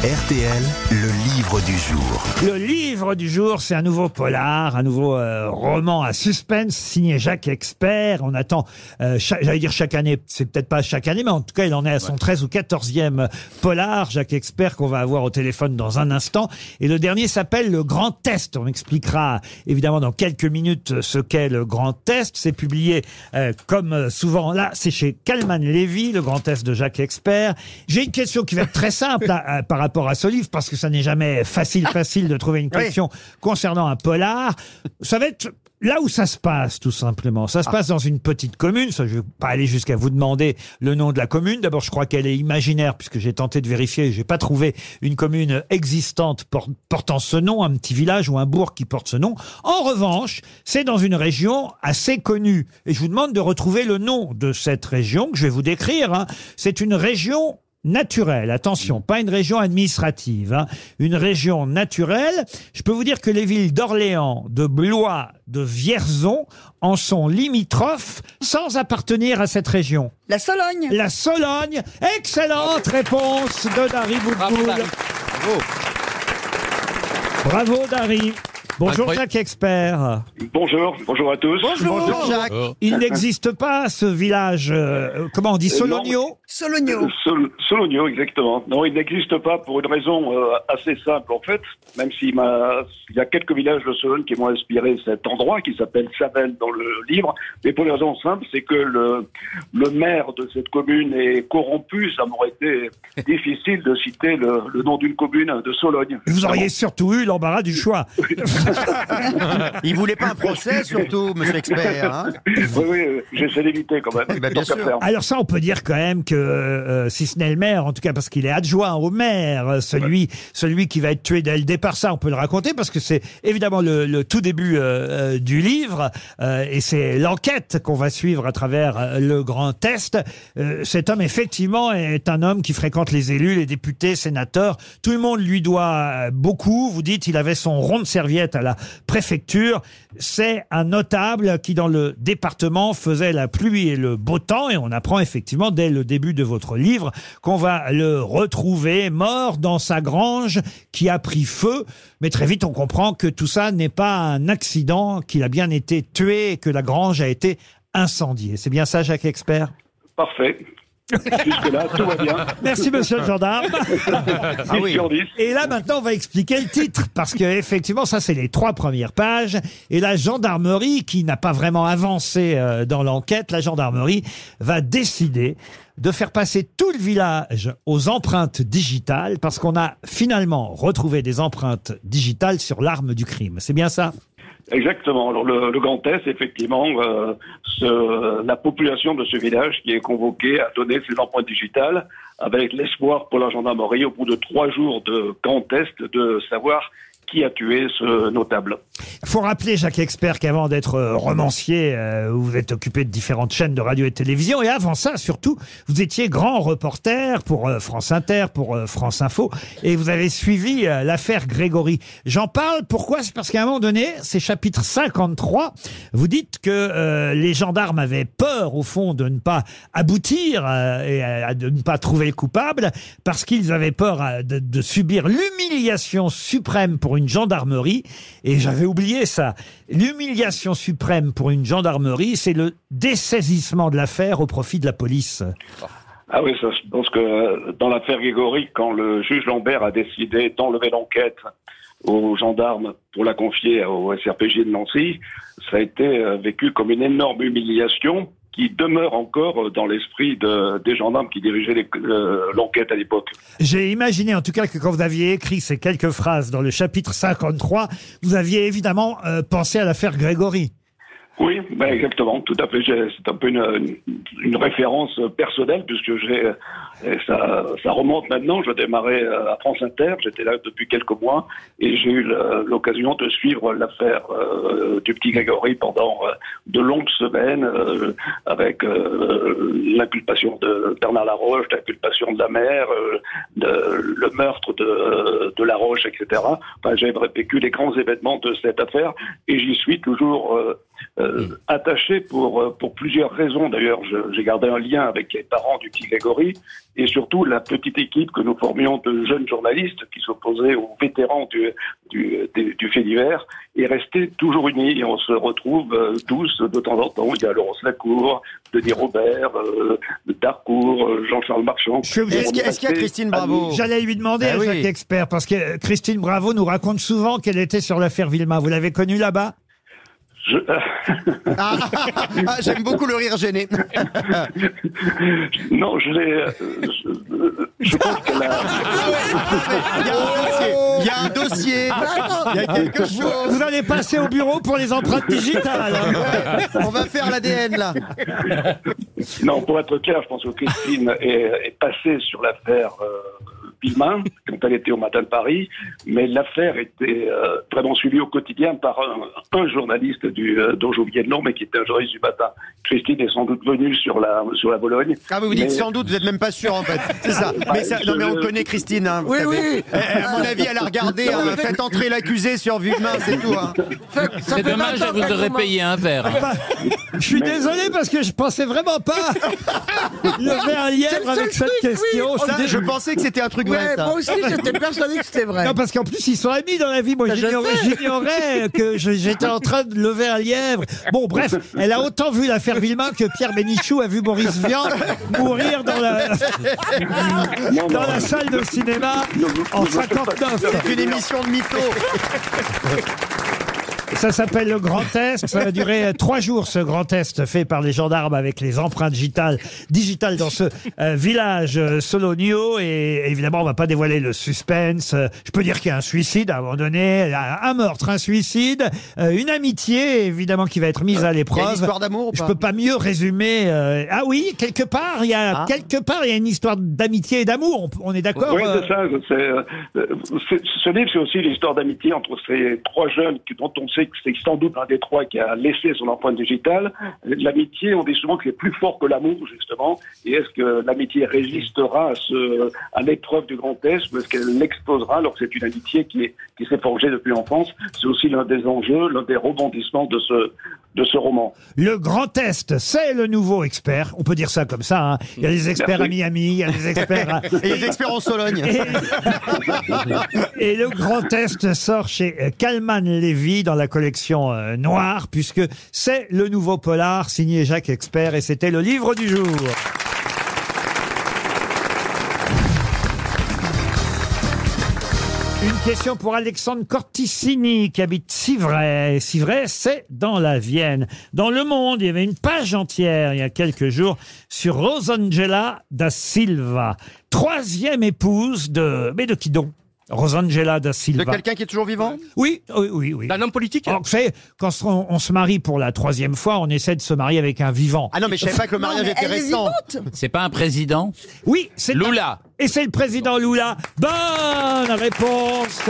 S1: RTL, le livre du jour.
S2: Le livre du jour, c'est un nouveau polar, un nouveau euh, roman à suspense signé Jacques Expert. On attend, euh, cha- j'allais dire chaque année, c'est peut-être pas chaque année, mais en tout cas, il en est à son 13 ou 14e polar, Jacques Expert, qu'on va avoir au téléphone dans un instant. Et le dernier s'appelle Le Grand Test. On expliquera évidemment dans quelques minutes ce qu'est le Grand Test. C'est publié euh, comme souvent là, c'est chez Calman Lévy, le Grand Test de Jacques Expert. J'ai une question qui va être très simple hein, euh, par rapport à ce livre, parce que ça n'est jamais facile, facile de trouver une
S6: Oui.
S2: question concernant un polar. Ça va être là où ça se passe, tout simplement. Ça se passe dans une petite commune. Ça, je ne vais pas aller jusqu'à vous demander le nom de la commune. D'abord, je crois qu'elle est imaginaire, puisque j'ai tenté de vérifier et je n'ai pas trouvé une commune existante por- portant ce nom, un petit village ou un bourg qui porte ce nom. En revanche, c'est dans une région assez connue. Et je vous demande de retrouver le nom de cette région que je vais vous décrire. hein. C'est une région naturelle. Attention, pas une région administrative, hein. une région naturelle. Je peux vous dire que les villes d'Orléans, de Blois, de Vierzon en sont limitrophes sans appartenir à cette région.
S7: La Sologne.
S2: La Sologne. Excellente réponse de Dari Boudboul. Bravo, Dari. Bonjour Jacques Expert.
S17: Bonjour, bonjour à tous. Bonjour,
S2: Il n'existe pas ce village, euh, euh, comment on dit,
S17: Euh, non. Euh,
S2: Solonio
S7: Solonio.
S17: Sol- Sologno, exactement. Non, il n'existe pas pour une raison euh, assez simple en fait, même s'il m'a- il y a quelques villages de Sologne qui m'ont inspiré cet endroit qui s'appelle Savel dans le livre, mais pour une raison simple, c'est que le, le maire de cette commune est corrompu, ça m'aurait été difficile de citer le, le nom d'une commune de Sologne.
S2: Vous auriez surtout eu l'embarras du choix.
S4: Il voulait pas un procès, surtout, monsieur expert. hein. Eh ben,
S17: oui, oui, euh, j'essaie d'éviter quand même.
S4: bien
S17: tant qu'à
S4: sûr.
S17: faire.
S2: Alors ça, on peut dire quand même que, euh, si ce n'est le maire, en tout cas parce qu'il est adjoint au maire, euh, celui, celui qui va être tué dès le départ, ça, on peut le raconter parce que c'est évidemment le, le tout début euh, euh, du livre euh, et c'est l'enquête qu'on va suivre à travers euh, le Grand Test. Euh, cet homme, effectivement, est un homme qui fréquente les élus, les députés, sénateurs. Tout le monde lui doit euh, beaucoup. Vous dites, il avait son rond de serviette à la préfecture. C'est un notable qui, dans le département, faisait la pluie et le beau temps. Et on apprend effectivement, dès le début de votre livre, qu'on va le retrouver mort dans sa grange qui a pris feu. Mais très vite, on comprend que tout ça n'est pas un accident, qu'il a bien été tué et que la grange a été incendiée. C'est bien ça, Jacques Expert
S17: Parfait. Jusque-là, tout va bien.
S2: Merci, monsieur le gendarme.
S4: Ah
S17: Dix sur dix.
S2: Ah Et là, maintenant, on va expliquer le titre, parce que effectivement, ça, c'est les trois premières pages. Et la gendarmerie, qui n'a pas vraiment avancé euh, dans l'enquête, la gendarmerie va décider de faire passer tout le village aux empreintes digitales, parce qu'on a finalement retrouvé des empreintes digitales sur l'arme du crime. C'est bien ça
S17: Exactement. Alors, le, le Grand Est, effectivement, euh, ce- la population de ce village qui est convoquée à donner ses empreintes digitales avec l'espoir pour la gendarmerie, au bout de trois jours de Grand Est, de savoir qui a tué ce notable.
S2: faut rappeler, Jacques Expert, qu'avant d'être euh, romancier, euh, vous vous êtes occupé de différentes chaînes de radio et de télévision. Et avant ça, surtout, vous étiez grand reporter pour euh, France Inter, pour euh, France Info. Et vous avez suivi euh, l'affaire Grégory. J'en parle, pourquoi C'est parce qu'à un moment donné, c'est chapitre 53, vous dites que euh, les gendarmes avaient peur, au fond, de ne pas aboutir euh, et euh, de ne pas trouver le coupable, parce qu'ils avaient peur euh, de, de subir l'humiliation suprême pour une gendarmerie. Et j'avais oublié ça. L'humiliation suprême pour une gendarmerie, c'est le dessaisissement de l'affaire au profit de la police.
S17: Ah oui, ça, je pense que euh, dans l'affaire Grégory, quand le juge Lambert a décidé d'enlever l'enquête aux gendarmes pour la confier au SRPJ de Nancy, ça a été euh, vécu comme une énorme humiliation qui demeure encore euh, dans l'esprit de- des gendarmes qui dirigeaient les- euh, l'enquête à l'époque.
S2: J'ai imaginé en tout cas que quand vous aviez écrit ces quelques phrases dans le chapitre 53, vous aviez évidemment euh, pensé à l'affaire Grégory.
S17: Oui, ben, exactement, tout à fait. J'ai- C'est un peu une, une- une référence personnelle puisque j'ai, et ça, ça remonte maintenant. Je démarrais euh, à France Inter, j'étais là depuis quelques mois et j'ai eu le- l'occasion de suivre l'affaire euh, du petit Grégory pendant euh, de longues semaines euh, avec euh, l'inculpation de Bernard Laroche, l'inculpation de la mère, euh, de- le meurtre de, de Laroche, etc. Enfin, j'ai vécu les grands événements de cette affaire et j'y suis toujours. euh, euh, attaché pour, euh, pour plusieurs raisons. D'ailleurs, je- j'ai gardé un lien avec les parents du petit Grégory et surtout la petite équipe que nous formions de jeunes journalistes qui s'opposaient aux vétérans du, du, des- du fait divers et restait toujours unis. Et on se retrouve euh, tous de temps en temps. Il y a Laurence Lacour, Denis Robert, euh, Darcourt, euh, Jean-Charles Marchand.
S2: Je suis obligé-
S17: Et on est restés amis.
S2: Ah J'allais lui demander
S17: Ben
S2: à
S17: oui.
S2: chaque expert, parce que euh, Christine Bravo nous raconte souvent qu'elle était sur l'affaire Vilma. Vous l'avez connue là-bas
S17: Je-
S4: Ah, J'aime beaucoup le rire gêné.
S17: non, je l'ai. euh, je- euh, je pense qu'elle a.
S4: Ah Il y a un dossier. Il
S2: ah
S4: y a quelque
S2: Vous-
S4: chose.
S2: Vous allez passer au bureau pour les empreintes digitales. hein.
S4: On va faire l'ADN là.
S17: Non, pour être clair, je pense que Christine est, est passée sur l'affaire euh, Pillemin quand elle était au Matin de Paris, mais l'affaire était euh, vraiment suivie au quotidien par un, un journaliste du, euh, dont j'ai oublié le nom, mais qui était un journaliste du matin. Christine est sans doute venue sur la, sur la Bologne.
S4: Ah, mais vous dites
S17: Mais- Bah,
S4: sans doute, vous n'êtes même pas sûr en fait. C'est ça. Mais ça- non, mais on connaît Christine. hein, vous
S17: Oui,
S4: savez.
S17: oui.
S4: Eh, eh, À mon avis, elle a regardé.
S17: Non,
S4: hein,
S17: mais-
S4: Faites entrer l'accusé sur Vivemain, c'est tout. hein.
S8: C'est dommage, elle vous aurait payé un verre.
S2: Ah bah, Je suis désolé parce que je pensais vraiment pas. Il y avait un
S6: C'est
S2: lièvre
S6: le
S2: avec cette
S6: seul truc, oui.
S2: question.
S6: On a-
S2: dé-
S6: je pensais que c'était un truc vrai, Ouais, ça. moi aussi, j'étais persuadé que c'était vrai.
S2: Non, parce qu'en plus, ils sont amis dans la vie. Moi,
S6: Ça, je
S2: j'ignorais
S6: sais.
S2: j'ignorais que je- j'étais en train de lever un lièvre. Bon, bref, elle a autant vu l'affaire Villemain que Pierre Bénichou a vu Boris Vian mourir dans la,
S17: Non,
S2: dans
S17: non.
S2: la salle de cinéma en 59.
S4: C'est une émission de mytho.
S2: Ça s'appelle le Grand Test. Ça va durer euh, trois jours, ce Grand Test fait par les gendarmes avec les empreintes digitales, digitales dans ce euh, village euh, Solonio. Et évidemment, on va pas dévoiler le suspense. Euh, je peux dire qu'il y a un suicide à un moment donné, un un meurtre, un suicide, euh, une amitié, évidemment, qui va être mise à l'épreuve.
S4: Euh, Il y a une histoire d'amour ou
S2: Je
S4: pas
S2: peux pas mieux résumer. euh, Ah oui, quelque part, il y a
S4: Ah.
S2: quelque part, il y a une histoire d'amitié et d'amour. On, on est d'accord.
S17: Oui,
S2: euh,
S17: c'est ça. c'est, euh, c'est- ce livre, c'est aussi l'histoire d'amitié entre ces trois jeunes qui- dont on sait que c'est sans doute un des trois qui a laissé son empreinte digitale. L'amitié, on dit souvent que c'est plus fort que l'amour, justement. Et est-ce que l'amitié résistera à, ce- à l'épreuve du grand test ou est-ce qu'elle l'exposera alors que c'est une amitié qui, est- qui s'est forgée depuis l'enfance C'est aussi l'un des enjeux, l'un des rebondissements de ce, de ce roman.
S2: Le Grand Est, c'est le nouveau expert. On peut dire ça comme ça. hein. Il y a les experts
S17: Merci.
S2: à Miami, il y a les experts. hein. à-
S4: Et les experts en Sologne.
S2: Et le Grand Est sort chez euh, Kalman Levy dans la collection euh, Noire, puisque c'est le nouveau polar signé Jacques Expert et c'était le livre du jour. Une question pour Alexandre Corticini qui habite Civray. Civray, c'est dans la Vienne. Dans Le Monde, il y avait une page entière il y a quelques jours sur Rosangela da Silva, troisième épouse de... Mais de qui donc Rosangela da Silva.
S4: De quelqu'un qui est toujours vivant
S2: Oui, oui, oui. oui. D'un
S5: homme politique
S2: En fait, quand on, on se marie pour la troisième fois, on essaie de se marier avec un vivant.
S4: Ah non, mais je savais pas que le mariage était récent.
S8: C'est pas un président
S2: Oui, c'est
S8: Lula.
S2: Et c'est le président Lula. Bonne réponse.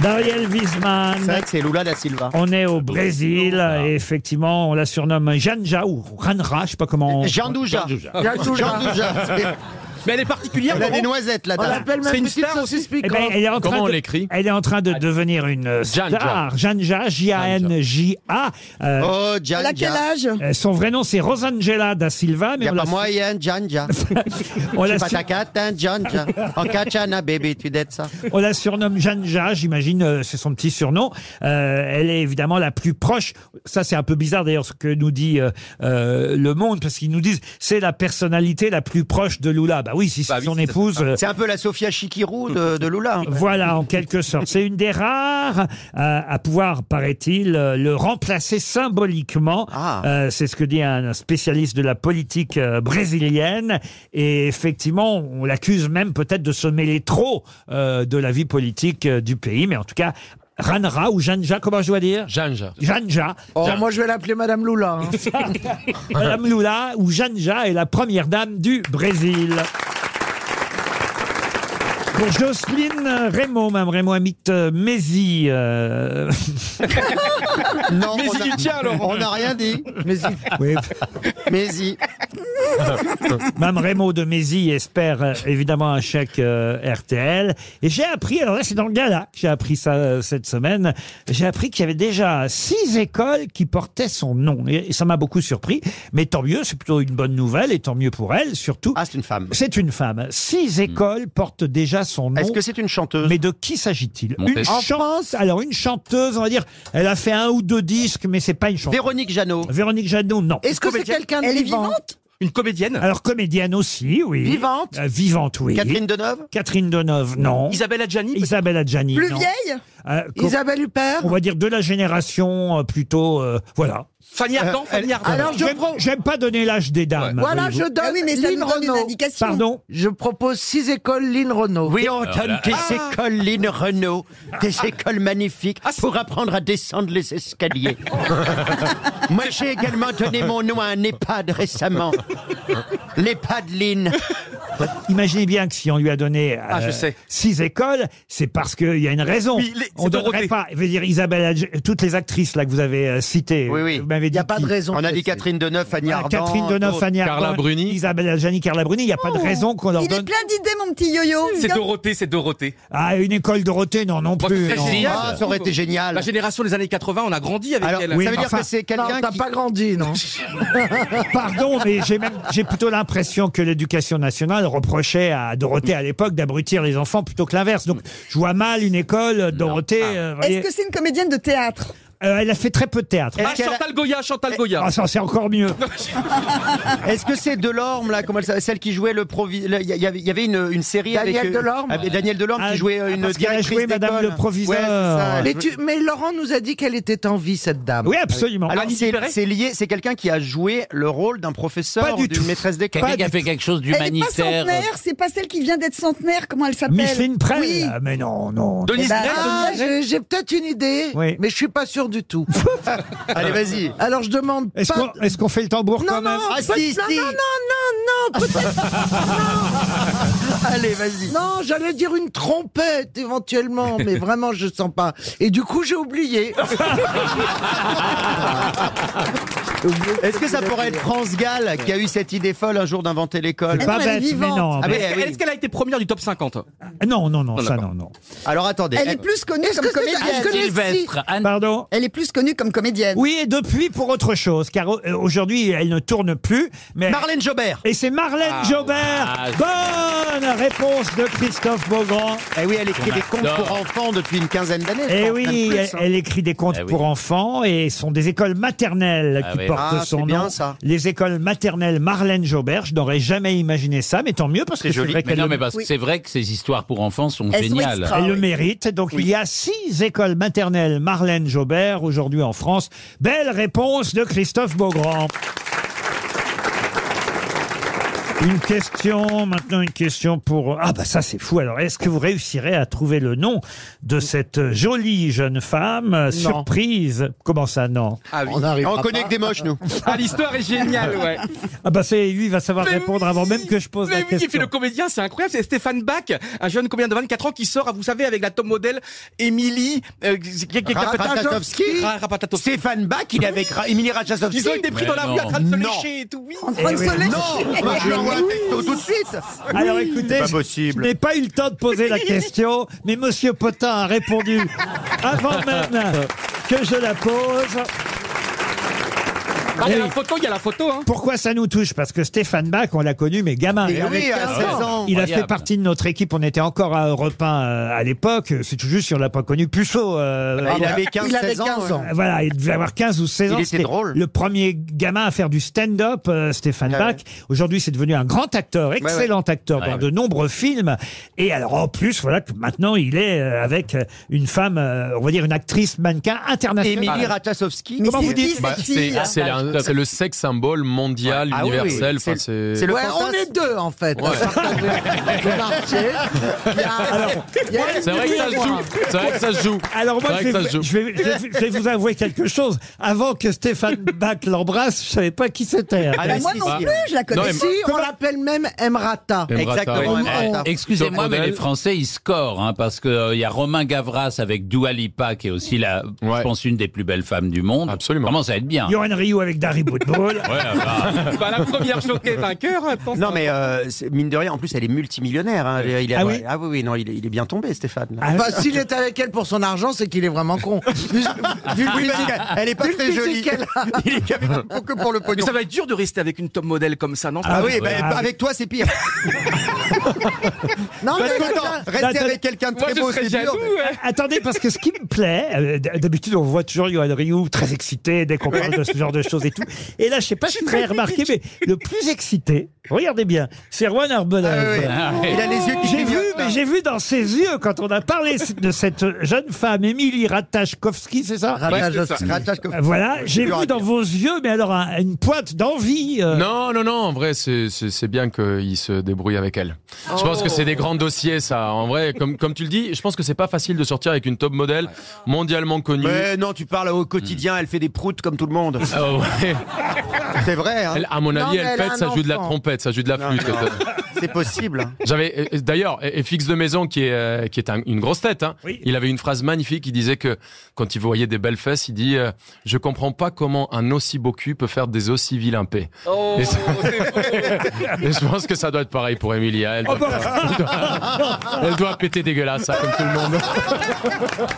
S2: Dariel Wiesman.
S4: C'est vrai que c'est Ah, Lula da Silva.
S2: On est au Brésil et effectivement, on la surnomme Janja ou Ranra, je sais pas comment. on-
S4: Jandouja. Jandouja.
S5: Mais elle est particulière.
S4: Elle a
S5: Laurent.
S4: des noisettes là. dame.
S5: C'est une star aussi.
S2: Eh ben, elle est en train de- Elle est en train de devenir une euh,
S4: Janja.
S2: star. Janja, J-A-N-J-A. Euh,
S4: Oh, Janja. Elle a quel âge
S2: euh, Son vrai nom, c'est Rosangela da Silva.
S4: Il n'y
S2: mais
S4: a
S2: on
S4: pas
S2: la-
S4: moyen, Janja.
S2: On
S4: Je
S2: l'a
S4: suis pas
S2: su-
S4: ta catin, Janja. En Kachana, baby, tu dettes ça.
S2: On la surnomme Janja, j'imagine, euh, c'est son petit surnom. Euh, elle est évidemment la plus proche. Ça, c'est un peu bizarre d'ailleurs ce que nous dit euh, euh, le monde, parce qu'ils nous disent c'est la personnalité la plus proche de Lula. Bah oui, si c'est son épouse. euh,
S4: C'est un peu la Sofia Chikirou de, de Lula. en fait.
S2: Voilà, en quelque sorte. C'est une des rares euh, à pouvoir, paraît-il, euh, le remplacer symboliquement. Euh, c'est ce que dit un spécialiste de la politique euh, brésilienne. Et effectivement, on l'accuse même peut-être de se mêler trop euh, de la vie politique euh, du pays. Mais en tout cas, Ranra ou Janja, comment je dois dire
S9: Janja.
S2: Janja.
S6: Oh, moi, je vais l'appeler Madame Lula. hein.
S2: Madame Lula ou Janja est la première dame du Brésil. Pour Jocelyne Raymond, Mme Raymond habite euh, Mézy. euh,
S4: Non,
S2: Mais
S4: on
S2: il
S4: a-
S2: y tient, Laurent.
S4: On n'a rien dit. Mais
S2: Oui.
S4: Mais
S2: Mme Raymond de Mézy espère euh, évidemment un chèque euh, RTL. Et j'ai appris, alors là c'est dans le gala que j'ai appris ça euh, cette semaine, j'ai appris qu'il y avait déjà six écoles qui portaient son nom. Et, et ça m'a beaucoup surpris, mais tant mieux, c'est plutôt une bonne nouvelle et tant mieux pour elle surtout.
S4: Ah, c'est une femme.
S2: C'est une femme. Six écoles portent déjà son nom.
S4: Est-ce que c'est une chanteuse
S2: Mais de qui s'agit-il Une
S4: Montez- En
S2: chante, alors une chanteuse, on va dire, elle a fait un ou deux disques, mais c'est pas une chanteuse.
S4: Véronique Jeannot.
S2: Véronique Jeannot, non.
S6: Est-ce que c'est quelqu'un de
S7: Elle est
S6: vivant
S7: vivante
S5: Une comédienne
S2: Alors comédienne aussi, oui.
S6: Vivante
S2: Euh, Vivante, oui.
S6: Catherine
S4: Deneuve
S2: Catherine Deneuve, non.
S5: Isabelle Adjani
S2: Isabelle Adjani,
S7: Plus
S2: non.
S7: vieille
S2: Euh, com-
S6: Isabelle Huppert
S2: On va dire de la génération euh, plutôt, euh, voilà. Euh,
S5: Fanny Ardant, Fanny Ardant.
S2: Alors, j'aime j'aime pas donner l'âge des dames.
S6: Voilà,
S2: voyez-vous.
S6: je donne
S7: Ah oui, mais ça
S6: Lynn
S7: nous donne une
S6: Renaud.
S7: indication.
S2: Pardon
S6: Je propose six écoles Lynn Renault. Ah.
S4: Oui, on
S8: Alors
S4: donne
S8: là-
S4: des écoles, Lynn Renault, des écoles magnifiques pour apprendre à descendre les escaliers. Moi, j'ai également donné mon nom à un EHPAD récemment. L'EHPAD Lynn.
S2: Imaginez bien que si on lui a donné euh,
S5: Ah, je sais.
S2: six écoles, c'est parce qu'il y a une raison.
S5: Oui, les-
S2: on
S5: c'est
S2: donnerait
S5: Dorothée.
S2: pas. Je veux dire, Isabelle, Adj- toutes les actrices là que vous avez euh, citées,
S4: Oui, oui.
S2: vous m'avez
S6: Il n'y
S2: dit
S6: a pas
S2: qui.
S6: de raison.
S4: On a dit
S6: précise.
S4: Catherine Deneuve, Fanny
S2: Ah,
S4: Ardant.
S2: Catherine Deneuve, Fanny Ardant,
S9: Carla Bruni.
S2: Isabelle Adjani, Carla Bruni. Il n'y a pas de raison qu'on leur
S7: Oh. Il est
S2: donne
S7: plein d'idées, mon petit
S4: Ah,
S7: yo-yo.
S5: C'est Dorothée, c'est Dorothée.
S2: ah une école Dorothée, non non
S5: Bon, c'est
S2: plus.
S5: très
S2: non.
S5: génial.
S4: Ah, ça aurait été génial.
S5: La génération des années 80, on a grandi avec
S4: Alors,
S5: elle.
S2: oui,
S4: ça veut dire
S2: enfin-
S4: que c'est
S6: Non,
S4: quelqu'un
S6: t'as
S4: qui...
S6: pas grandi, non
S2: Pardon, mais j'ai même j'ai plutôt l'impression que l'éducation nationale reprochait à Dorothée à l'époque d'abrutir les enfants plutôt que l'inverse. Donc je vois mal une école Dorothée. euh, vous voyez.
S7: Est-ce que c'est une comédienne de théâtre
S2: Euh, elle a fait très peu de théâtre.
S5: Ah, Chantal Goya, Chantal Goya.
S2: Ah, ça c'est encore mieux.
S4: Est-ce que c'est Delorme, là, comment elle s'appelle, celle qui jouait le provi... le- Il y, avait- il y avait une, une série
S6: Daniel
S4: avec... euh,
S6: Delorme
S4: avec Daniel Delorme
S2: Ah,
S4: qui jouait euh,
S2: ah,
S4: une
S2: parce qu'elle a
S4: directrice
S2: joué Madame
S4: d'école.
S2: le proviseur.
S4: Ouais, c'est ça.
S6: mais, tu- mais Laurent nous a dit qu'elle était en vie, cette dame. Ah,
S2: Oui, absolument.
S4: Alors
S5: Annie
S4: c'est
S5: Dupéret
S4: c'est lié, c'est quelqu'un qui a joué le rôle d'un
S2: Pas
S4: professeur
S2: du
S4: ou d'une
S2: tout.
S4: maîtresse d'école.
S8: Quelqu'un qui a fait quelque chose
S7: Elle n'est pas
S8: d'humanitaire.
S7: centenaire, c'est pas celle qui vient d'être centenaire. Comment elle s'appelle
S2: Micheline Prel.
S7: Oui.
S2: Ah, Mais non, non.
S5: Denise
S7: Eh ben,
S5: Blair, Denise-
S6: Ah, j'ai j'ai peut-être une idée,
S2: Oui.
S6: mais je suis pas sûr du tout.
S4: Allez, vas-y.
S6: Alors je demande
S2: Est-ce
S6: pas.
S2: qu'on est-ce qu'on fait le tambour
S6: Non,
S2: quand
S6: non,
S2: même
S4: Ah,
S6: peut-
S4: si,
S6: non,
S4: si.
S6: non, non, non, non, peut-être- non.
S4: Allez, vas-y.
S6: Non, j'allais dire une trompette éventuellement, mais vraiment je sens pas. Et du coup j'ai oublié.
S4: Est-ce que ça pourrait être France Gall qui a eu cette idée folle un jour d'inventer l'école
S2: C'est pas
S7: non, elle est
S2: bête, mais
S7: vivante.
S2: non.
S4: Ah, mais,
S2: mais-
S5: Est-ce
S4: oui.
S5: qu'elle- est-ce qu'elle a été première du top 50
S2: Non, non, non,
S5: Non,
S2: ça
S5: d'accord.
S2: non, non.
S4: Alors attendez.
S7: Elle
S4: Eh,
S7: est plus connue
S6: Est-ce
S7: comme
S6: que c'est-
S7: comédienne.
S6: est-ce que-
S8: Sylvestre, Anne
S2: Pardon
S7: Elle est plus connue comme comédienne.
S2: Oui, et depuis pour autre chose, car euh, aujourd'hui elle ne tourne plus. Mais
S4: Marlène Jobert.
S2: et c'est Marlène
S8: Ah,
S2: Jobert. Bonne réponse de Christophe Beaugrand.
S4: Eh oui, elle écrit
S8: On
S4: des contes
S8: adore.
S4: pour enfants depuis une quinzaine d'années. je
S2: Eh
S4: pense,
S2: oui,
S4: même plus,
S2: elle,
S4: hein.
S2: elle écrit des contes
S8: Eh oui.
S2: pour enfants et ce sont des écoles maternelles
S8: Ah
S2: qui
S8: oui.
S2: portent
S4: Ah,
S2: son
S4: c'est
S2: nom.
S4: bien, ça.
S2: Les écoles maternelles Marlène Jobert. Je n'aurais jamais imaginé ça, mais tant mieux parce que
S4: C'est
S2: c'est
S4: joli.
S2: vrai
S8: Mais
S2: qu'elle
S8: non,
S2: le-
S8: mais parce que
S7: Oui.
S8: c'est vrai que ces histoires pour enfants sont
S7: Elles sont
S8: géniales.
S7: extra. Ah
S2: Elle le
S7: oui.
S2: mérite. Donc, il y a six écoles maternelles Marlène Jobert aujourd'hui en France. Belle réponse de Christophe Beaugrand. Une question, maintenant une question pour... Ah bah ça c'est fou. Alors, est-ce que vous réussirez à trouver le nom de cette jolie jeune femme euh, surprise Comment ça, non
S5: Ah oui.
S6: On arrive.
S4: On connaît que des moches, nous.
S5: Ah, l'histoire est géniale, ouais.
S2: Ah bah c'est lui, il va savoir
S5: Mais
S2: répondre avant
S5: oui,
S2: même que je pose
S5: mais
S2: la
S5: oui, il fait
S2: question.
S5: le comédien, c'est incroyable. C'est Stéphane Bach, un jeune comédien de 24 ans qui sort, ah, vous savez, avec la top modèle Émilie. Euh, qui- qui- qui- qui-
S4: Ra- Ratatowski.
S5: Ra- Rapatatowski.
S4: Stéphane Bach, il est avec Ra- Émilie Ratajkowski.
S5: Ils ont été pris dans la rue en train de se
S4: Non.
S5: lécher et tout. Oui.
S7: En train de se lécher.
S4: Non, moi, je lui envoie un texto tout de suite.
S2: Alors écoutez,
S4: Pas
S2: je- je
S4: possible.
S2: n'ai pas eu le temps de poser la question, mais Monsieur Potin a répondu avant même que je la pose.
S5: Ah, il y a la photo, il y a la photo. Hein.
S2: Pourquoi ça nous touche Parce que Stéphane Bach, on l'a connu, mais gamin.
S4: Eh oui,
S5: Ah,
S4: à 16 ans.
S2: Il a
S8: Incroyable.
S2: fait partie de notre équipe, on était encore à Europe 1 euh, à l'époque, c'est tout juste si on l'a pas connu Puceau. euh,
S4: Ah, Il avait 15,
S6: Il avait
S4: 16
S6: 15 ans.
S4: ans.
S2: euh, voilà, il devait avoir 15 ou 16
S4: Il
S2: ans.
S4: était
S2: c'était
S4: drôle.
S2: Le premier gamin à faire du stand-up, euh, Stéphane
S4: Ah
S2: Bach. Aujourd'hui, c'est devenu un grand acteur, excellent acteur dans
S8: Ouais.
S2: de nombreux films. Et alors, en plus, voilà que maintenant, il est euh, avec euh, une femme, euh, on va dire une actrice mannequin internationale.
S4: Émilie Ratajkowski.
S7: Mais
S2: Comment
S7: c'est
S2: vous
S7: qui
S2: dites
S7: cette
S9: Bah,
S7: fille
S2: Ah,
S9: c'est c'est la-
S6: hein
S9: le, c'est le sex symbole mondial,
S6: Ah oui, oui.
S9: universel.
S6: C'est-
S9: enfin, c'est-
S6: c'est le Ouais, on fantasme. est deux, en fait.
S9: Ouais.
S2: C'est vrai que ça se joue. C'est vrai que ça se joue. Alors moi, je
S9: C'est vrai que
S2: vais,
S9: ça se joue.
S2: je vais- je vais- je vais vous avouer quelque chose. Avant que Stéphane Bach l'embrasse, je savais pas qui c'était.
S6: Ah, bah, moi non plus, je la connais. Si, on l'appelle même Emrata. On- on-
S8: Eh, Excusez-moi, mais les Français, ils scorent, hein, parce qu'il y a Romain Gavras avec Dua Lipa, qui est aussi, la, je pense, une des plus belles femmes du monde. Absolument. Commence à être bien.
S2: Yoann Ryu avec Dari Boudboul.
S5: bah, la première chose qui est vainqueur, attends.
S4: Non, mais euh, c'est- mine de rien, en plus, elle est multimillionnaire. hein. Il est-
S6: Ah oui
S4: ah oui, oui, non, il est, il est bien tombé, Stéphane. là.
S6: Bah, s'il est avec elle pour son argent, c'est qu'il est vraiment con. Vu- vu le
S5: Oui,
S6: physique-
S5: parce qu'elle- elle est pas
S6: vu le
S5: très
S6: physique
S5: jolie.
S6: qu'elle a.
S5: que pour le Mais ça va être dur de rester avec une top modèle comme ça, non
S4: Ah oui, bah, bah, avec toi, c'est pire.
S6: Non,
S4: Parce
S6: mais
S4: que
S6: attends,
S4: attends, rester
S2: Attends-
S4: avec quelqu'un de très beau, c'est dur.
S2: Attendez, parce que ce qui me plaît, euh, d- d'habitude on voit toujours Yoann Ryu très excité dès qu'on parle de ce genre de choses et tout. Et là, je sais pas si vous avez remarqué, mais le plus excité, regardez bien, c'est Juan Arbelez.
S4: Ah oui. Il a les yeux qui
S2: J'ai vu,
S4: clignotent, là.
S2: mais j'ai vu dans ses yeux quand on a parlé de cette jeune femme, Émilie Ratajkowski, c'est ça
S9: Ratajkowski. Ouais, c'est ça.
S2: Voilà, j'ai
S9: Dur à
S2: vu dans vos yeux, mais alors un- une pointe d'envie. euh,
S9: Non, non, non, en vrai, c'est- c'est c'est bien qu'il Euh, se débrouille avec elle. Je pense
S2: Oh.
S9: que c'est des grands dossiers, ça. En vrai, comme, comme tu le dis, je pense que c'est pas facile de sortir avec une top modèle mondialement connue.
S4: Mais non, tu parles au quotidien, elle fait des proutes comme tout le monde.
S9: Ah ouais.
S4: C'est vrai, hein.
S9: Elle- à mon
S4: Non,
S9: avis,
S4: mais
S9: elle
S4: elle a
S9: pète,
S4: un
S9: ça joue de la
S4: enfant.
S9: trompette, ça joue de la flûte.
S4: C'est possible. hein.
S9: J'avais euh, d'ailleurs euh, FX de Maison qui est euh, qui est un- une grosse tête. hein, Il avait une phrase magnifique. Il disait que quand il voyait des belles fesses, il dit euh, je comprends pas comment un aussi beau cul peut faire des aussi vilains paix.
S4: Oh.
S9: et, ça- et je pense que ça doit être pareil pour Emilia.
S2: Oh,
S9: Elle doit,
S2: bah.
S9: elle doit- elle doit péter dégueulasse hein, comme tout le monde.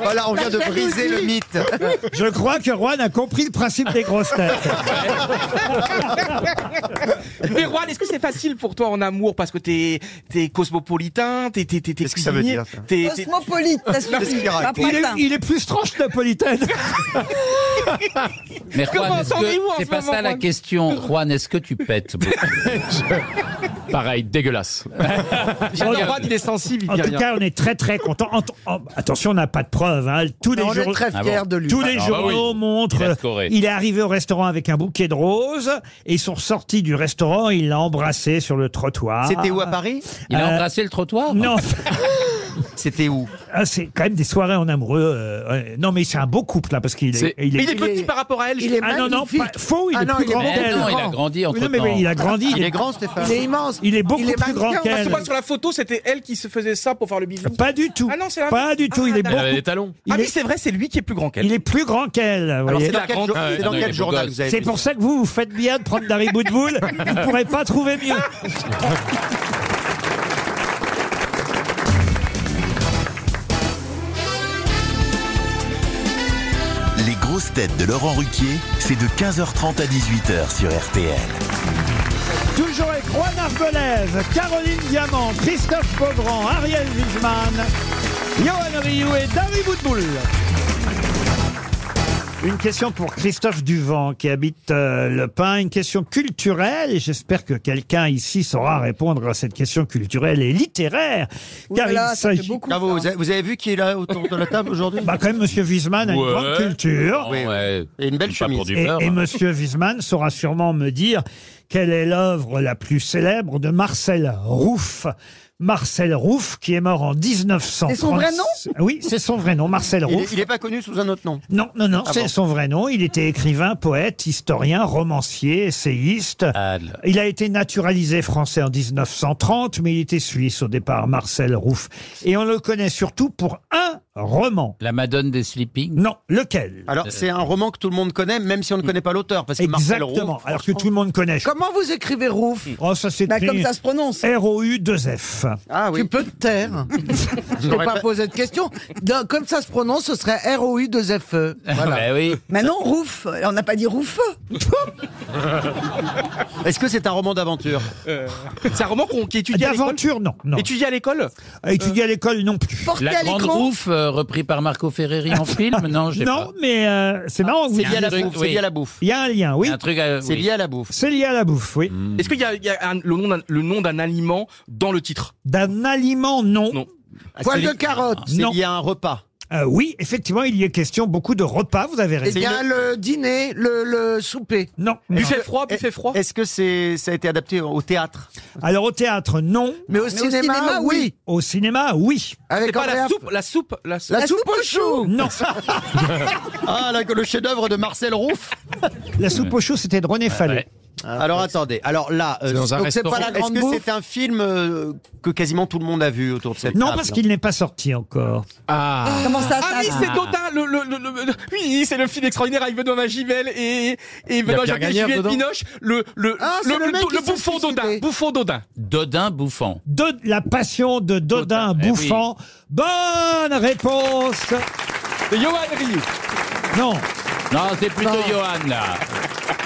S4: Voilà, on vient de briser le mythe.
S2: Je crois que Juan a compris le principe des grosses têtes.
S5: Mais Juan, est-ce que c'est facile pour toi en amour parce que t'es t'es cosmopolitain, t'es t'es t'es Qu'est-ce que ça
S4: veut dire, ça
S7: Cosmopolite, ça suffit. Qu'est-ce qu'il raconte Pas
S2: il, est,
S7: patin.
S2: il est plus tranche napolitaine.
S8: Mais Juan,
S2: Comment
S8: est-ce que-
S2: attendez-vous en
S8: c'est
S2: ce
S8: pas
S2: moment,
S8: ça la
S2: Juan
S8: question. Juan, est-ce que tu pètes beaucoup
S9: Pareil, dégueulasse.
S5: J'adore Juan, il est sensible, il
S2: En
S5: dit
S2: tout
S5: rien.
S2: cas, on est très très content. Ent- en- attention, on n'a pas de preuves. hein. Tous les
S5: Mais on est
S2: journaux-
S5: très fiers Ah bon de lui.
S2: Tous les
S5: Ah bah
S2: journaux
S5: oui.
S2: montrent.
S5: Il a
S2: euh,
S5: scoré.
S2: Il, est arrivé au restaurant avec un bouquet de roses et ils sont sortis du restaurant. Il l'a embrassé sur le trottoir.
S4: C'était où à Paris
S2: Il a
S8: Ah. embrassé le trottoir
S2: Euh, Non.
S4: C'était où
S2: Ah, C'est quand même des soirées en amoureux. euh, ouais. non, mais c'est un beau couple là parce qu'il est,
S5: C'est- Mais il est petit par rapport à elle, je
S2: ah
S5: trouve.
S2: non non,
S5: magnifique.
S2: pas- faux. Il
S5: Ah
S2: est
S5: non,
S2: plus
S5: il est
S2: grand
S5: grand.
S2: qu'elle.
S5: Non, il a
S8: grandi
S2: Oui, non, mais oui, Ah, il a grandi. Il est beaucoup plus grand
S5: Parce que
S2: qu'elle.
S5: moi, sur la photo, c'était elle qui se faisait ça pour faire le bisou.
S2: Pas du tout.
S5: Ah non, c'est la
S2: Pas du tout, il est
S5: d'accord.
S2: beaucoup- Elle avait des talons.
S5: Ah
S2: Il
S5: oui,
S2: est-
S5: c'est vrai, c'est lui qui est plus grand qu'elle.
S2: Il est plus grand qu'elle. vous
S5: Alors,
S2: voyez.
S5: c'est dans quel Ah, jour- ouais, c'est dans non, quel il est beau journal gosse. vous avez
S2: C'est
S5: vu
S2: pour ça que vous vous faites bien de prendre Dari Boudboul. vous ne pourrez pas trouver mieux.
S1: Les grosses têtes de Laurent Ruquier, c'est de 15h30 à 18h sur RTL.
S2: Toujours avec Juan Arbelez, Caroline Diamant, Christophe Beaugrand, Ariel Wiesman, Johan Rioux et Dari Boudboul. Une question pour Christophe Duvent qui habite euh, Le Pin, une question culturelle, et j'espère que quelqu'un ici saura répondre à cette question culturelle et littéraire.
S4: Ouh là là, ça fait beaucoup, Ah, vous- ça. vous avez-
S2: vu qui est là autour de la table aujourd'hui Bah quand même, Monsieur Wiesman a une grande culture.
S4: Et une belle chemise.
S2: Et, et Monsieur Wiesmann saura sûrement me dire quelle est l'œuvre la plus célèbre de Marcel Rouff. Marcel Rouff, qui est mort en 1900.
S4: C'est son vrai nom
S2: Oui, c'est son vrai nom, Marcel
S4: Il est-
S2: Rouff.
S4: Il n'est pas connu sous un autre nom.
S2: Non, non, non,
S4: Ah
S2: c'est
S4: bon.
S2: son vrai nom. Il était écrivain, poète, historien, romancier, essayiste. Il a été naturalisé français en 1930, mais il était suisse au départ, Marcel Rouff. Et on le connaît surtout pour un roman.
S8: La Madone des Sleeping
S2: Non, lequel
S4: Alors, c'est un roman que tout le monde connaît, même si on ne connaît pas l'auteur. Parce que Marcel Roux,
S2: Exactement. Alors que tout le monde connaît.
S6: Comment vous écrivez Rouf
S2: Oh, ça c'est
S6: Bah, comme ça se prononce.
S2: R-O-U-2-F.
S4: Ah oui.
S6: Tu peux te taire. Je n'ai
S2: J'aurais
S6: pas
S2: pas-
S6: posé de question. Dans- comme ça se prononce, ce serait R-O-U-2-F-E. E. Voilà.
S8: Ben oui.
S6: Mais non, Rouf. On n'a pas dit Rouf.
S4: Est-ce que c'est un roman d'aventure
S5: Euh. C'est un roman qu'on qui étudie à l'école.
S2: D'aventure, non. non.
S5: Étudié à l'école
S2: Étudié à l'école, non plus.
S8: La grande rouffe, euh, repris par Marco Ferreri en film Non, j'ai
S2: non,
S8: pas.
S2: mais euh, c'est marrant. vous-
S8: c'est lié à la Un truc, bouffe, c'est oui. lié à la
S4: bouffe.
S2: Il y a un lien, oui.
S8: Un truc à- C'est oui. lié à
S4: la bouffe.
S2: C'est lié à la bouffe, oui.
S5: Est-ce qu'il y a, il y a un- le nom d'un- le nom d'un aliment dans le titre
S2: D'un aliment, non.
S5: Non.
S6: Ah,
S4: Poil de
S5: carotte.
S4: C'est lié à un repas.
S2: Euh, oui, effectivement, il y est question beaucoup de repas, vous avez
S6: Eh
S2: raison.
S6: bien, le dîner, le, le souper.
S2: Non.
S5: Buffet froid, buffet froid.
S4: Est-ce que c'est ça a été adapté au théâtre
S2: Alors au théâtre, non.
S6: Mais au cinéma, oui.
S2: Au cinéma, oui.
S5: C'est pas la soupe, la soupe, la soupe.
S6: aux choux
S2: Non.
S4: ah, là, que le chef-d'œuvre de Marcel Rouff
S2: La soupe aux choux, c'était de René Fallet.
S4: Ah, Alors attendez, alors là, euh,
S2: C'est dans un
S4: donc c'est
S2: restaurant.
S4: pas la grande Est-ce que
S2: bouffe
S4: c'est un film euh, que quasiment tout le monde a vu autour de cette
S2: Non,
S4: table
S2: parce qu'il n'est pas sorti encore.
S4: Ah.
S5: Comment
S4: ça,
S5: Ah oui,
S4: ça
S5: c'est Dodin, le, le, le- le- oui, c'est le film extraordinaire avec Benoît Magimel et, et Benoît
S8: Pierre
S5: Jacquet,
S8: Gagnère
S5: Juliette
S8: dedans
S5: Binoche, le, le,
S8: Ah, c'est
S5: le,
S8: le mec qui s'est
S5: bouffon Dodin, bouffon Dodin.
S8: Dodin bouffant.
S2: De la passion de Dodin,
S8: eh oui.
S2: bouffant. Bonne réponse
S5: De Johan Rioux.
S2: Non.
S8: Non, c'est plutôt Johan, là.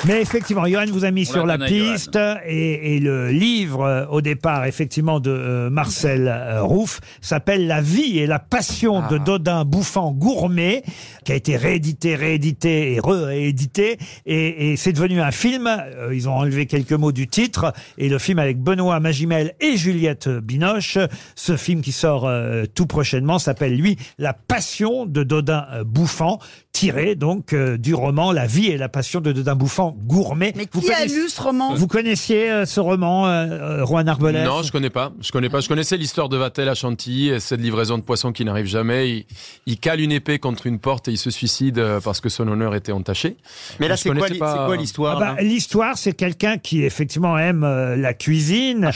S2: Mais effectivement, Johan vous a mis
S8: On
S2: sur
S8: la
S2: la
S8: donne à Johan.
S2: piste et, et le livre euh, au départ, effectivement, de euh, Marcel euh, Rouff s'appelle La vie et la passion de Dodin bouffant gourmet, qui a été réédité, réédité et re-réédité. Et, et c'est devenu un film. Euh, Ils ont enlevé quelques mots du titre. Et le film avec Benoît Magimel et Juliette Binoche, ce film qui sort euh, tout prochainement, s'appelle lui La passion de Dodin euh, bouffant tiré donc euh, du roman La vie et la passion de Dodin Bouffant gourmet. Mais
S7: qui a lu ce roman
S2: Vous connaissiez euh, ce roman, euh, euh, Juan Arbolès
S9: Non, je connais pas. Je connais pas. Je connaissais l'histoire de Vatel à Chantilly, et cette livraison de poissons qui n'arrive jamais. Il, il cale une épée contre une porte et il se suicide euh, parce que son honneur était entaché.
S4: Mais là,
S9: Je
S4: c'est quoi
S9: connaissais
S4: li-
S9: pas-
S4: c'est quoi l'histoire, hein
S2: Ah bah, L'histoire, c'est quelqu'un qui effectivement aime euh, la cuisine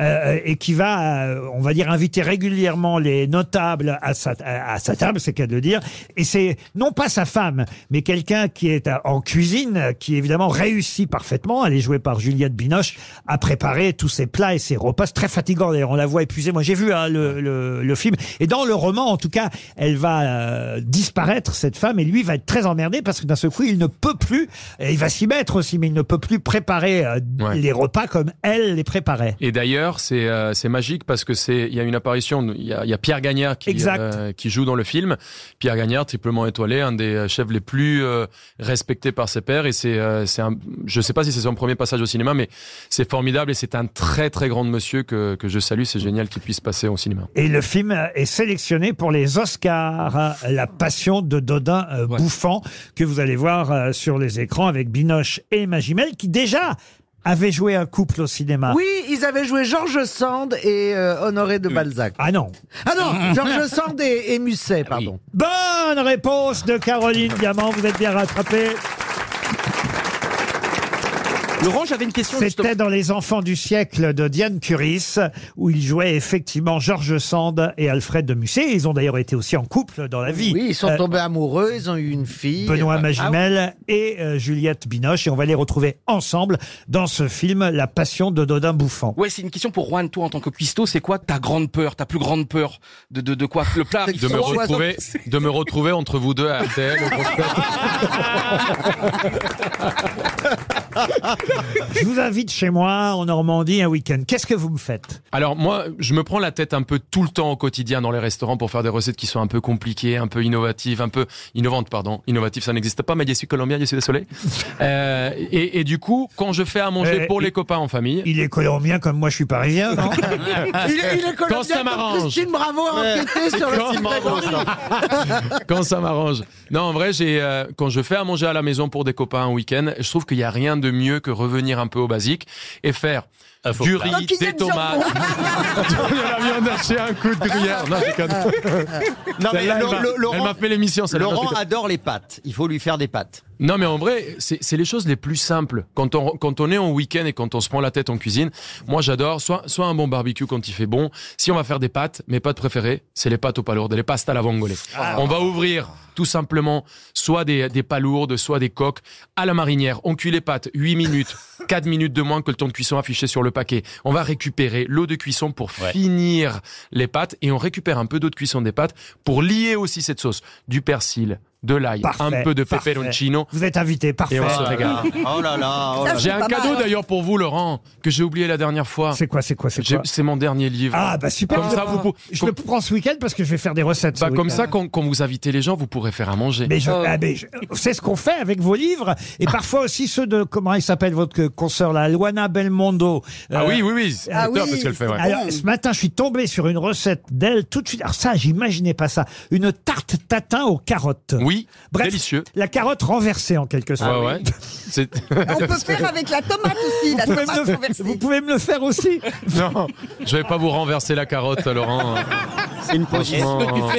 S2: euh, et qui va, euh, on va dire, inviter régulièrement les notables à sa, à, à sa table, c'est qu'à de le dire. Et c'est non pas sa femme, mais quelqu'un qui est à- en cuisine, euh, qui évidemment réussit parfaitement. Elle est jouée par Juliette Binoche à préparer tous ses plats et ses repas. C'est très fatigant d'ailleurs. On la voit épuisée. Moi, j'ai vu hein, le, le- le film. Et dans le roman, en tout cas, elle va euh, disparaître cette femme et lui va être très emmerdé parce que d'un seul coup, il ne peut plus. et il va s'y mettre aussi, mais il ne peut plus préparer euh, les repas comme elle les préparait.
S9: Et d'ailleurs, c'est euh, c'est magique parce que c'est il y a une apparition, il y a, il y a Pierre Gagnard qui
S2: Exact.
S9: euh, qui joue dans le film. Pierre Gagnard, triplement étoilé, un des chefs les plus euh, respectés par ses pairs et c'est euh, c'est un je sais pas si c'est son premier passage au cinéma mais c'est formidable et c'est un très très grand monsieur que que je salue, c'est génial qu'il puisse passer au cinéma.
S2: Et le film euh, est sélectionné pour les Oscars, hein, La Passion de Dodin euh, Bouffant, que vous allez voir euh, sur les écrans avec Binoche et Magimel, qui déjà avaient joué un couple au cinéma.
S6: Oui, ils avaient joué Georges Sand et euh, Honoré de Balzac.
S2: Ah non. Ah
S6: Ah non, Georges Sand et, et Musset, pardon.
S2: Bonne réponse de Caroline Diamant, vous êtes bien rattrapé.
S5: Laurent, j'avais une question.
S2: C'était dans Les Enfants du siècle de Diane Curis, où ils jouaient effectivement Georges Sand et Alfred de Musset. Ils ont d'ailleurs été aussi en couple dans la vie.
S6: Oui, ils sont
S2: Euh,
S6: tombés amoureux, ils ont eu une fille.
S2: Benoît
S6: Ah,
S2: Magimel et euh, Juliette Binoche. Et on va les retrouver ensemble dans ce film La Passion de Dodin Bouffant.
S5: Ouais, c'est une question pour Juan, toi en tant que cuistot, c'est quoi ta grande peur, ta plus grande peur de, de, de quoi Le plat arrive
S9: De me
S5: froid.
S9: retrouver de me retrouver entre vous deux à RTL. au gros spectacle.
S2: Je vous invite chez moi en Normandie un week-end. Qu'est-ce que vous me faites
S9: Alors moi, je me prends la tête un peu tout le temps au quotidien dans les restaurants pour faire des recettes qui sont un peu compliquées, un peu innovatives, un peu innovantes, pardon. Innovatives, ça n'existe pas, mais je suis colombien, je suis désolé. Euh, et, et du coup, quand je fais à manger
S2: Euh,
S9: pour
S2: il-
S9: les copains en famille...
S2: Il est colombien comme moi, je suis parisien, non
S6: Il est, il est
S9: Quand ça
S6: colombien comme
S9: m'arrange.
S6: Christine Bravo a
S9: Ouais.
S6: enquêté sur le
S9: Quand-
S6: site
S9: quand ça m'arrange. Non, en vrai, j'ai euh, quand je fais à manger à la maison pour des copains un week-end, je trouve qu'il n'y a rien de mieux que revenir un peu au basique et faire du
S8: plat.
S9: riz,
S8: Un
S9: des
S8: pillet de
S9: tomates, de la viande hachée, un coup de gruyère. Non, je déconne.
S4: Ah. Non, mais
S9: Celle-là, elle
S4: Lo-
S9: m'a-
S4: Lo- Laurent-
S9: elle m'a fait l'émission. celle-là, je
S4: Laurent
S9: déconne.
S4: adore les pâtes. Il faut lui faire des pâtes.
S9: Non, mais en vrai, c'est c'est les choses les plus simples. Quand on, quand on est en week-end et quand on se prend la tête en cuisine, moi j'adore soit, soit un bon barbecue quand il fait bon. Si on va faire des pâtes, mes pâtes préférées, c'est les pâtes aux palourdes, les pastes à la vongole. On va ouvrir tout simplement soit des, des palourdes, soit des coques à la marinière. On cuit les pâtes 8 minutes, 4 minutes de moins que le temps de cuisson affiché sur le paquet. On va récupérer l'eau de cuisson pour finir les pâtes et on récupère un peu d'eau de cuisson des pâtes pour lier aussi cette sauce. Du persil, de l'ail,
S2: Parfait,
S9: un peu de
S2: parfait.
S9: peperoncino.
S2: Vous êtes invité, parfait.
S9: Et on se
S2: Oh là
S9: régale.
S2: là, oh là là, oh là là.
S9: J'ai
S2: Ça,
S9: un
S2: c'est pas
S9: cadeau
S2: mal.
S9: d'ailleurs pour vous, Laurent, que j'ai oublié la dernière fois.
S2: C'est quoi, c'est quoi, c'est quoi
S9: C'est mon dernier livre.
S2: Ah bah super.
S9: Comme
S2: je,
S9: ça,
S2: le
S9: vous,
S2: prends.
S9: pou-
S2: Je
S9: comme-
S2: le prends ce week-end parce que je vais faire des recettes.
S9: bah,
S2: ce
S9: comme
S2: week-end.
S9: ça, quand, quand vous invitez les gens, vous pourrez faire à manger. Ah.
S2: Mais je-
S9: Oh.
S2: ah, mais je- c'est ce qu'on fait avec vos livres et parfois aussi ceux de comment il s'appelle votre consoeur là, Luana Belmondo. Euh,
S9: Ah oui, oui, oui, c'est Ah oui, parce qu'elle fait, ouais.
S2: Alors
S9: bon.
S2: ce matin, je suis tombé sur une recette d'elle tout de suite. Alors ça, j'imaginais pas ça. Une tarte tatin aux carottes.
S9: Oui,
S2: Bref,
S9: délicieux.
S2: La carotte renversée en quelque sorte.
S9: ouais, ouais. C'est-
S7: On peut faire avec la tomate aussi,
S2: Vous
S7: la
S2: pouvez,
S7: tomate
S2: me le,
S7: renversée.
S2: vous pouvez me le faire aussi
S9: Non, je vais pas vous renverser la carotte, Laurent.
S8: C'est une position. Est-ce que tu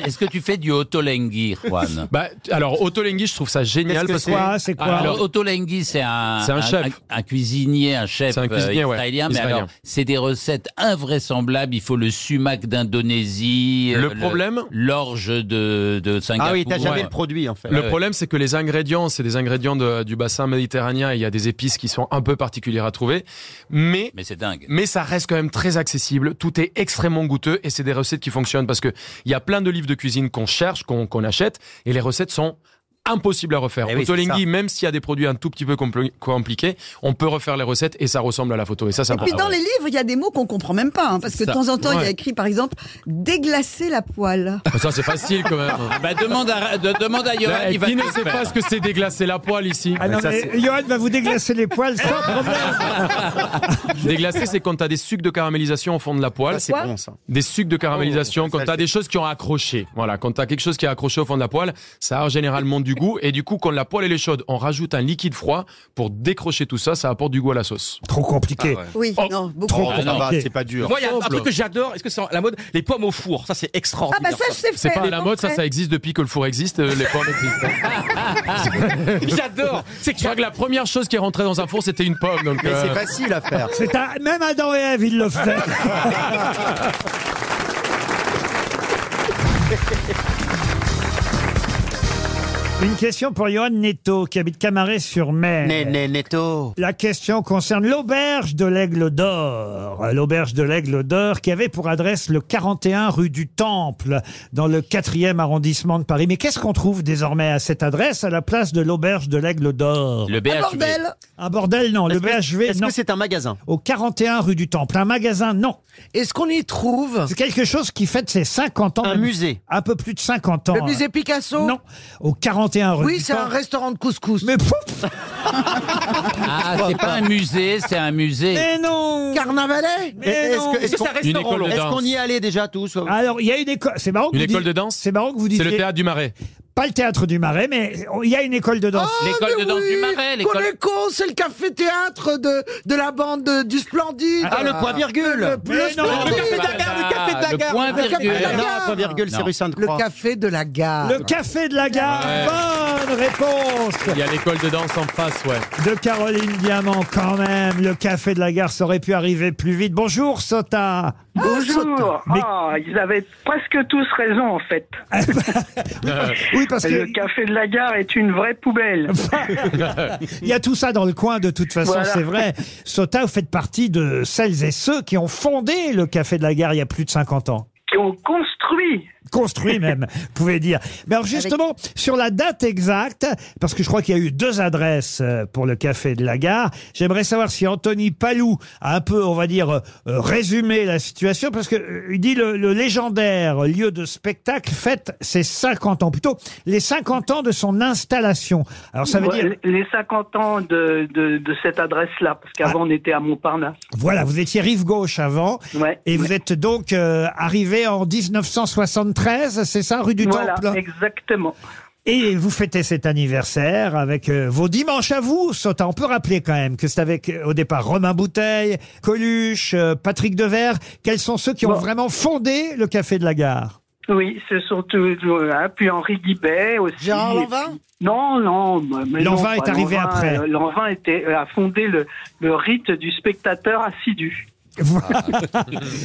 S8: fais-
S9: Est-ce que tu fais du otolenghi, Juan bah, Alors, otolenghi, je trouve ça génial
S8: Qu'est-ce
S9: parce
S8: que
S9: que.
S8: c'est C'est quoi Alors, otolenghi, c'est un,
S9: C'est un
S8: un-
S9: chef.
S8: un- un cuisinier, un chef
S9: C'est un
S8: euh,
S9: cuisinier, ouais,
S8: israélien. Mais
S9: israélien.
S8: alors, c'est des recettes invraisemblables. Il faut le sumac d'Indonésie,
S9: Le
S8: euh,
S9: problème
S8: l'orge de, de Singapour.
S9: Le
S8: Ouais.
S9: problème, c'est que les ingrédients, c'est des ingrédients de- du bassin méditerranéen. et Il y a des épices qui sont un peu particulières à trouver, mais
S8: mais c'est dingue.
S9: Mais ça reste quand même très accessible. Tout est extrêmement goûteux et c'est des recettes qui fonctionnent parce que il y a plein de livres de cuisine qu'on cherche, qu'on qu'on achète et les recettes sont impossibles à refaire.
S8: Eh
S9: Au
S8: oui, c'est
S9: Tolenghi,
S8: ça.
S9: même s'il y a des produits un tout petit peu compli- compliqués, on peut refaire les recettes et ça ressemble à la photo. Et ça, c'est
S7: Et puis
S9: important.
S7: dans les livres, il y a des mots qu'on comprend même pas, hein, parce que de
S9: Ah, Ça,
S7: temps en temps, il y a
S9: ouais.
S7: écrit par exemple déglacer la poêle.
S9: Mais Ah Ça, c'est facile quand même.
S8: Bah, demande à, de- demande à Johan,
S9: Là,
S8: il va
S9: qui
S8: te
S9: ne
S8: le
S9: sait
S8: faire.
S9: pas ce que c'est déglacer la poêle ici
S2: Ah non,
S9: Mais ça,
S2: mais
S9: c'est-
S2: Johan va vous déglacer les poils sans problème.
S9: Déglacé, c'est quand t'as des sucs de caramélisation au fond de la poêle.
S2: Ça, Ah, c'est Quoi bon, ça. Oh,
S9: Des sucs de caramélisation, quand t'as des choses qui ont accroché. Voilà, quand t'as quelque chose qui est accroché au fond de la poêle, ça a généralement du goût. Et du coup, quand la poêle elle est chaude, on rajoute un liquide froid pour décrocher tout ça. Ça apporte du goût à la sauce. Ah,
S2: Trop compliqué.
S7: Oui, non, beaucoup.
S9: trop compliqué. Ah Oh. non, c'est pas dur.
S5: Moi, il y a un
S9: Simple.
S5: truc que j'adore. Est-ce que c'est la mode Les pommes au four. Ça, c'est extraordinaire.
S7: Ah, bah ça, je sais
S9: C'est
S7: faire,
S9: pas à la
S7: les
S9: mode, ça,
S7: pommes
S9: ça existe depuis que le four existe. euh, Les pommes existent.
S2: Ah.
S5: J'adore.
S9: Je crois que la première chose qui est rentrée dans un four, c'était une pomme. Donc, euh,
S2: C'est un- Même Adam et Ève, ils le faisaient. Une question pour Johan Netto, qui habite Camaret-sur-Mer. Netto. La question concerne l'auberge de l'Aigle d'Or. L'auberge de l'Aigle d'Or qui avait pour adresse le 41 rue du Temple, dans le 4e arrondissement de Paris. Mais qu'est-ce qu'on trouve désormais à cette adresse, à la place de l'auberge de l'Aigle d'Or
S8: Le BHV. Un bordel.
S2: Un bordel, non. Le BHV,
S4: Est-ce
S2: non.
S4: que c'est un magasin
S2: Au 41 rue du Temple. Un magasin, non.
S6: Est-ce qu'on y trouve
S2: C'est quelque chose qui fête ses 50 ans.
S4: Un
S2: même-
S4: musée.
S2: Un peu plus de 50 ans.
S6: Le musée
S2: hein.
S6: Picasso
S2: Non. Au 41 rue
S6: Oui,
S2: du
S6: c'est un
S2: Temple.
S6: restaurant de couscous.
S2: Mais
S8: Ah, c'est pas un musée, c'est un musée.
S2: Mais non
S6: Carnavalet
S8: Mais non. Est-ce que c'est un Une restaurant, école de Laurent danse.
S4: Est-ce qu'on y est allé déjà tous
S6: euh
S2: Alors, il y a une école. C'est marrant que
S9: Une
S2: vous
S9: école
S2: dites-
S9: de danse
S2: C'est marrant que vous
S9: C'est
S2: disiez.
S9: le théâtre du Marais.
S2: Pas le théâtre du Marais, mais il y a une école de danse.
S8: L'école de danse du Marais,
S6: Oh, Qu'on
S8: l'école.
S6: est con, c'est le café-théâtre de, de la bande de- du Splendide.
S4: Ah, le point virgule.
S6: Le,
S4: Mais
S6: le
S4: non, le
S6: Splendide.
S4: café de la
S8: gare, le café de la Le gare. point
S6: Le café de la
S4: virgule.
S6: gare.
S4: Non, point virgule, c'est Non. rue Sainte-Croix.
S6: Le café de la gare.
S2: Le café de la gare. Bonne réponse
S9: Il y a l'école de danse en face, ouais.
S2: de Caroline Diamant, quand même. Le café de la gare, ça aurait pu arriver plus vite. Bonjour, Sota.
S18: Bonjour. Ah, ils avaient presque tous raison en fait. Euh,
S2: Oui, parce
S18: Le
S2: que-
S18: café de la gare est une vraie poubelle.
S2: Il y a tout ça dans le coin, de toute façon,
S18: Voilà.
S2: c'est vrai. Sota, vous faites partie de celles et ceux qui ont fondé le café de la gare il y a plus de 50 ans.
S18: Qui ont construit.
S2: Construit même, vous pouvez dire. Mais alors justement, sur la date exacte, parce que je crois qu'il y a eu deux adresses euh, pour le café de la gare, j'aimerais savoir si Anthony Palou a un peu, on va dire, euh, euh, résumé la situation, parce que euh, il dit le, le légendaire lieu de spectacle fête ses 50 ans, plutôt les 50 ans de son installation. Alors ça veut
S18: Ouais,
S2: dire...
S18: Les 50 ans de, de- de cette adresse-là, parce qu'avant
S2: Ah.
S18: on était à Montparnasse.
S2: Voilà, vous étiez rive gauche avant. Et vous êtes donc euh, arrivé en 1973, c'est ça, rue du
S18: Voilà,
S2: Temple
S18: exactement.
S2: Et vous fêtez cet anniversaire avec euh, vos dimanches à vous. Sautin, on peut rappeler quand même que c'est avec, euh, au départ, Romain Bouteille, Coluche, euh, Patrick Devers. Quels sont ceux qui ont vraiment fondé le Café de la Gare
S18: Oui, ce sont tous. voilà. Puis Henri Guibet aussi.
S2: Gérard Lanvin
S18: Et puis- Non, non. bah, mais non,
S2: Lanvin est
S18: pas
S2: arrivé
S18: Lanvin.
S2: après.
S18: Euh, Lanvin était, a fondé le, le rite du spectateur assidu.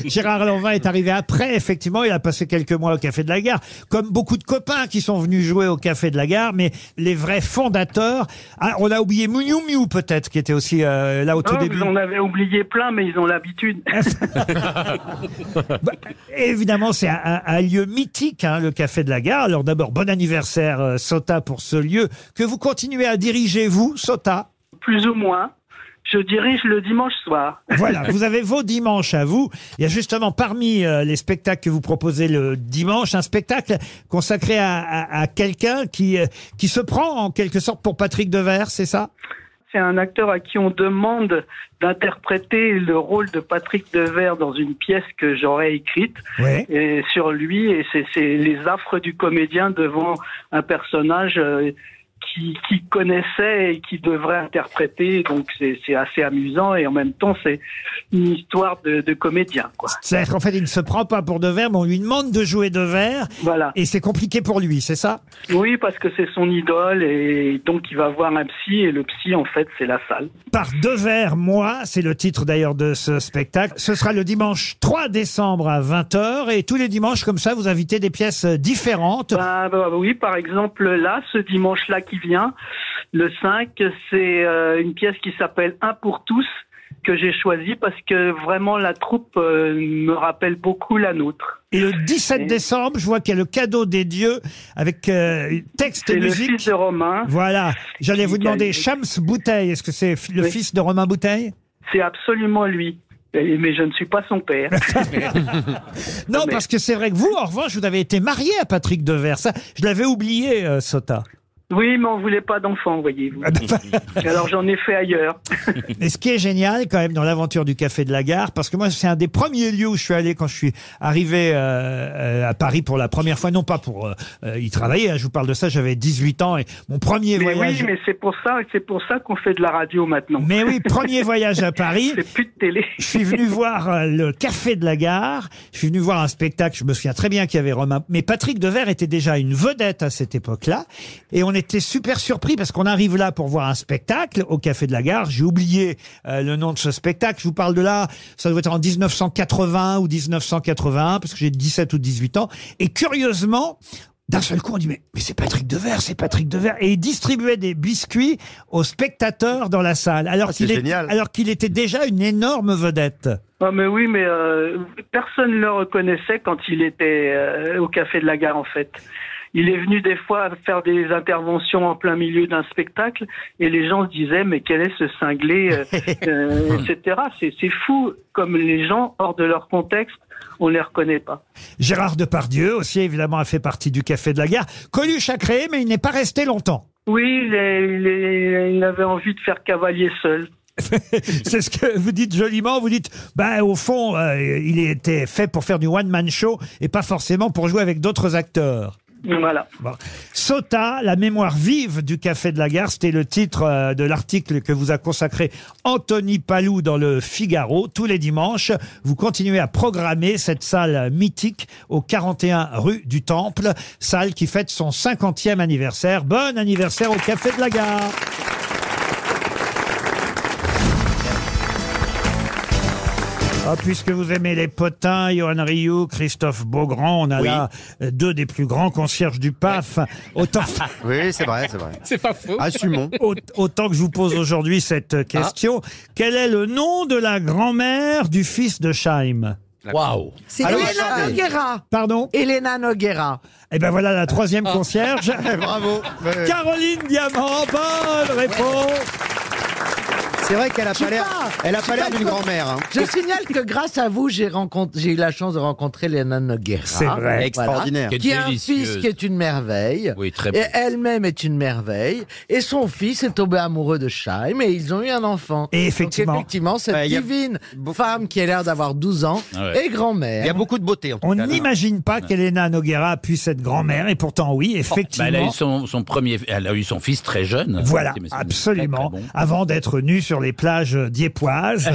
S2: Gérard Lanvin est arrivé après, effectivement, il a passé quelques mois au Café de la Gare, comme beaucoup de copains qui sont venus jouer au Café de la Gare, mais les vrais fondateurs. Ah, on a oublié Mouniou Miou peut-être, qui était aussi euh, là au tout
S18: Non,
S2: début.
S18: Hein, vous en avez oublié plein, mais ils ont l'habitude.
S2: Bah, évidemment, c'est un, un- un lieu mythique, hein, le Café de la Gare. Alors d'abord, bon anniversaire euh, Sota pour ce lieu que vous continuez à diriger, vous, Sota.
S18: Plus ou moins. Je dirige le dimanche soir.
S2: Voilà, vous avez vos dimanches à vous. Il y a justement parmi euh, les spectacles que vous proposez le dimanche, un spectacle consacré à, à- à quelqu'un qui, euh, qui se prend en quelque sorte pour Patrick Devers, c'est ça
S18: C'est un acteur à qui on demande d'interpréter le rôle de Patrick Devers dans une pièce que j'aurais écrite
S2: Ouais.
S18: et sur lui. Et c'est c'est les affres du comédien devant un personnage euh, qui, qui connaissait et qui devrait interpréter. Donc c'est c'est assez amusant et en même temps c'est une histoire de, de comédien. Quoi.
S2: C'est-à-dire qu'en fait, il ne se prend pas pour Devers, mais on lui demande de jouer Devers.
S18: Voilà.
S2: Et c'est compliqué pour lui, c'est ça
S18: Oui, parce que c'est son idole et donc il va voir un psy et le psy en fait c'est la salle.
S2: Par Devers, moi, c'est le titre d'ailleurs de ce spectacle. Ce sera le dimanche 3 décembre à 20h et tous les dimanches comme ça, vous invitez des pièces euh, différentes.
S18: Bah, bah, bah, oui, par exemple, là, ce dimanche-là qui vient, le 5, c'est euh, une pièce qui s'appelle Un pour tous que j'ai choisie parce que vraiment la troupe euh, me rappelle beaucoup la nôtre.
S2: Et le 17 décembre, je vois qu'il y a le cadeau des dieux avec euh, texte
S18: C'est
S2: et
S18: le
S2: musique.
S18: fils hein de Romain.
S2: Voilà. J'allais vous
S18: Qui a
S2: demander
S18: écrit-
S2: Shams Bouteille. Est-ce que c'est fi- le
S18: Oui.
S2: fils de Romain Bouteille
S18: C'est absolument lui. Et- Mais je ne suis pas son père.
S2: Non, parce que c'est vrai que vous, en revanche, vous avez été marié à Patrick Devers. Ça, je l'avais oublié, euh, Sota.
S18: oui, mais on voulait pas d'enfant, voyez-vous. Alors j'en ai fait ailleurs.
S2: Mais ce qui est génial quand même dans l'aventure du Café de la Gare, parce que moi c'est un des premiers lieux où je suis allé quand je suis arrivé euh, euh, à Paris pour la première fois, non pas pour euh, euh, y travailler, hein, je vous parle de ça, j'avais 18 ans et mon premier
S18: Mais
S2: voyage...
S18: oui, mais c'est pour ça, c'est pour ça qu'on fait de la radio maintenant.
S2: Mais oui, premier voyage à Paris.
S18: C'est plus de télé.
S2: Je suis venu voir euh, le Café de la Gare. Je suis venu voir un spectacle. Je me souviens très bien qu'il y avait Romain. Mais Patrick Devers était déjà une vedette à cette époque-là. Et on était super surpris parce qu'on arrive là pour voir un spectacle au Café de la Gare. J'ai oublié euh, le nom de ce spectacle. Je vous parle de là. Ça doit être en 1980 ou 1981 parce que j'ai 17 ou 18 ans. Et curieusement, d'un seul coup, on dit mais, mais c'est Patrick Devers, c'est Patrick Devers, et il distribuait des biscuits aux spectateurs dans la salle, alors qu'il est- alors qu'il était déjà une énorme vedette.
S18: Ah mais oui, mais euh, personne ne le reconnaissait quand il était euh, au Café de la Gare, en fait. Il est venu des fois faire des interventions en plein milieu d'un spectacle et les gens se disaient mais quel est ce cinglé, euh, euh, etc. C'est c'est fou comme les gens hors de leur contexte, on les reconnaît pas.
S2: Gérard Depardieu aussi évidemment a fait partie du café de la gare. Coluche a créé, mais il n'est pas resté longtemps.
S18: Oui, il, est- il est- il avait envie de faire cavalier seul.
S2: c'est ce que vous dites joliment. Vous dites, bah au fond, euh, il était fait pour faire du one man show et pas forcément pour jouer avec d'autres acteurs.
S18: Voilà.
S2: Bon.
S13: Bah,
S2: Sota, la mémoire vive du Café de la Gare, c'était le titre euh, de l'article que vous a consacré Anthony Palou dans le Figaro. Tous les dimanches, vous continuez à programmer cette salle mythique au 41 rue du Temple, salle qui fête son 50e anniversaire. Bon anniversaire au Café de la Gare Ah, puisque vous aimez les potins, Johan Rioux, Christophe Beaugrand, on a là euh, deux des plus grands concierges du PAF. Autant,
S4: Oui, c'est vrai, c'est vrai. Ah,
S5: C'est pas faux.
S4: Assumons.
S2: Au- autant que je vous pose aujourd'hui cette question, quel est le nom de la grand-mère du fils de Scheim Waouh
S6: C'est Elena Noguera.
S2: Pardon
S6: Elena Noguera.
S2: Eh ben voilà la troisième
S6: Ah.
S2: concierge.
S6: Bravo. Ouais.
S2: Euh. Caroline Diamant, bonne réponse.
S4: C'est vrai qu'elle a
S6: Je sais
S4: pas l'air,
S6: pas.
S4: elle a
S6: Je
S4: pas
S6: sais
S4: l'air
S6: pas
S4: d'une
S6: trop.
S4: grand-mère. hein.
S6: Je signale que grâce à vous, j'ai rencontré- j'ai eu la chance de rencontrer Léna Noguera.
S4: C'est vrai.
S6: Voilà.
S4: Extraordinaire.
S6: Qui a un
S4: Délicieuse.
S6: fils qui est une merveille.
S4: Oui, très
S6: Et
S4: bon.
S6: elle-même est une merveille. Et son fils est tombé amoureux de Chaim et ils ont eu un enfant.
S2: Et
S6: effectivement. effectivement, cette
S4: Ouais, il y a
S6: divine femme qui a l'air d'avoir 12 ans
S4: Ah ouais.
S6: est grand-mère.
S4: Il y a beaucoup de beauté. En tout
S2: On
S4: cas, là.
S2: n'imagine pas qu'Elena Noguera puisse être grand-mère, et pourtant oui,
S8: Bah,
S2: effectivement.
S8: elle a eu son, son premier, elle a eu son fils très jeune.
S2: Voilà,
S8: Mais c'est-
S2: absolument.
S8: très, très bon.
S2: Avant d'être nue sur sur les plages dieppoises.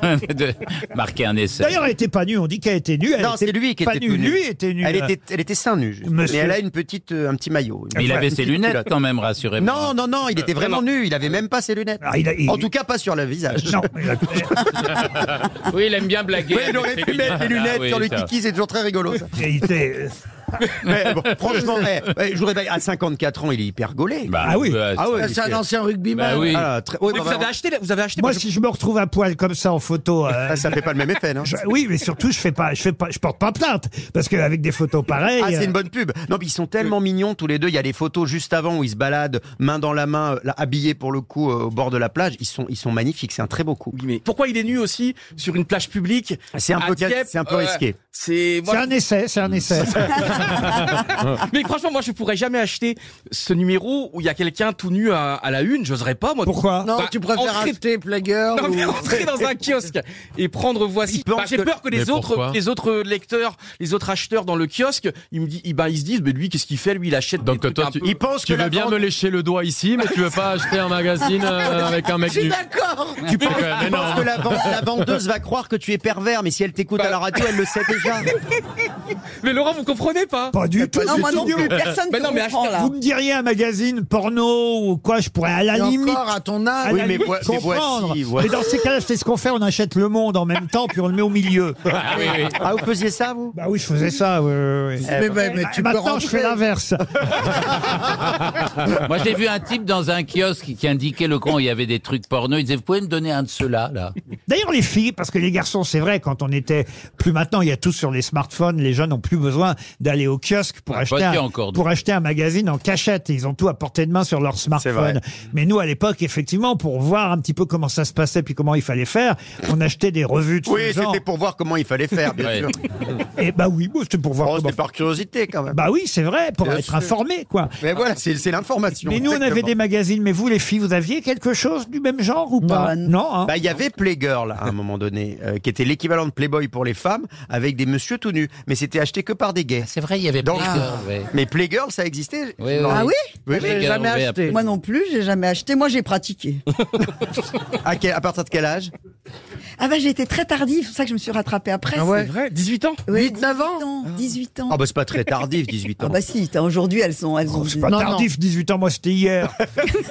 S8: de marquer un essai.
S2: D'ailleurs, elle n'était pas nue. On dit qu'elle était nue. Elle
S4: non,
S2: était
S4: c'est lui qui
S2: pas
S4: était
S2: nue.
S4: tout nu.
S2: Lui était nu.
S4: Elle
S2: euh,
S4: était, elle était seins nus. juste.
S2: Monsieur-
S4: Mais elle a une petite, euh, un petit maillot.
S8: Mais il
S4: Enfin,
S8: avait
S4: une
S8: ses
S4: petite
S8: lunettes
S4: culotte.
S8: quand même, rassurez-moi.
S4: Non, non, non, il était
S8: Euh,
S4: vraiment
S8: vraiment.
S4: nu. Il avait même pas ses lunettes.
S8: il a- il-
S4: En tout cas, pas sur le visage.
S2: Non.
S8: Oui, il aime bien blaguer.
S4: Oui, il aurait pu mettre
S8: Ah,
S4: les lunettes sur le kiki, c'est toujours très rigolo. ça.
S2: Et il était-
S4: Mais bon, franchement, eh, eh, je vous réveille, à 54 ans, il est hyper gaulé.
S2: Ah oui.
S4: ah oui,
S6: C'est un ancien rugbyman.
S4: Ah, très- oui,
S5: Mais
S4: bah,
S5: vous avez
S4: vraiment.
S5: acheté, la- vous avez acheté.
S2: Moi,
S5: parce que-
S2: si je me retrouve à poil comme ça en photo, euh,
S4: Ah, ça fait pas le même effet, non
S2: je- oui, mais surtout, je fais pas, je fais pas, je porte pas plainte parce qu'avec des photos pareilles.
S4: Ah, c'est
S2: euh,
S4: une bonne pub. Non, mais ils sont tellement mignons tous les deux. Il y a les photos juste avant où ils se baladent, main dans la main, euh, là, habillés pour le coup euh, au bord de la plage. Ils sont, ils sont magnifiques. C'est un très beau coup. Ah,
S5: Mais pourquoi il est nu aussi sur une plage publique
S4: C'est un
S5: à
S4: peu ca-
S5: Dieppe,
S4: c'est un peu
S5: euh,
S4: risqué.
S5: C'est moi,
S2: C'est un essai, c'est un essai.
S5: Mais franchement, moi, je pourrais jamais acheter ce numéro où il y a quelqu'un tout nu à, à la une. J'oserais pas, moi.
S2: Pourquoi
S6: Non,
S5: Bah,
S6: tu préfères
S5: entrer-
S6: acheter Plagueur
S5: Non,
S6: ou...
S5: mais entrer dans un kiosque et prendre voici.
S4: pense
S5: Bah, J'ai
S4: que-
S5: peur que les
S9: Mais
S5: autres,
S9: pourquoi
S5: les autres lecteurs, les autres acheteurs dans le kiosque, ils me disent, ils- bah, ils se disent, mais lui, qu'est-ce qu'il fait Lui, il achète. des
S9: Donc
S5: trucs
S9: toi,
S5: un
S9: tu,
S5: peu-
S4: Il pense
S9: tu
S4: que la
S9: veux bien
S4: vente-
S9: me lécher le doigt ici, mais tu veux pas acheter un magazine euh, avec un
S6: Je
S9: mec
S6: suis
S9: nu.
S6: d'accord
S9: Tu peux mais
S5: Ah,
S4: Je
S9: non.
S4: pense que la, vente- la vendeuse va croire que tu es pervers, mais si elle t'écoute à la radio, elle le sait déjà.
S5: Mais Laurent, vous comprenez pas
S2: Pas du tout.
S7: Non,
S2: du
S7: moi
S2: tout,
S7: non
S2: du
S7: plus,
S2: tout.
S7: personne
S5: Mais
S7: ne
S5: non, mais
S7: comprend, là.
S2: Vous me diriez un magazine porno ou quoi Je pourrais à la
S6: Et
S2: limite.
S6: encore à ton
S2: à
S6: âge.
S4: Oui,
S2: la
S4: mais
S2: limite
S4: voi- mais voici,
S2: comprendre.
S4: voici.
S2: Mais dans ces cas-là, c'est ce qu'on fait. On achète le monde en même temps, puis on le met au milieu.
S8: Ah oui, oui.
S4: Ah, vous faisiez ça, vous
S2: Bah oui, je faisais ça. oui, oui, oui.
S6: Mais, mais- mais
S2: Ah,
S6: tu peux
S2: Maintenant, je
S6: rentrer.
S2: fais l'inverse. euh,
S8: Moi, j'ai vu un type dans un kiosque qui indiquait le coin où il y avait des trucs porno. Il disait, vous pouvez me donner un de ceux-là, là
S2: D'ailleurs, les filles, parce que les garçons, c'est vrai, quand on était plus maintenant, il y a tout sur les smartphones, les jeunes n'ont plus besoin d'aller au kiosque pour,
S8: Ah,
S2: acheter,
S8: pas
S2: un,
S8: qu'il y a encore de-
S2: pour acheter un magazine en cachette. Ils ont tout à portée de main sur leur smartphone. Mais nous, à l'époque, effectivement, pour voir un petit peu comment ça se passait puis comment il fallait faire, on achetait des revues de
S4: Oui,
S2: ce genre.
S4: c'était pour voir comment il fallait faire, bien
S8: Ouais.
S4: sûr.
S2: Et bah oui, bon, c'était pour voir
S4: Oh,
S2: comment.
S4: c'était par curiosité, quand même.
S2: Bah oui, c'est vrai, pour
S4: Bien
S2: être
S4: sûr.
S2: informé, quoi.
S4: Mais voilà, c'est c'est l'information.
S2: Mais nous, on avait
S4: exactement.
S2: des magazines. Mais vous, les filles, vous aviez quelque chose du même genre ou pas
S7: Non.
S2: hein
S4: Bah, il y avait Playgirl à un moment donné, euh, qui était l'équivalent de Playboy pour les femmes, avec des messieurs tout nus. Mais c'était acheté que par des gays.
S8: C'est vrai, il y avait
S4: Dans-
S8: plein de- ouais.
S4: Mais Playgirl, ça existait
S8: Oui, oui.
S4: Non.
S7: Ah oui
S4: Oui,
S8: Les gars,
S6: jamais
S8: on va
S6: acheté.
S8: appeler-
S7: Moi non plus, j'ai jamais acheté. Moi, j'ai pratiqué.
S4: À, quel- à partir de quel âge
S7: Ah bah, j'ai été très tardive, c'est pour ça que je me suis rattrapée après.
S6: Ah ouais.
S5: C'est vrai, 18 ans.
S7: Ouais,
S6: 8, 9
S7: 18 ans. 18 ans.
S4: Ah bah c'est pas très tardif, 18
S7: Ah
S4: ans. Oh,
S7: bah si, t'as- aujourd'hui elles sont elles ont
S2: C'est pas
S6: Non,
S2: tardif, 18 ans, moi c'était hier.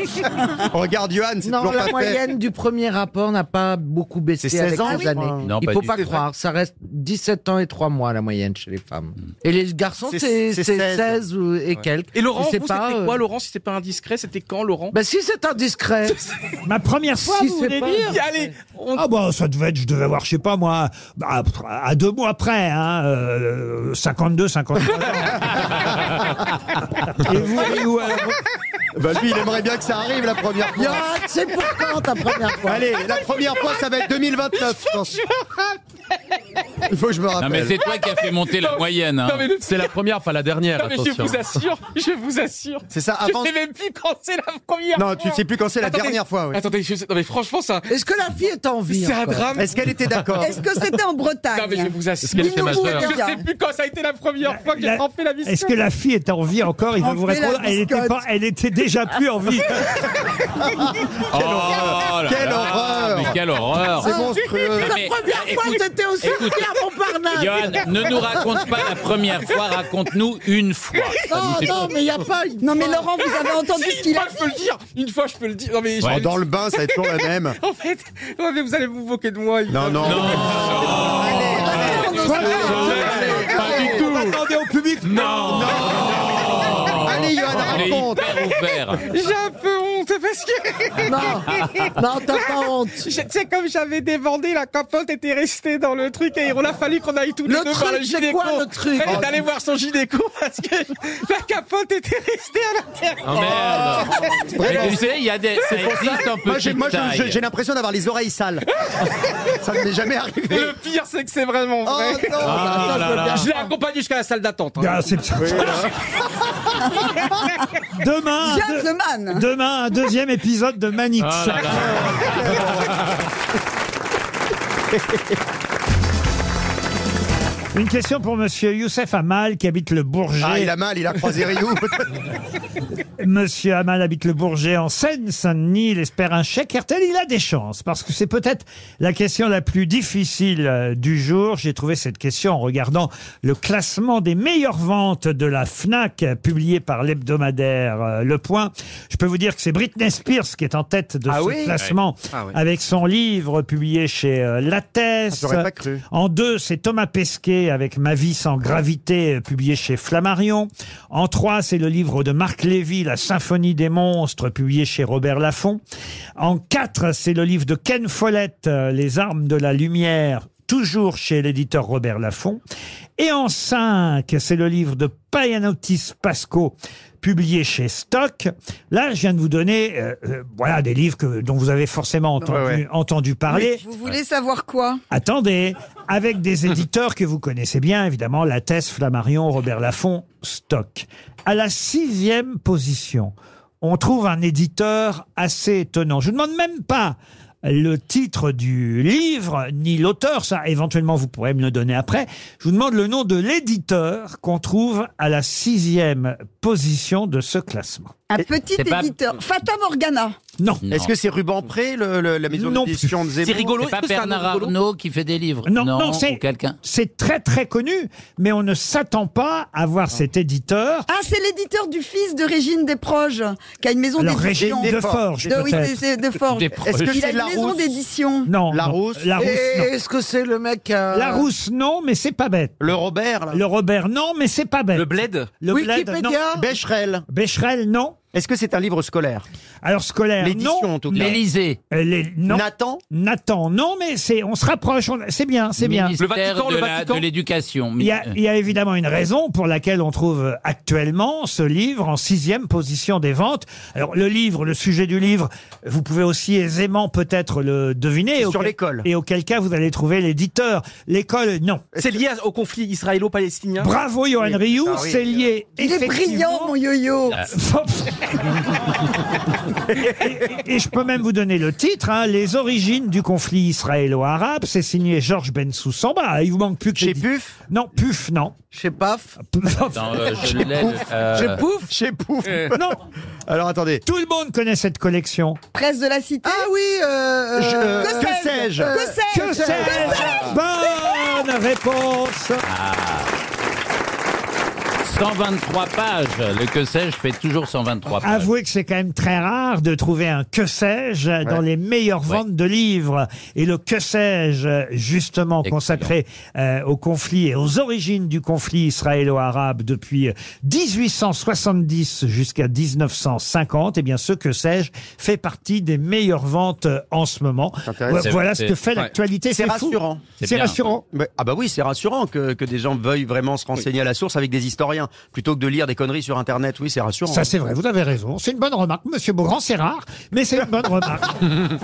S4: Regarde Johan, c'est
S6: Non,
S4: toujours pas
S6: la
S4: fait.
S6: moyenne du premier rapport n'a pas beaucoup baissé
S4: C'est
S6: avec
S4: 16 ans,
S6: les
S4: je crois.
S6: années.
S8: Non,
S6: Il
S8: pas
S6: faut
S8: du
S6: pas
S8: tout.
S6: croire, ça reste 17 ans et 3 mois la moyenne chez les femmes. Et les garçons,
S4: C'est-
S6: c'est
S4: c'est
S6: c'est
S4: 16.
S6: 16 ou- et quelques.
S5: Et Laurent, vous,
S6: c'est
S5: c'était
S6: pas, euh,
S5: quoi, Laurent Si c'était pas indiscret, c'était quand, Laurent
S6: Bah si c'est indiscret.
S2: Ma première fois,
S6: Si
S2: vous
S6: c'est
S2: voulez
S6: pas-
S2: dire
S5: Et Allez, on
S2: Ah bah ça devait être, je devais avoir, je sais pas moi, bah, à deux mois près, hein, euh, 52, 53 ans. Et vous, Rioux, alors
S4: Bah lui, il aimerait bien que ça arrive la première fois.
S6: Yann, c'est pour quand ta première fois
S4: Allez, la première fois, ça va être 2029, je pense. Il faut que je me
S8: Non,
S4: rappelle.
S8: mais c'est toi qui as fait monter la moyenne. hein.
S5: Non, mais le-
S9: C'est la première, pas la dernière,
S5: Non, Ah, mais je
S9: attention.
S5: vous assure, je vous assure.
S4: C'est ça,
S5: Je
S4: avant...
S5: sais même plus quand c'est la première
S4: Non, tu
S5: fois.
S4: sais plus quand c'est la
S5: Attendez,
S4: dernière fois, oui.
S5: Attendez, je sais- non, mais franchement, ça,
S6: Est-ce que la fille est en vie
S5: c'est un
S6: encore
S5: drame.
S4: Est-ce qu'elle était d'accord
S7: Est-ce que c'était en
S5: Non, mais je
S7: Bretagne
S5: vous assure.
S9: qu'elle était
S5: je
S9: ma sœur
S5: sais plus quand ça a été la première fois que
S2: la-
S5: j'ai trempé la vis.
S2: Est-ce que la fille est en vie encore Il va vous
S7: Enlevez la
S2: répondre. Elle était,
S7: biscotte.
S2: pas, elle était déjà plus en vie.
S8: Oh là
S4: Quelle
S8: là,
S4: horreur.
S8: Mais quelle horreur
S4: C'est monstrueux.
S8: Non, mais-
S6: La première fois,
S8: écoute,
S6: c'était au circuit à Montparnasse.
S8: Johan, ne nous raconte pas la première fois, raconte-nous une fois. Ça
S6: Non,
S8: nous est-
S6: non, mais il n'y a pas. une
S7: Non mais
S6: fois.
S7: Laurent, vous avez entendu ce
S5: Si, une
S7: qu'il a
S5: fois, je peux le dire. Une fois, je peux le dire. Non, mais
S4: Oh,
S5: je-
S4: Dans le bain, ça va être toujours la même.
S5: En fait, ouais, mais vous allez vous moquer de moi.
S4: Non, non.
S9: Pas du tout.
S2: Attendez au public.
S9: Non.
S4: Allez, Johan,
S8: On est
S4: raconte.
S8: hyper oh, ouvert.
S5: J'ai un peu honte parce que.
S6: Non, non, t'as pas honte.
S5: Je- Tu sais, comme j'avais débandé, la capote était restée dans le truc et il a fallu qu'on aille tous les
S6: Le
S5: deux voir
S6: truc,
S5: le
S6: c'est
S5: gynéco.
S6: quoi, le truc
S5: Elle est allée voir son gynéco parce que la capote était restée à l'intérieur.
S8: Oh merde Mais tu sais, il y a des. Ça existe en
S4: Moi, j'ai
S8: petite
S4: moi, je- je-
S8: taille.
S4: j'ai l'impression d'avoir les oreilles sales. ça ne m'est jamais
S5: Et
S4: arrivé.
S5: le pire, c'est que c'est vraiment
S4: Oh
S5: vrai.
S4: non,
S8: Ah,
S4: ça, ça, je veux bien.
S5: Je l'ai accompagné jusqu'à la salle d'attente. hein.
S2: Ah, c'est- Demain, de-
S7: Gentleman
S2: demain, un deuxième épisode de Manix.
S15: Ah
S9: Oh là là.
S2: Une question pour monsieur Youssef Amal qui habite le Bourget.
S19: Ah, il a mal, il a croisé Rioux.
S2: Monsieur Amal habite le Bourget en Seine-Saint-Denis. Il espère un chèque RTL. Il a des chances parce que c'est peut-être la question la plus difficile euh, du jour. J'ai trouvé cette question en regardant le classement des meilleures ventes de la FNAC euh, publié par l'hebdomadaire euh, Le Point. Je peux vous dire que c'est Britney Spears qui est en tête de
S19: Ah
S2: ce
S19: oui
S2: classement
S19: Ouais. Ah oui.
S2: avec son livre publié chez euh, Lattès.
S19: Ah, j'aurais pas cru.
S2: En deux, c'est Thomas Pesquet avec Ma vie sans gravité, euh, publié chez Flammarion. En trois, c'est le livre de Marc Lévy, La symphonie des monstres, publié chez Robert Laffont. En quatre, c'est le livre de Ken Follett, euh, Les armes de la lumière, toujours chez l'éditeur Robert Laffont. Et en cinq, c'est le livre de Payanotis Pasco, publié chez Stock. Là, je viens de vous donner euh, euh, voilà, des livres que, dont vous avez forcément entendu, entendu parler.
S7: Vous voulez savoir quoi
S2: Attendez, avec des éditeurs que vous connaissez bien, évidemment, La Thèse, Flammarion, Robert Laffont, Stock. À la sixième position, on trouve un éditeur assez étonnant. Je ne demande même pas le titre du livre, ni l'auteur, ça éventuellement vous pourrez me le donner après. Je vous demande le nom de l'éditeur qu'on trouve à la sixième position de ce classement.
S7: Un petit
S2: c'est pas-
S7: éditeur. Fata Morgana.
S2: Non.
S4: Est-ce que c'est Ruban Pré, le- le- la maison
S2: Non.
S4: d'édition de Zemmour
S2: C'est rigolo,
S8: C'est pas
S2: est-ce que c'est un
S8: Bernard
S2: nom rigolo
S8: Arnault qui fait des livres.
S2: Non, non,
S8: ou
S2: c'est-
S8: quelqu'un.
S2: C'est très très connu, mais on ne s'attend pas à voir cet éditeur.
S7: Ah, c'est l'éditeur du fils de Régine Desproges, qui a une maison
S2: Alors,
S7: d'édition.
S2: Régine Desforges,
S7: De- oui,
S2: peut-être.
S7: c'est- c'est Desforges.
S2: Desproges. Est-ce que
S7: Il a
S2: c'est
S7: une
S2: Larousse
S7: maison d'édition.
S2: Non.
S7: La
S2: Larousse. Larousse. non.
S6: Est-ce que c'est le mec euh,
S2: Larousse, non, mais c'est pas bête.
S4: Le Robert, là.
S2: Le Robert, non, mais c'est pas bête. Le
S5: Bled
S2: Le Bled, non.
S4: Wikipédia Becherel.
S2: Becherel, non.
S4: Est-ce que c'est un livre scolaire
S2: Alors, scolaire,
S4: L'édition,
S2: non.
S4: en tout cas.
S2: mais-
S4: L'Élysée.
S2: Euh, les- non.
S4: Nathan
S2: Nathan, non, mais c'est, on se rapproche, on- c'est bien, c'est bien.
S8: Ministère de la- de l'éducation.
S2: Il y, a, il y a évidemment une raison pour laquelle on trouve actuellement ce livre en sixième position des ventes. Alors le livre, le sujet du livre, vous pouvez aussi aisément peut-être le deviner.
S4: C'est sur
S2: Auquel-
S4: l'école.
S2: Et auquel cas vous allez trouver l'éditeur. L'école, non.
S5: C'est lié à- au conflit israélo-palestinien.
S2: Bravo Johan
S5: Oui,
S2: Rioux,
S5: ah oui.
S2: c'est lié.
S7: Il est brillant, mon yo-yo.
S2: Et je peux même vous donner le titre, hein, Les origines du conflit israélo-arabe. C'est signé Georges Bensoussan. Bah, il vous manque plus que chez
S4: Puf.
S2: Non, Puf, non.
S6: Chez Paf.
S8: Attends, euh, je l'ai, euh,
S4: Chez Pouf Chez Pouf
S2: Non.
S4: Alors attendez.
S2: Tout le monde connaît cette collection.
S7: Presse de la cité.
S6: Ah oui, euh,
S4: Je-
S6: euh,
S4: que sais-je
S6: euh,
S4: Que
S2: Que
S6: que
S2: sais-je Bonne réponse.
S8: Ah. 123 pages. Le que sais-je fait toujours 123 pages.
S2: Avouez que c'est quand même très rare de trouver un que sais-je dans les meilleures ventes de livres. Et le que sais-je, justement, consacré euh, au conflit et aux origines du conflit israélo-arabe depuis euh, 1870 jusqu'à 1950, eh bien, ce que sais-je fait partie des meilleures ventes euh, en ce moment.
S4: intéressant.
S2: Voilà ce
S4: C'est-
S2: que fait
S4: ouais.
S2: l'actualité.
S4: C'est
S2: fou.
S4: rassurant.
S2: C'est rassurant.
S4: Mais- ah bah oui, c'est rassurant que, que des gens veuillent vraiment se renseigner à la source avec des historiens, plutôt que de lire des conneries sur Internet. Oui, c'est rassurant.
S2: Ça, c'est vrai, vous avez raison. C'est une bonne remarque, monsieur Beaugrand, c'est rare, mais c'est une bonne remarque.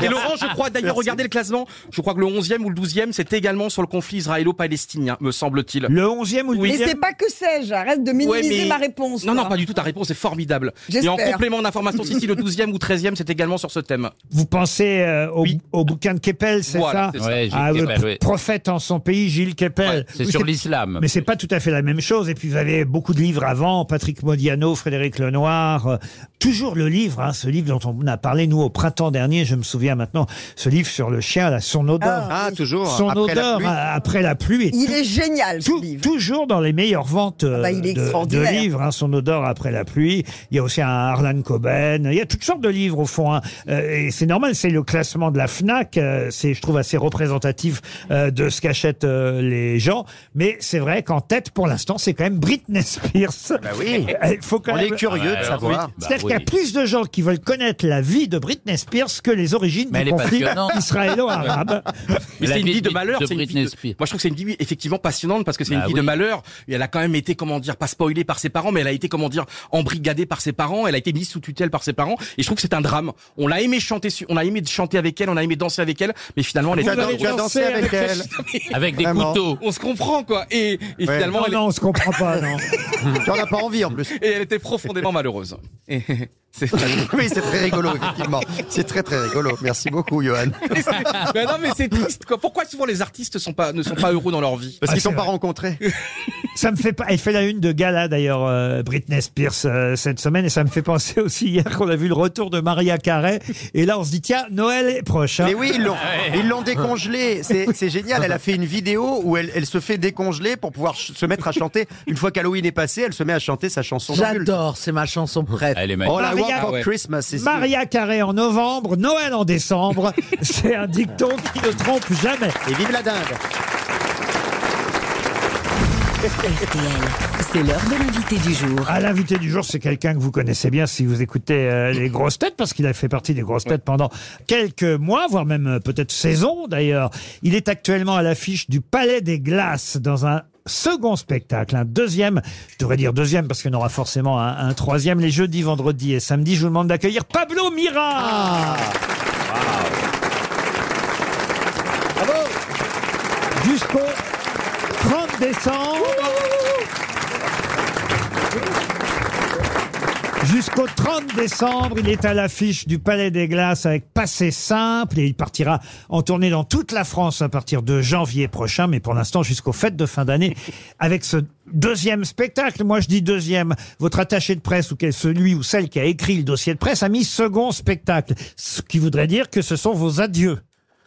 S5: Et Laurent, je crois d'ailleurs, regardez le classement, je crois que le 11e ou le 12e, c'est également sur le conflit israélo-palestinien, me semble-t-il.
S2: Le 11e ou le
S7: Mais c'est pas que sais-je. Arrête de minimiser ma réponse.
S5: Non,
S7: toi.
S5: non, pas du tout, ta réponse est formidable. Et
S7: J'espère.
S5: en complément d'information, si, si, le 12e ou 13e, c'est également sur ce thème.
S2: Vous pensez euh, au, au bouquin de Keppel, c'est ça
S5: Voilà, c'est ça. Ouais, Gilles
S2: Ah, le
S5: Keppel,
S2: pr-
S5: oui.
S2: prophète en son pays, Gilles Keppel.
S8: Ouais, c'est
S2: Oui,
S8: sur l'islam.
S2: Mais c'est pas tout à fait la même chose. Et puis vous avez beaucoup de livres avant, Patrick Modiano, Frédéric Lenoir. euh, toujours le livre, hein, ce livre dont on a parlé, nous, au printemps dernier, je me souviens maintenant, ce livre sur le chien, là, son odeur.
S4: Ah, Ah, oui. toujours,
S2: Son
S4: après la
S2: odeur
S4: pluie.
S2: a- après la pluie.
S7: Il est génial, ce
S2: Tou-
S7: livre.
S2: Toujours dans les meilleures ventes euh,
S7: Ah bah, il est
S2: de- de,
S7: extraordinaire.
S2: livres, hein, son odeur après la pluie. Il y a aussi un Harlan Coben. Il y a toutes sortes de livres au fond. hein. Euh, et c'est normal, c'est le classement de la Fnac. euh, c'est, je trouve, assez représentatif euh, de ce qu'achètent euh, les gens. Mais c'est vrai qu'en tête, pour l'instant, c'est quand même Britney Spears.
S4: Bah oui.
S2: Il faut quand
S4: On
S2: même-
S4: est curieux de savoir.
S2: Oui. C'est-à-dire
S4: Bah
S2: qu'il y a
S4: oui.
S2: plus de gens qui veulent connaître la vie de Britney Spears que les origines
S8: Mais
S2: du
S8: elle est
S2: conflit
S8: passionnante.
S2: israélo-arabe.
S5: Mais
S8: La
S5: c'est une
S8: vie
S5: vie de
S8: de-
S5: malheur,
S8: de
S5: c'est une vie
S8: Britney
S5: de-
S8: Spears.
S5: Moi, je trouve que c'est une vie effectivement passionnante parce que c'est
S8: Bah
S5: une vie
S8: oui.
S5: de malheur. Et elle a quand même été, comment dire, pas spoilée par ses parents, mais elle a été, comment dire, embrigadée par ses parents. Elle a été mise sous tutelle par ses parents. Et je trouve que c'est un drame. On l'a aimé chanter, su- on a aimé chanter avec elle, on a aimé danser avec elle, mais finalement, elle
S4: Vous
S5: est
S4: avez
S5: adorable.
S4: dansé avec elle. Avec des Vraiment. couteaux.
S5: On se comprend, quoi. Et, et finalement,
S2: non,
S5: elle est-
S2: non, on se comprend pas, non.
S4: J'en ai pas envie en plus.
S5: Et elle était profondément malheureuse. C'est-
S19: Oui, c'est très rigolo, effectivement. C'est très très rigolo. Merci beaucoup, Johan.
S5: Mais non, mais c'est triste. Quoi. Pourquoi souvent les artistes sont pas, ne sont pas heureux dans leur vie
S2: Parce Ah, qu'ils c'est sont pas vrai.
S19: rencontrés.
S2: Ça me fait pas. Elle fait la une de gala d'ailleurs, euh, Britney Spears euh, cette semaine, et ça me fait penser aussi hier qu'on a vu le retour de Maria Carey, et là on se dit tiens Noël est proche. hein.
S19: Mais oui, ils l'ont,
S4: Ah
S19: ils l'ont décongelé. C'est, c'est génial. Elle a fait une vidéo où elle, elle se fait décongeler pour pouvoir ch- se mettre à chanter. Une fois qu'Halloween est passé, elle se met à chanter sa chanson.
S6: J'adore, c'est ma chanson préférée.
S19: Elle est All I
S2: Maria,
S19: want Oh, for Christmas is you.
S2: Maria Carré en novembre, Noël en décembre. C'est un dicton qui ne trompe jamais.
S19: Et vive la dinde
S2: C'est l'heure de l'invité du jour. Ah, l'invité du jour, c'est quelqu'un que vous connaissez bien si vous écoutez euh, les grosses têtes, parce qu'il a fait partie des grosses têtes pendant quelques mois, voire même euh, peut-être saison d'ailleurs. Il est actuellement à l'affiche du Palais des Glaces dans un second spectacle, un deuxième, je devrais dire deuxième parce qu'il y en aura forcément un, un troisième les jeudis, vendredis et samedis. Je vous demande d'accueillir Pablo Mira. Jusqu'au 30 décembre. Jusqu'au 30 décembre, il est à l'affiche du Palais des Glaces avec Passé Simple et il partira en tournée dans toute la France à partir de janvier prochain, mais pour l'instant jusqu'aux fêtes de fin d'année avec ce deuxième spectacle. Moi je dis deuxième. Votre attaché de presse ou quel- celui ou celle qui a écrit le dossier de presse a mis second spectacle, ce qui voudrait dire que ce sont vos adieux.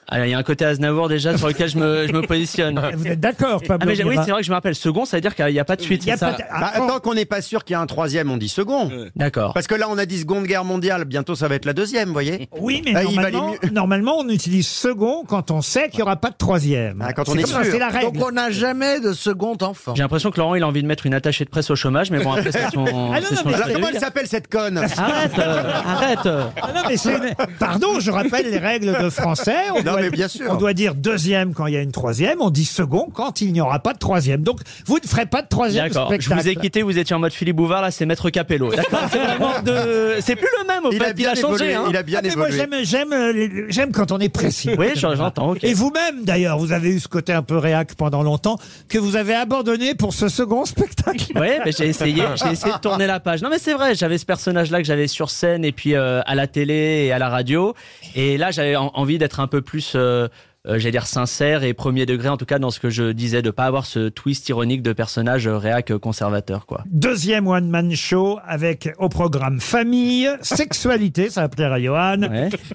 S20: Alors, Ah, il y a un côté Aznavour déjà sur lequel je me, je me positionne.
S2: Vous êtes d'accord, Pablo
S20: ah, mais j'ai- Oui,
S2: Mira
S20: c'est vrai que je me rappelle. Second, ça veut dire qu'il n'y a pas de suite. c'est ça
S2: Ah,
S19: Bah,
S2: oh.
S19: tant qu'on n'est pas sûr qu'il y a un troisième, on dit second.
S20: D'accord.
S19: Parce que là, on a dit Seconde Guerre mondiale. Bientôt, ça va être la deuxième, vous voyez
S2: Oui, mais
S19: Ah, il valait
S2: normalement, normalement, on utilise second quand on sait qu'il n'y aura pas de troisième.
S19: Ah,
S2: C'est comme ça, C'est la règle.
S6: Donc on n'a jamais de second enfant.
S20: J'ai l'impression que Laurent, il a envie de mettre une attachée de presse au chômage, mais bon, après, c'est son.
S2: Ah
S20: c'est son
S19: Alors,
S20: choix de
S19: comment
S20: vie.
S19: elle s'appelle cette conne
S20: Arrête, euh, arrête.
S2: Ah non, mais c'est une- Pardon, je rappelle les règles de français. On
S19: Non,
S2: doit,
S19: mais bien sûr.
S2: On doit dire deuxième quand il y a une troisième, on dit second quand il n'y aura pas de troisième. Donc, vous ne ferez pas de troisième
S20: D'accord. Je
S2: spectacle.
S20: vous ai quitté, vous étiez en mode Philippe Bouvard, là, c'est Maître Capello. D'accord. C'est vraiment de. C'est plus le même, au fait. il a changé. hein.
S2: Ah, mais moi, j'aime- j'aime, euh, les- j'aime quand on est précis.
S20: Oui, j'entends, ok.
S2: Et vous-même, d'ailleurs, vous avez eu ce côté un peu réac pendant longtemps que vous avez abandonné pour ce second spectacle.
S20: Oui, mais j'ai essayé, j'ai essayé de tourner la page. Non, mais c'est vrai, j'avais ce personnage-là que j'avais sur scène et puis euh, à la télé et à la radio. Et là, j'avais en- envie d'être un peu plus, euh, euh, j'allais dire, sincère et premier degré, en tout cas, dans ce que je disais, de pas avoir ce twist ironique de personnage euh, réac euh, conservateur, quoi.
S2: Deuxième One Man Show avec au programme famille, sexualité, ça va plaire à Johan,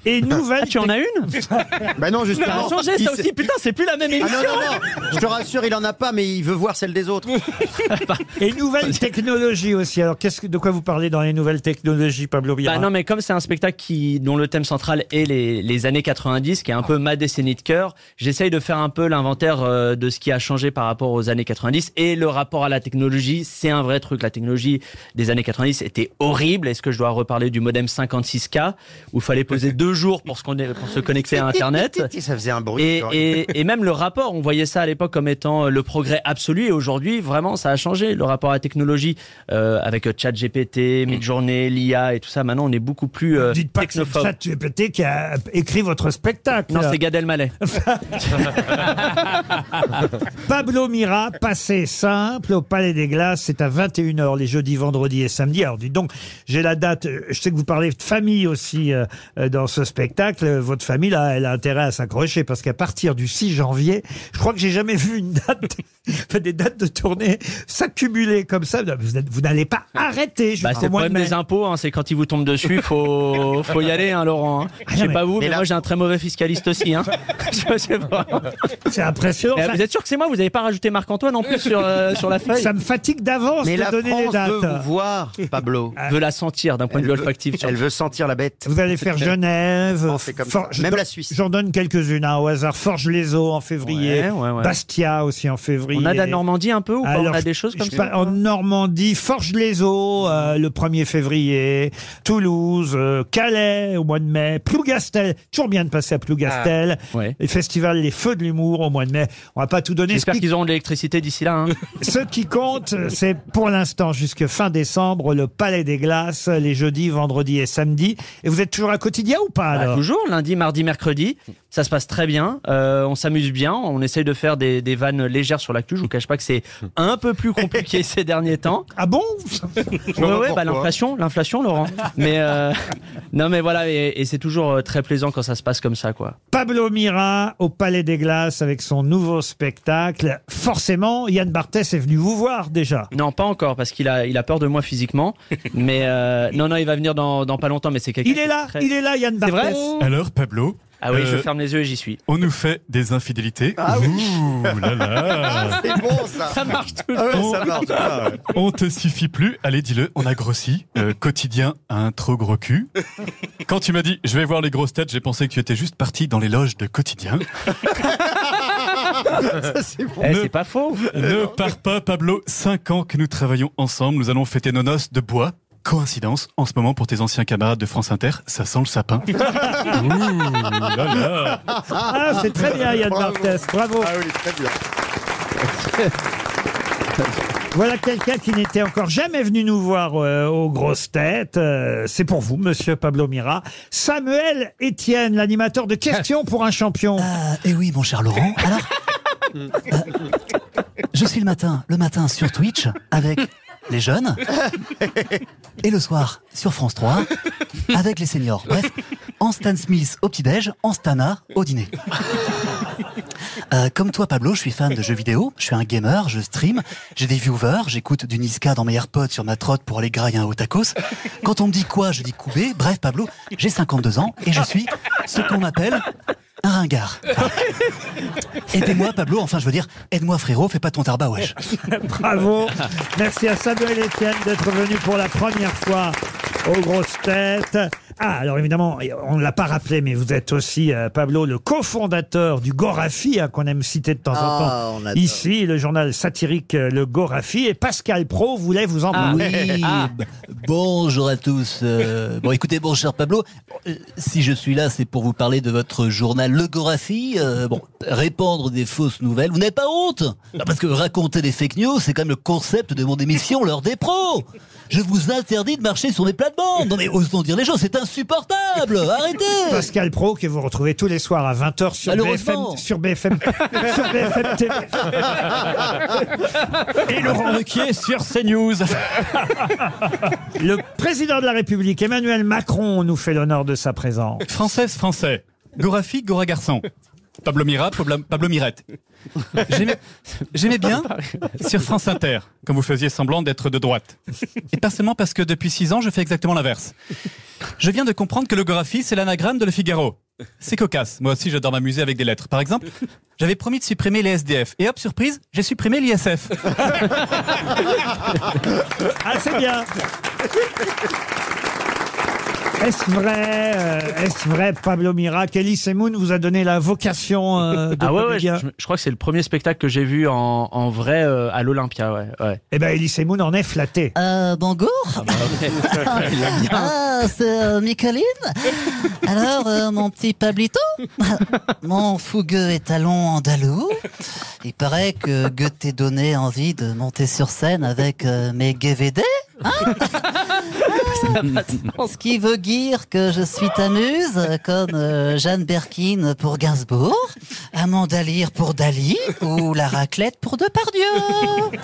S2: et nouvelle. tu en
S20: Ah, as une
S19: Bah non, justement.
S20: Ça a changé,
S19: il
S20: ça
S19: s'est-
S20: aussi. Putain, c'est plus la même
S19: Ah
S20: émission.
S19: non, non, non. Je te rassure, il en a pas, mais il veut voir celle des autres.
S20: Oh,
S2: Et nouvelles technologies aussi. Alors, qu'est-ce que, de quoi vous parlez dans les nouvelles technologies, Pablo Bira
S20: Bah non, mais comme c'est un spectacle qui, dont le thème central est les, les années 90, qui est un peu ma décennie de cœur, j'essaye de faire un peu l'inventaire euh, de ce qui a changé par rapport aux années 90 et le rapport à la technologie. C'est un vrai truc. La technologie des années 90 était horrible. Est-ce que je dois reparler du modem 56K où il fallait poser deux jours pour se, conne- pour se connecter à Internet
S19: Ça faisait un bruit.
S20: et,
S19: horrible.
S20: et- et même le rapport, on voyait ça à l'époque comme étant euh, le progrès absolu. Et aujourd'hui, vraiment, ça a changé. Le rapport à la technologie euh, avec ChatGPT, Midjourney, l'IA et tout ça. Maintenant, on est beaucoup plus euh,
S2: Dites pas que c'est
S20: technophobe.
S2: ChatGPT qui a écrit votre spectacle.
S20: Non, c'est Gad Elmaleh.
S2: Pablo Mira, passé simple au Palais des Glaces, c'est à 21h les jeudis, vendredis et samedis. Alors dis donc, j'ai la date, euh, je sais que vous parlez de famille aussi euh, euh, dans ce spectacle, Euh, votre famille là, elle a intérêt à s'accrocher parce qu'à partir du 6 janvier, je crois que j'ai jamais vu une date, enfin, des dates de tournée s'accumuler comme ça, vous êtes- vous n'allez pas arrêter
S20: Bah,
S2: jusqu'au
S20: c'est le
S2: mois de
S20: problème
S2: mai.
S20: des impôts, hein, c'est quand ils vous tombent dessus, faut faut y aller, hein, Laurent.
S2: Ah,
S20: hein. Je sais pas vous, mais, moi j'ai un très mauvais fiscaliste aussi. Hein. Je sais pas.
S2: C'est impressionnant.
S20: Mais Vous êtes sûr que c'est moi Vous n'avez pas rajouté Marc-Antoine en plus sur euh, sur la feuille
S2: Ça me fatigue d'avance
S20: Mais
S2: de
S20: la
S2: donner les
S20: France
S2: dates.
S20: veut vous
S19: voir, Pablo.
S20: veut la sentir d'un point de vue olfactif.
S19: Elle veut sentir la bête.
S2: Vous allez faire Genève, For- je
S19: Même
S2: don-
S19: la Suisse.
S2: J'en donne quelques-unes hein, au hasard. Forge-les-Eaux en février,
S20: Ouais, ouais, ouais.
S2: Bastia aussi en février.
S20: On a de la Normandie un peu ou pas
S2: Alors,
S20: On a des choses
S2: je
S20: comme
S2: sais
S20: ça
S2: pas, En Normandie, Forge-les-Eaux euh, le 1er février, Toulouse, euh, Calais au mois de mai, Plougastel, toujours bien de passer à Plougastel.
S20: Ah, ouais.
S2: Et les festivals Les Feux de l'Humour au mois de mai. On va pas tout donner.
S20: J'espère qu'ils auront de l'électricité d'ici là. hein.
S2: Ce qui compte, c'est pour l'instant, jusque fin décembre, le Palais des Glaces, les jeudis, vendredis et samedis. Et vous êtes toujours à quotidien ou pas
S20: Bah,
S2: alors
S20: toujours, lundi, mardi, mercredi. Ça se passe très bien. Euh, on s'amuse bien. On essaye de faire des, des vannes légères sur l'actu. Je vous cache pas que c'est un peu plus compliqué ces derniers temps.
S2: Hmm. Ah bon
S20: Ouais, ouais, bah, l'inflation, l'inflation, Laurent. Mais euh, non, mais voilà, et, et c'est toujours euh, très plaisant quand ça se passe comme ça, quoi.
S2: Pablo Mira au Palais des Glaces avec son nouveau spectacle. Forcément, Yann Barthès est venu vous voir déjà.
S20: Non, pas encore, parce qu'il a, il a peur de moi physiquement. Mais euh, non, non, il va venir dans, dans pas longtemps. Mais c'est quelqu'un.
S2: Il
S20: qui
S2: est là,
S20: très-
S2: il est là, Yann
S20: C'est vrai
S2: Barthès.
S21: Alors, Pablo
S20: Ah oui,
S2: euh,
S20: je ferme les yeux et j'y suis.
S21: Euh, On nous fait des infidélités.
S20: Ah oui. Ah,
S21: Ouh là là
S20: C'est bon, ça. Ça marche toujours. Ah ouais, ça marche. Ah ouais.
S21: On te suffit plus. Allez, dis-le, on a grossi. Euh, quotidien, un trop gros cul. Quand tu m'as dit, je vais voir les grosses têtes, j'ai pensé que tu étais juste parti dans les loges de quotidien.
S20: Eh,
S21: Ne-
S20: c'est pas faux.
S21: Ne pars pas, Pablo. Cinq ans que nous travaillons ensemble. Nous allons fêter nos noces de bois. Coïncidence, en ce moment, pour tes anciens camarades de France Inter, ça sent le sapin. Ouh là là.
S2: Ah, c'est très bien, Yann
S21: Bravo.
S2: Barthès. Bravo.
S21: Ah oui, très bien.
S2: Voilà quelqu'un qui n'était encore jamais venu nous voir euh, aux grosses têtes. Euh, c'est pour vous, monsieur Pablo Mira. Samuel Etienne, l'animateur de Questions pour un champion.
S22: Eh oui, mon cher Laurent. Alors,
S15: Mm.
S22: euh, je suis le matin, le matin sur Twitch avec les jeunes et le soir sur France 3 avec les seniors. Bref, en Stan Smith au petit-déj, en Stana au dîner. Euh, comme toi, Pablo, je suis fan de jeux vidéo, je suis un gamer, je stream, j'ai des viewers, j'écoute du Niska dans mes AirPods sur ma trotte pour aller grailler un haut tacos. Quand on me dit quoi, je dis coubé. Bref, Pablo, j'ai 52 ans et je suis ce qu'on m'appelle un ringard. Aidez-moi, Pablo, enfin, je veux dire, aide-moi, frérot, fais pas ton tarba, wesh.
S2: Bravo. Merci à Samuel Etienne d'être venu pour la première fois aux grosses têtes. Ah, alors évidemment, on ne l'a pas rappelé, mais vous êtes aussi, euh, Pablo, le cofondateur du Gorafi, hein, qu'on aime citer de temps
S6: Ah,
S2: en
S6: on
S2: temps.
S6: adore.
S2: Ici, le journal satirique euh, Le Gorafi. Et Pascal Pro voulait vous en parler.
S22: Ah.
S2: Ah.
S22: Oui. Bonjour à tous. Euh, bon, écoutez, mon cher Pablo, euh, si je suis là, c'est pour vous parler de votre journal Le Gorafi. Euh, bon, répandre des fausses nouvelles, vous n'avez pas honte Non, Parce que raconter des fake news, c'est quand même le concept de mon émission, l'heure des pros. Je vous interdis de marcher sur des plates-bandes. Non mais osons dire les choses, c'est insupportable. Arrêtez.
S2: Pascal Pro, que vous retrouvez tous les soirs à 20h sur BFM,
S22: Malheureusement.
S2: sur BFM, sur BFM TV.
S21: Et Laurent Ruquier sur CNews.
S2: Le président de la République, Emmanuel Macron, nous fait l'honneur de sa présence.
S21: Française, français. Gorafi, Gora garçon. Pablo Mira, Pablo, Pablo Mirette. J'aimais- J'aimais bien sur France Inter, quand vous faisiez semblant d'être de droite. Et pas seulement parce que depuis six ans, je fais exactement l'inverse. Je viens de comprendre que le Gorafi, c'est l'anagramme de Le Figaro. C'est cocasse. Moi aussi, j'adore m'amuser avec des lettres. Par exemple, j'avais promis de supprimer les SDF. Et hop, surprise, j'ai supprimé l'ISF.
S2: Ah, c'est bien. Est-ce vrai, euh, est-ce vrai, Pablo Mira, qu'Elie Semoun vous a donné la vocation euh, de
S20: Ah ouais, ouais, je,
S2: comédien
S20: je- je crois que c'est le premier spectacle que j'ai vu en, en vrai euh, à l'Olympia, ouais. ouais.
S2: Eh ben, Elie Semoun en est flatté.
S22: Euh, bonjour. Ah, c'est euh, Micheline Alors, euh, mon petit Pablito Mon fougueux étalon andalou Il paraît que Goethe donnait envie de monter sur scène avec euh, mes GVD hein Ce qui veut dire que je suis Tamuse, euh, comme euh, Jeanne Berkin pour Gainsbourg, Amanda Lear pour Dali ou la raclette pour Depardieu.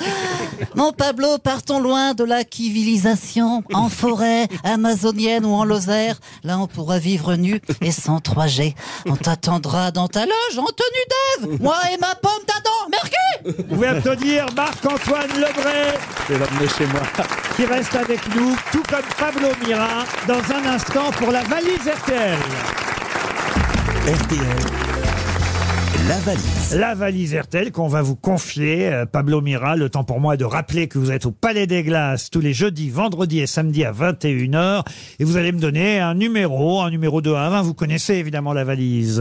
S22: Mon Pablo, partons loin de la civilisation, en forêt, amazonienne ou en Lozère. Là, on pourra vivre nu et sans 3G. On t'attendra dans ta loge en tenue d'Ève. Moi et ma pomme d'Adam. Mercure
S2: Vous pouvez applaudir Marc-Antoine Lebray.
S20: Je vais l'emmener chez moi.
S2: Qui reste avec nous, tout comme Pablo Mira, dans un instant pour la valise RTL.
S1: La valise.
S2: La valise RTL qu'on va vous confier, euh, Pablo Mira. Le temps pour moi de rappeler que vous êtes au Palais des Glaces tous les jeudis, vendredis et samedis à 21h. Et vous allez me donner un numéro, un numéro de 1 à 20. Vous connaissez évidemment la valise.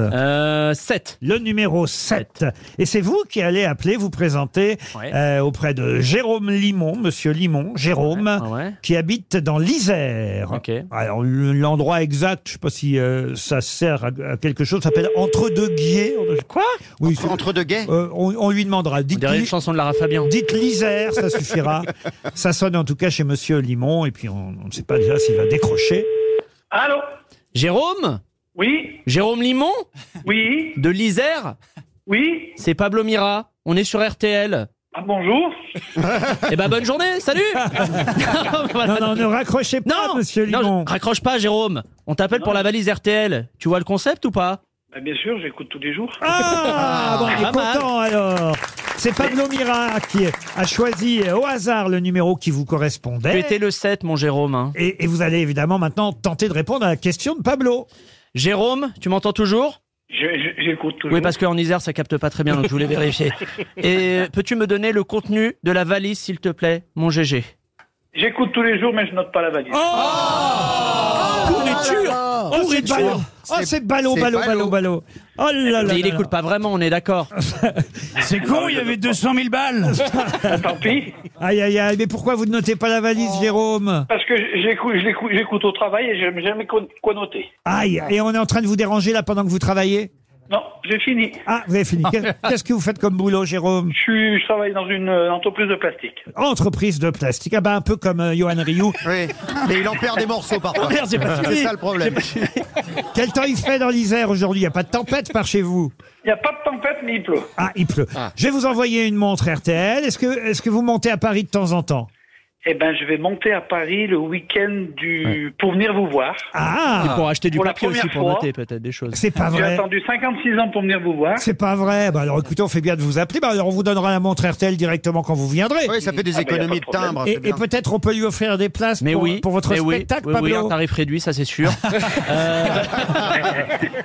S20: 7.
S2: Le numéro 7. Et c'est vous qui allez appeler, vous présenter
S20: Ouais.
S2: euh, auprès de Jérôme Limon, monsieur Limon, Jérôme, qui habite dans l'Isère. Alors, le- l'endroit exact, je ne sais pas si euh, ça sert à, à quelque chose, s'appelle Entre deux guiers. Quoi oui, Entre deux gays on, on lui demandera. Dites
S20: dirait une
S2: chanson de Lara Fabian. Dites l'Isère, ça suffira. ça sonne en tout cas chez Monsieur Limon, et puis on on ne sait pas déjà s'il va décrocher.
S20: Allô Jérôme
S13: Oui
S20: Jérôme Limon
S13: Oui
S20: De l'Isère
S13: Oui
S20: C'est Pablo Mira, on est sur RTL.
S13: Ah bonjour
S20: Eh ben bonne journée, salut
S2: Non, non, ne raccrochez
S20: pas, monsieur Limon Raccroche pas, Jérôme On t'appelle pour la valise RTL. Tu vois le concept ou pas
S13: Bah, Bien sûr, j'écoute tous les jours.
S2: Ah, bon, il est content alors. C'est Pablo Mira qui a choisi au hasard le numéro qui vous correspondait.
S20: Tu étais le 7, mon Jérôme. hein.
S2: Et, et vous allez évidemment maintenant tenter de répondre à la question de Pablo.
S20: Jérôme, tu m'entends toujours
S13: J'écoute toujours.
S20: Oui, parce qu'en Isère, ça capte pas très bien, donc je voulais vérifier. Et euh, peux-tu me donner le contenu de la valise, s'il te plaît, mon GG
S13: J'écoute tous les jours, mais je note pas la valise.
S2: Oh, c'est ballot. Oh, c'est ballot, ballot, ballot, ballot. Oh là là
S20: Mais il
S2: là
S20: écoute
S2: là.
S20: pas vraiment, on est d'accord.
S2: C'est con, il y avait 200 000 balles. Tant pis. Aïe, aïe, aïe. Mais pourquoi vous ne notez pas la valise,
S13: Oh.
S2: Jérôme
S13: Parce que j'écoute, je l'écoute- j'écoute au travail et je n'ai jamais quoi quoi noter.
S20: Ah.
S13: Ah.
S2: Aïe. Et on est en train de vous déranger là pendant que vous travaillez
S13: Non, j'ai fini.
S2: Ah, vous avez fini. Qu'est- Qu'est-ce que vous faites comme boulot, Jérôme
S13: Je, suis- je travaille dans une euh, entreprise de plastique.
S2: Entreprise de plastique. Ah bah un peu comme euh, Johan Rioux. Oui,
S13: mais il en perd des morceaux parfois.
S2: Merde, j'ai pas
S13: C'est
S2: fini.
S13: ça le problème.
S2: J'ai pas fini. Quel temps il fait dans l'Isère aujourd'hui Il n'y a pas de tempête par chez vous
S13: Il n'y a pas de tempête, mais il pleut.
S2: Ah, il pleut. Je vais vous envoyer une montre RTL. Est-ce que, est-ce que vous montez à Paris de temps en temps
S13: Eh ben, je vais monter à Paris le week-end du pour venir vous voir.
S2: Ah
S20: Et pour acheter du
S13: Pour la
S20: papier aussi,
S13: première
S20: pour
S13: fois.
S20: noter peut-être des choses.
S2: C'est pas
S13: J'ai
S2: vrai.
S13: attendu 56 ans pour venir vous voir.
S2: C'est pas vrai. Bah alors écoutez, on fait bien de vous appeler. Bah alors on vous donnera la montre RTL directement quand vous viendrez.
S19: Oui, ça fait des Ah, bah, y a économies pas de de problème. timbre,
S2: Et,
S19: c'est bien.
S2: et peut-être on peut lui offrir des places
S20: Mais
S2: pour,
S20: oui,
S2: pour votre
S20: mais oui,
S2: spectacle,
S20: oui, oui,
S2: Pablo.
S20: un tarif réduit, ça c'est sûr. Euh,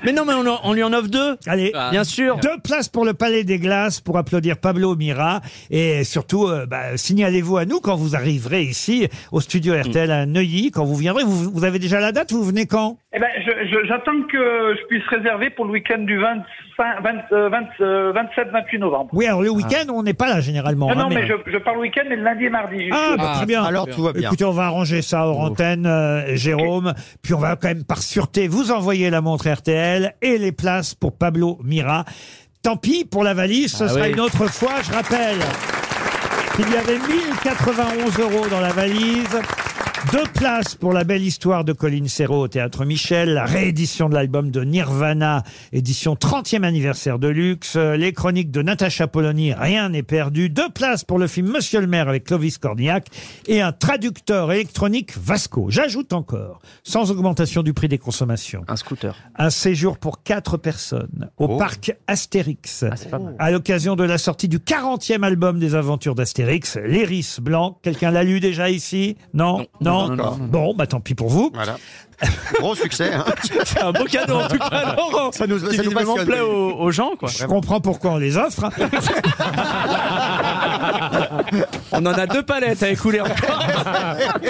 S20: Mais non, mais on, en- on lui en offre deux.
S2: Allez,
S20: Ah. bien sûr.
S2: Deux places pour le Palais des Glaces pour applaudir Pablo Mira. Et surtout, euh, bah, signalez-vous à nous quand vous arriverez ici au studio RTL à Neuilly. Quand vous viendrez, vous, vous avez déjà la date Vous venez quand
S13: Eh ben, je- je- j'attends que je puisse réserver pour le week-end du 25, 20, euh, 20, euh, 27, 28 novembre.
S2: Oui, alors le week-end,
S20: Ah.
S2: on n'est pas là généralement.
S13: Ah Non,
S2: hein,
S13: non, mais
S2: mais-
S13: je, je pars le week-end, mais le lundi et mardi. je
S2: Ah,
S13: suis-
S2: bah, très bien. Écoutez, on va arranger ça
S20: Oh.
S2: hors antenne, euh, Jérôme. Puis on va quand même, par sûreté, vous envoyer la montre RTL et les places pour Pablo Mira. Tant pis pour la valise, ce
S20: Ah
S2: sera
S20: oui.
S2: une autre fois, je rappelle. qu'il y avait 1091 euros dans la valise. Deux places pour la belle histoire de Colline Serrault au Théâtre Michel, la réédition de l'album de Nirvana, édition 30e anniversaire de luxe, euh, les chroniques de Natacha Polony, Rien n'est perdu, deux places pour le film Monsieur le maire avec Clovis Cornillac et un traducteur électronique Vasco. J'ajoute encore, sans augmentation du prix des consommations,
S20: Un scooter.
S2: un séjour pour quatre personnes au
S20: Oh.
S2: parc Astérix
S20: Ah, pas mal.
S2: à l'occasion de la sortie du 40e album des aventures d'Astérix, L'Héris Blanc. Quelqu'un l'a lu déjà ici non non,
S19: non, non, non.
S2: Bon, bah tant pis pour vous.
S19: Voilà. Gros succès. Hein.
S20: C'est un beau cadeau en tout cas, Laurent.
S19: Ça nous,
S20: Qui
S19: ça nous
S20: visiblement
S19: passionne.
S20: plaît aux, aux gens, quoi.
S2: Je comprends pourquoi on les hein. offre.
S20: On en a deux palettes à écouler encore.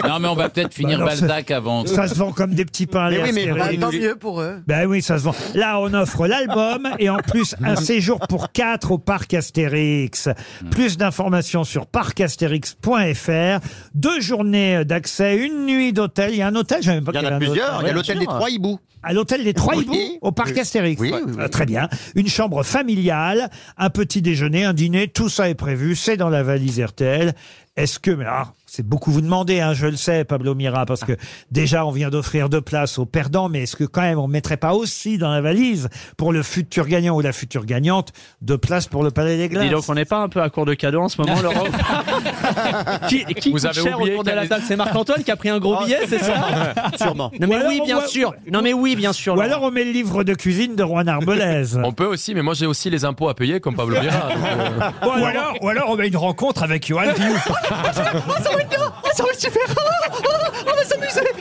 S8: Non, mais on va peut-être finir
S2: Bah, alors,
S8: Balzac avant.
S2: Ça se vend comme des petits pains. les Astérix.
S6: tant mieux pour eux.
S2: Ben oui, ça se vend. Là, on offre l'album et en plus un séjour pour quatre au parc Astérix.
S8: Hmm.
S2: Plus d'informations sur parcastérix.fr. Deux journées d'accès, une nuit d'hôtel. Il y a un hôtel, j'avais pas
S19: Il y en
S2: qu'il
S19: a
S2: un
S19: plusieurs.
S2: hôtel. Ah,
S19: Il y a l'hôtel des Trois Hiboux.
S2: À l'hôtel des Trois
S19: Oui.
S2: Hiboux, au parc
S19: Oui.
S2: Astérix.
S19: Oui,
S2: Ouais.
S19: oui, oui.
S2: Ah, Très bien. Une chambre familiale, un petit déjeuner, un dîner, tout ça est prévu. C'est dans la valise RTL. Est-ce que, mais ah, c'est beaucoup vous demander, hein, je le sais, Pablo Mira, parce que déjà on vient d'offrir deux places aux perdants, mais est-ce que quand même on mettrait pas aussi dans la valise pour le futur gagnant ou la future gagnante deux places pour le Palais des Glaces
S20: Dis donc, on n'est pas un peu à court de cadeaux en ce moment, Laurent Qui, qui
S2: Vous
S20: coûte
S2: avez
S20: cher
S2: oublié
S20: autour de
S2: qu'elle
S20: la
S2: est- Oh.
S20: table C'est Marc-Antoine qui a pris un gros billet, c'est ça
S2: Sûrement.
S20: Non,
S2: Ou
S20: mais
S2: alors
S20: oui,
S2: on
S20: bien
S2: voit-
S20: sûr. Non, mais oui, bien sûr.
S2: Ou alors on met le livre de cuisine de Juan Arbelaise.
S9: On peut aussi, mais moi j'ai aussi les impôts à payer comme Pablo euh. Vira.
S20: euh.
S2: Ou alors, ou alors on met une rencontre avec Johan Rioux.
S15: ça va être bien Ah, Ça va être super Ah, ah, ah, On va s'amuser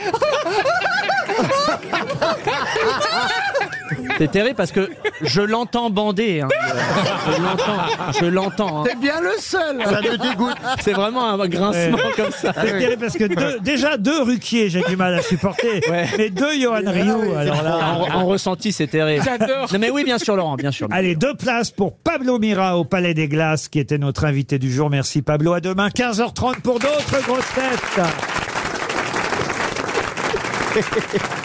S20: C'est terrible parce que je l'entends bander. hein. Je l'entends. Je l'entends. hein.
S15: T'es bien le seul
S20: C'est vraiment un grincement
S2: Ouais.
S20: comme ça.
S2: C'est terrible parce que deux- déjà deux Ruquier, j'ai du mal à supporter. Mais deux
S20: Ah
S2: Johan Rioux, alors là.
S20: en, en ressenti, c'est terrible. J'adore. Non, mais oui, bien sûr, Laurent, bien sûr.
S2: Allez, deux places pour Pablo Mira au Palais des Glaces, qui était notre invité du jour. Merci Pablo. À demain, 15h30 pour d'autres grosses têtes.